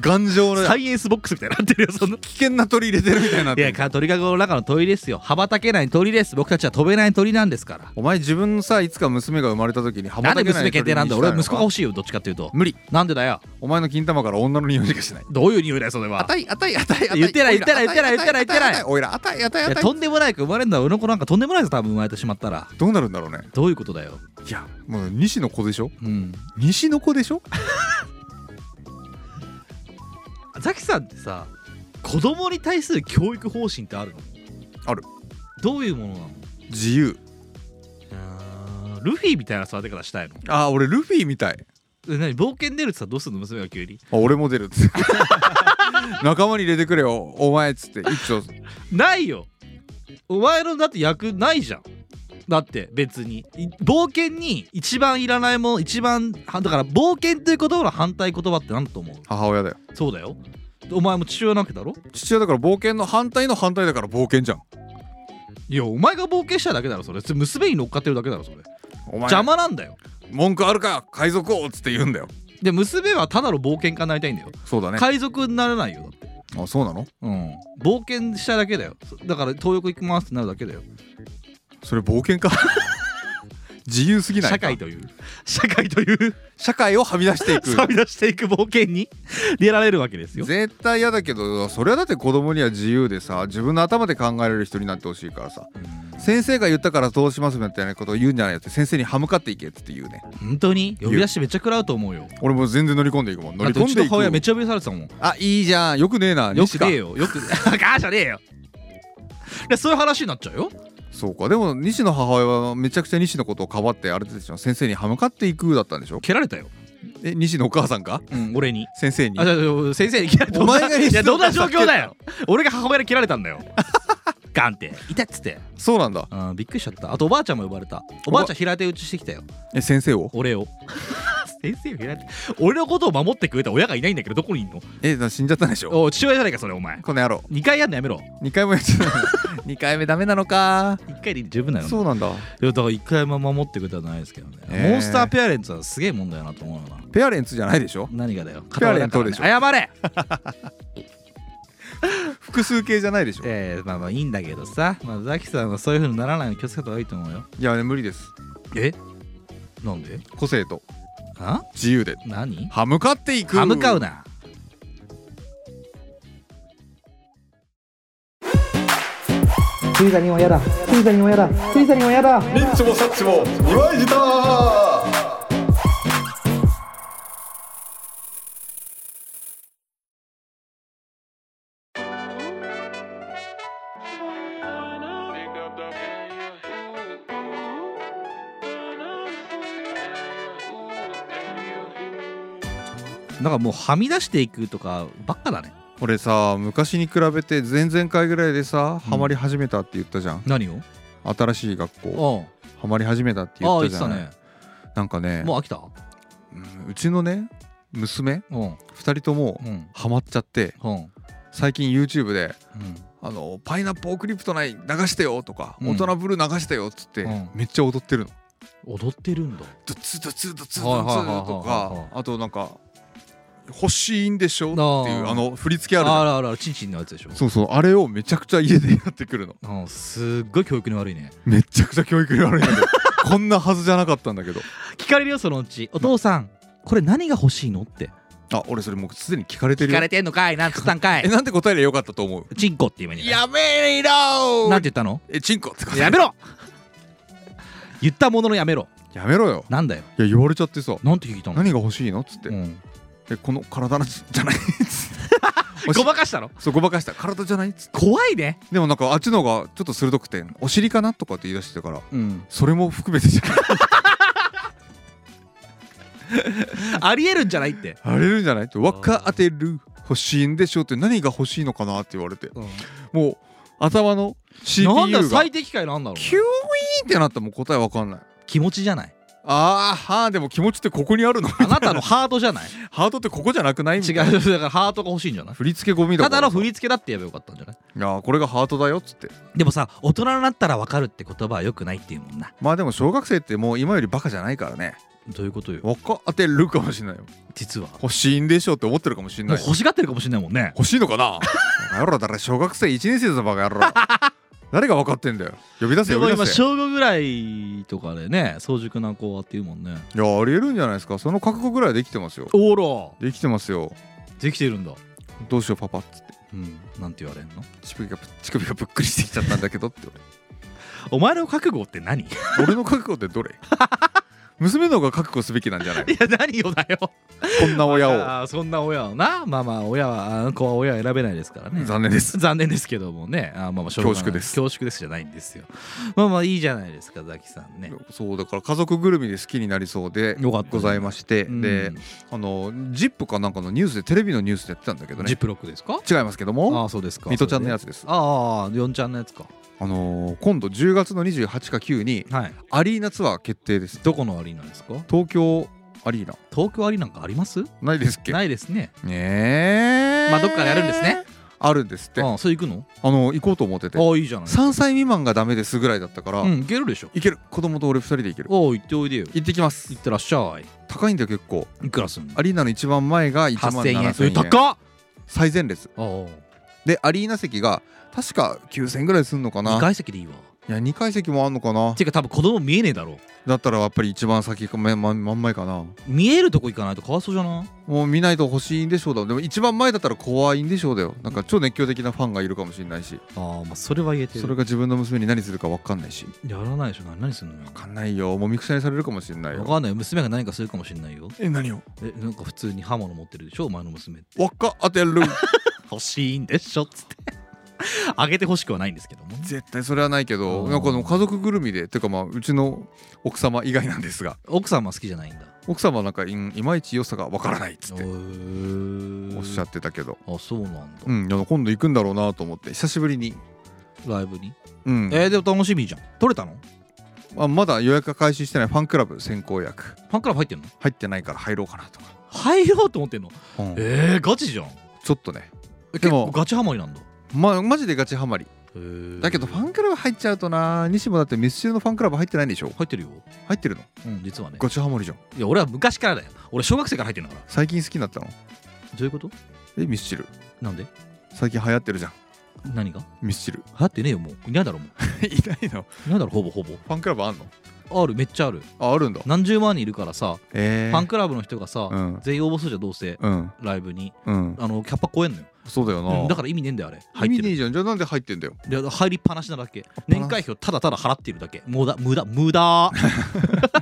Speaker 1: 頑丈な
Speaker 2: サイエンスボックスみたいになってるよそんな
Speaker 1: 危険な鳥入れてるみたいになっ
Speaker 2: い
Speaker 1: て
Speaker 2: や
Speaker 1: る
Speaker 2: か鳥かごの中の鳥ですよ羽ばたけない鳥です僕たちは飛べない鳥なんですから
Speaker 1: お前自分のさいつか娘が生まれた時に羽
Speaker 2: な
Speaker 1: ば
Speaker 2: んで
Speaker 1: たけな
Speaker 2: 娘
Speaker 1: い鳥
Speaker 2: 決
Speaker 1: にした
Speaker 2: 定ないんだ
Speaker 1: の
Speaker 2: 俺は
Speaker 1: か
Speaker 2: 息子が欲しいよどっちかっていうと
Speaker 1: 無理
Speaker 2: なんでだよ
Speaker 1: お前の金玉から女の匂いしかしない
Speaker 2: どういう匂いだよそれは
Speaker 1: たいあたいあたい
Speaker 2: 言ってない言ってない言ってない言ってない言ってない
Speaker 1: おいらあたいあたい
Speaker 2: い
Speaker 1: あ
Speaker 2: や
Speaker 1: たい
Speaker 2: とんでもないか生まれるんだ俺の子なんかとんでもないぞ多分生まれてしまったら
Speaker 1: どうなるんだろうね
Speaker 2: どういうことだよ
Speaker 1: いやもう西の子でしょ
Speaker 2: うん
Speaker 1: 西の子でしょ
Speaker 2: ザキさんってさ子供に対する教育方針ってあるの
Speaker 1: ある
Speaker 2: どういうものな
Speaker 1: 自由
Speaker 2: のルフィみたいな育て方したいの
Speaker 1: あー俺ルフィみたい
Speaker 2: え何冒険出るってさどうすんの娘が急に
Speaker 1: あ俺も出るっつって (laughs) 仲間に入れてくれよお前っつって一丁
Speaker 2: ないよお前のだって役ないじゃんだって別にい冒険に一番いらないもの一番はだから冒険という言葉の反対言葉って何と思う
Speaker 1: 母親だよ
Speaker 2: そうだよお前も父親なわけだろ
Speaker 1: 父親だから冒険の反対の反対だから冒険じゃん
Speaker 2: いやお前が冒険しただけだろそれそれ娘に乗っかってるだけだろそれ
Speaker 1: お前
Speaker 2: 邪魔なんだよ
Speaker 1: 文句あるか海賊王っつって言うんだよ
Speaker 2: で娘はただの冒険家になりたいんだよ、
Speaker 1: そうだね
Speaker 2: 海賊にならないよだって
Speaker 1: あそうなの
Speaker 2: うん冒険しただけだよそだから東横行きますってなるだけだよ
Speaker 1: それ冒険 (laughs) か自由すぎないか
Speaker 2: 社会という社会という
Speaker 1: 社会をはみ出してい
Speaker 2: (laughs)
Speaker 1: く
Speaker 2: 差び出していく冒険に (laughs) 出られるわけですよ
Speaker 1: 絶対嫌だけどそれはだって子供には自由でさ自分の頭で考えれる人になってほしいからさ先生が言ったからどうしますみたいなことを言うんじゃないよって先生に歯向かっていけっつって言うね
Speaker 2: 本当に呼び出してめっちゃ食らうと思うよ
Speaker 1: 俺もう全然乗り込んでいくもん乗
Speaker 2: だっ
Speaker 1: り
Speaker 2: てう
Speaker 1: 込ん
Speaker 2: ち
Speaker 1: で
Speaker 2: の
Speaker 1: い
Speaker 2: 母親めっ
Speaker 1: く
Speaker 2: ちゃ呼び出されてたもん
Speaker 1: あいいじゃんよくねえな
Speaker 2: よ
Speaker 1: 西
Speaker 2: く
Speaker 1: か
Speaker 2: ねえよよく (laughs) ガーじゃねえよでそういう話になっちゃうよ
Speaker 1: そうかでも西の母親はめちゃくちゃ西のことをかばってあれでしょ先生に歯向かっていくだったんでしょ
Speaker 2: 蹴られたよ、
Speaker 1: え西のお母さんか
Speaker 2: うん、俺に
Speaker 1: 先生に
Speaker 2: あじゃあ先生に切られた
Speaker 1: お前が
Speaker 2: いや
Speaker 1: リスト
Speaker 2: ど
Speaker 1: を
Speaker 2: んな状況だよ俺が母親に切られたんだよ (laughs) ガンって痛っつって、
Speaker 1: そうなんだ
Speaker 2: うん、びっくりしちゃったあとおばあちゃんも呼ばれたおばあちゃん平手打ちしてきたよ
Speaker 1: え先生を
Speaker 2: 俺を (laughs) 先生を平手俺のことを守ってくれた親がいないんだけどどこにいんの
Speaker 1: えな死んじゃったんでしょ
Speaker 2: おい父親じゃないかそれお前
Speaker 1: この野郎
Speaker 2: 2回やんのやめろ
Speaker 1: 2回もやっちゃった
Speaker 2: (laughs)
Speaker 1: 2回目ダメなのか
Speaker 2: 1回で十分なの
Speaker 1: そうなんだ
Speaker 2: いやだから1回も守ってくれたらないですけどね、
Speaker 1: えー
Speaker 2: モンスターペアレンツはすげえもんだよなと思うよな
Speaker 1: ペアレンツじゃないでしょ
Speaker 2: 何がだよ
Speaker 1: ペアレントでしょ
Speaker 2: 片親だからね謝れ
Speaker 1: 複数形じゃないでしょ
Speaker 2: (laughs) えー、まあまあいいんだけどさ、まあ、ザキさんはそういうふうにならないように気をつけた方がいいと思うよ
Speaker 1: いや無理です
Speaker 2: えなんで
Speaker 1: 個性と
Speaker 2: あ
Speaker 1: 自由で
Speaker 2: 何
Speaker 1: 歯向かっていく
Speaker 2: 歯向かうな
Speaker 7: 水座にはやだ水座にはやだ水座にはやだ
Speaker 9: リッチもサッチも祝い舌
Speaker 2: なんかもうはみ出していくとかばっかだね
Speaker 1: 俺さ昔に比べて前々回ぐらいでさハマり始めたって言ったじゃん、
Speaker 2: 何を
Speaker 1: 新しい学校
Speaker 2: あ
Speaker 1: ハマり始めたって
Speaker 2: あ
Speaker 1: 言っ
Speaker 2: ああ
Speaker 1: た
Speaker 2: 言っ
Speaker 1: じ
Speaker 2: て
Speaker 1: ゃ
Speaker 2: た
Speaker 1: ん
Speaker 2: ね
Speaker 1: なんかね
Speaker 2: もう飽きた
Speaker 1: うんうちのね娘
Speaker 2: うん
Speaker 1: 2人とも
Speaker 2: うん
Speaker 1: ハマっちゃって
Speaker 2: うんうん
Speaker 1: 最近 YouTube で「あのパイナップルクリプトナイン流してよ」とか「
Speaker 2: うん
Speaker 1: 大人ブルー流してよ」っつって
Speaker 2: うん
Speaker 1: めっちゃ踊ってるの。
Speaker 2: 踊ってるんだ
Speaker 1: ドツドツドツドツ
Speaker 2: はいはいはいはい
Speaker 1: と
Speaker 2: はいは
Speaker 1: か
Speaker 2: い
Speaker 1: あとなんか「欲しいんでしょ」っていう
Speaker 2: あー
Speaker 1: あの振り付けあるじゃ
Speaker 2: あ
Speaker 1: ん
Speaker 2: らあらチンチンのやつでしょ
Speaker 1: そうそうあれをめちゃくちゃ家でやってくるの
Speaker 2: うんすっごい教育に悪いね
Speaker 1: めちゃくちゃ教育に悪いんだけど (laughs) こんなはずじゃなかったんだけど
Speaker 2: 聞かれるよそのうちお父さんこれ何が欲しいのって
Speaker 1: あ俺それもうすでに聞かれてる
Speaker 2: 聞
Speaker 1: よ
Speaker 2: かれてんのかいなんつったんか
Speaker 1: え
Speaker 2: い
Speaker 1: なんて答えりゃよかったと思う
Speaker 2: チンコって今に
Speaker 1: やめろ
Speaker 2: なんて言ったの
Speaker 1: えチンコって答え
Speaker 2: やめろ言ったもののやめろ
Speaker 1: やめろよ
Speaker 2: なんだよ
Speaker 1: いや言われちゃってさ
Speaker 2: なんて聞いたの
Speaker 1: 何が欲しいのっつって、
Speaker 2: うん
Speaker 1: えこの体なじゃないおし
Speaker 2: ごまかしたの
Speaker 1: そこばかした体じゃないっつって
Speaker 2: 怖いね
Speaker 1: でもなんかあっちの方がちょっと鋭くてお尻かなとかって言い出してたから
Speaker 2: うん
Speaker 1: それも含めてじゃない
Speaker 2: ありえるんじゃないって
Speaker 1: あれるんじゃないって分かってる欲しいんでしょうって何が欲しいのかなって言われてもう頭の CPU
Speaker 2: なんだよ
Speaker 1: が
Speaker 2: 最適解なんだろう
Speaker 1: キューイーンってなったらもう答えわかんない
Speaker 2: 気持ちじゃない
Speaker 1: あーはーでも気持ちってここにあるの (laughs)
Speaker 2: あなたのハートじ (laughs) ゃない
Speaker 1: ハートってここじゃなくないみ
Speaker 2: 違
Speaker 1: た
Speaker 2: う
Speaker 1: いな
Speaker 2: だからハートが欲しいんじゃない
Speaker 1: 振り付けゴミだ
Speaker 2: た
Speaker 1: から
Speaker 2: だ
Speaker 1: さ
Speaker 2: の振り付けだって言えばよかったんじゃない
Speaker 1: いやーこれがハートだよっつって
Speaker 2: でもさ大人になったら分かるって言葉はよくないっていうもんな
Speaker 1: まあでも小学生ってもう今よりバカじゃないからね
Speaker 2: どういうことよ
Speaker 1: 分かってるかもしれないよ
Speaker 2: 実は
Speaker 1: 欲しいんでしょって思ってるかもしれ
Speaker 2: も
Speaker 1: な
Speaker 2: う
Speaker 1: い
Speaker 2: 欲しがってるかもしれないもんね
Speaker 1: 欲しいのか
Speaker 2: (laughs)
Speaker 1: なバカ野郎だから小学生1年生だバカ野郎誰が分かってんだよ呼び出せ
Speaker 2: で
Speaker 1: 呼
Speaker 2: も
Speaker 1: び
Speaker 2: 今
Speaker 1: 出せい
Speaker 2: 小5ぐらいとかでね早熟な子はっていうもんね
Speaker 1: やありえるんじゃないですかその覚悟ぐらいできてますよ
Speaker 2: おら
Speaker 1: できてますよ
Speaker 2: できてるんだ
Speaker 1: どうしようパパっつって
Speaker 2: うんなんて言われんの
Speaker 1: 乳首が乳首がぶっくりしてきちゃったんだけどって言われて
Speaker 2: お前の覚悟っ
Speaker 1: (laughs)
Speaker 2: て何い
Speaker 1: 俺の覚悟って (laughs) どれ娘の方が覚悟すべきなんじゃない
Speaker 2: や何よだよ
Speaker 1: こんな親を
Speaker 2: あーそんな親をなまあまあ親はあの子は親を選べないですからね
Speaker 1: 残念です
Speaker 2: 残念ですけどもねあーまあまあしょうがない
Speaker 1: 恐縮です
Speaker 2: 恐縮ですじゃないんですよまあまあいいじゃないですかザキさんね
Speaker 1: (laughs) そうだから家族ぐるみで好きになりそうで
Speaker 2: よかったね
Speaker 1: ございまして、
Speaker 2: うん
Speaker 1: であの「ZIP!」かなんかのニュースでテレビのニュースでやってたんだけど
Speaker 2: ジ
Speaker 1: ね
Speaker 2: ップロックですか
Speaker 1: 違いますけど
Speaker 2: あ
Speaker 1: も
Speaker 2: あそうですか
Speaker 1: ミトちゃんのやつです
Speaker 2: ああ4ちゃんのやつか
Speaker 1: あのー今度10月の28か9に
Speaker 2: はい
Speaker 1: アリーナツアー決定です
Speaker 2: どこのアリーナですか
Speaker 1: 東京アリーナ
Speaker 2: 東京アリーナなんかあります
Speaker 1: ないですっけね
Speaker 2: ないですね
Speaker 1: え
Speaker 2: まあどっかでやるんですね
Speaker 1: あるんですってあ
Speaker 2: ああそれ行くの
Speaker 1: の行こうと思ってて
Speaker 2: ああいいじゃない
Speaker 1: 3歳未満がダメですぐらいだったから、
Speaker 2: うんいけるでしょ
Speaker 1: いける子供と俺2人でいける
Speaker 2: おお行っておいでよ
Speaker 1: 行ってきます
Speaker 2: 行ってらっしゃ
Speaker 1: 高いんだよ結構
Speaker 2: いいくらすんの
Speaker 1: アリーナの一番前が1万
Speaker 2: 8000
Speaker 1: 7000
Speaker 2: 円
Speaker 1: 円
Speaker 2: え高っ
Speaker 1: 最前列
Speaker 2: ああ
Speaker 1: でアリーナ席が確か9000円ぐらいすんのかな
Speaker 2: 2階席でいいわ
Speaker 1: いや2階席もあんのかな
Speaker 2: ていうか多分子供見えねえだろ
Speaker 1: だったらやっぱり一番先かまま真ん前かな
Speaker 2: 見えるとこ行かないとかわいそうじゃない
Speaker 1: もう見ないと欲しいんでしょうだでも一番前だったら怖いんでしょうだよなんか超熱狂的なファンがいるかもしれないし
Speaker 2: ああまあそれは言えて
Speaker 1: それが自分の娘に何するか分かんないし
Speaker 2: やらないでしょ何何すんのよ
Speaker 1: 分かんないよもみくちゃにされるかもしれない
Speaker 2: わ
Speaker 1: よ
Speaker 2: かんないよ娘が何かするかもしれないよ
Speaker 1: え何を
Speaker 2: えなんか普通に刃物持ってるでしょお前の娘って
Speaker 1: 輪っか当てる (laughs)
Speaker 2: 欲しいんでしょっつって (laughs) あげてほしくはないんですけども
Speaker 1: 絶対それはないけど
Speaker 2: うん
Speaker 1: なんかでも家族ぐるみでてかまあうちの奥様以外なんですが
Speaker 2: 奥さんは好きじゃないんだ
Speaker 1: 奥様はなんかいんいまいち良さが分からないっつって
Speaker 2: お
Speaker 1: おっしゃってたけど
Speaker 2: あそうなんだ、
Speaker 1: うんいや今度行くんだろうなと思って久しぶりに
Speaker 2: ライブに
Speaker 1: うん
Speaker 2: えー、でも楽しみじゃん取れたの
Speaker 1: まあまだ予約が開始してないファンクラブ先行予約
Speaker 2: ファンクラブ入ってんの
Speaker 1: 入ってないから入ろうかなとか、
Speaker 2: 入ろうと思ってんの
Speaker 1: うん
Speaker 2: えー、ガチじゃん
Speaker 1: ちょっとねで
Speaker 2: え結
Speaker 1: も
Speaker 2: 構ガチハマりなんだ
Speaker 1: まマジでガチハマりだけどファ
Speaker 2: ン
Speaker 1: ンクラブ入っちゃうとな西もだってミスチルのファンクラブ入ってないんでしょ
Speaker 2: 入ってるよ
Speaker 1: 入ってるの
Speaker 2: うん実はね
Speaker 1: ガチハマりじゃん
Speaker 2: いや俺は昔からだよ俺小学生から入ってんだから
Speaker 1: 最近好きになったの
Speaker 2: どういうこと
Speaker 1: えミスチル
Speaker 2: なんで
Speaker 1: 最近流行ってるじゃん
Speaker 2: 何が
Speaker 1: ミスチル
Speaker 2: 流行ってねえよもういないだろも
Speaker 1: (laughs) いないの
Speaker 2: ういないだろほぼほぼ
Speaker 1: ファンクラブあんの
Speaker 2: ああるめっちゃある
Speaker 1: ああるんだ
Speaker 2: 何十万人いるからさ
Speaker 1: え
Speaker 2: ファンクラブの人がさ、
Speaker 1: うん
Speaker 2: 全員応募するじゃんどうせ
Speaker 1: うん
Speaker 2: ライブに
Speaker 1: うん
Speaker 2: あのキャパ超えんのよ、
Speaker 1: そうだよな、
Speaker 2: うんだから意味ねえんだよあれ
Speaker 1: 意
Speaker 2: 入っ
Speaker 1: 味
Speaker 2: て
Speaker 1: ねえ
Speaker 2: る
Speaker 1: じゃんじゃあなんで入ってんだよ
Speaker 2: で入りっぱなしなだけ年会費をただただ払っているだけ無駄無駄無駄
Speaker 1: (laughs)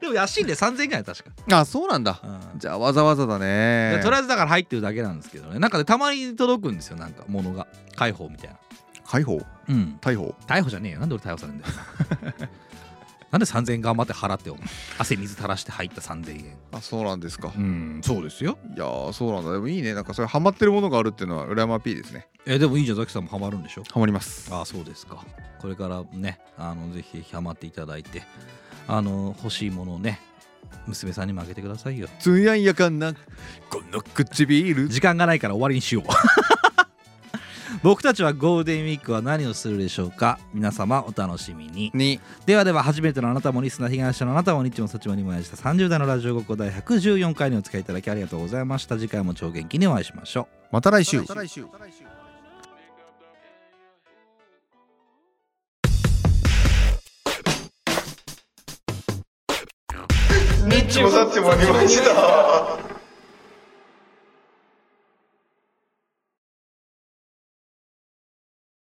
Speaker 2: でも安いんで3000円ぐらい確か、
Speaker 1: あそうなんだ
Speaker 2: うん
Speaker 1: じゃあわざわざだね
Speaker 2: でとりあえずだから入ってるだけなんですけどねなんかでたまに届くんですよなんか物が解放みたいな
Speaker 1: 解放
Speaker 2: うん
Speaker 1: 逮捕
Speaker 2: 逮捕じゃねえよなんで俺逮捕されるん (laughs) だよなんで3000円頑張って払ってお前汗水垂らして入った3000円
Speaker 1: あそうなんですか、
Speaker 2: うんそうですよ
Speaker 1: いやーそうなんだでもいいねなんかそれハマってるものがあるっていうのは羨ましいですね
Speaker 2: えでもいいじゃんザキさんもハマるんでしょ
Speaker 1: ハマります
Speaker 2: ああそうですかこれからねあのぜひぜひハマっていただいてあの欲しいものをね娘さんにもあげてくださいよ
Speaker 1: つんやんやかんなこの唇
Speaker 2: 時間がないから終わりにしよう僕たちはゴールデンウィークは何をするでしょうか皆様お楽しみに
Speaker 1: に
Speaker 2: ではでは初めてのあなたもリスナー被害者のあなたもニッチもサチもにもやした30代のラジオごっこ第114回にお使いいただきありがとうございました次回も超元気にお会いしましょう
Speaker 1: また来週
Speaker 10: ニッチもサッチもありました。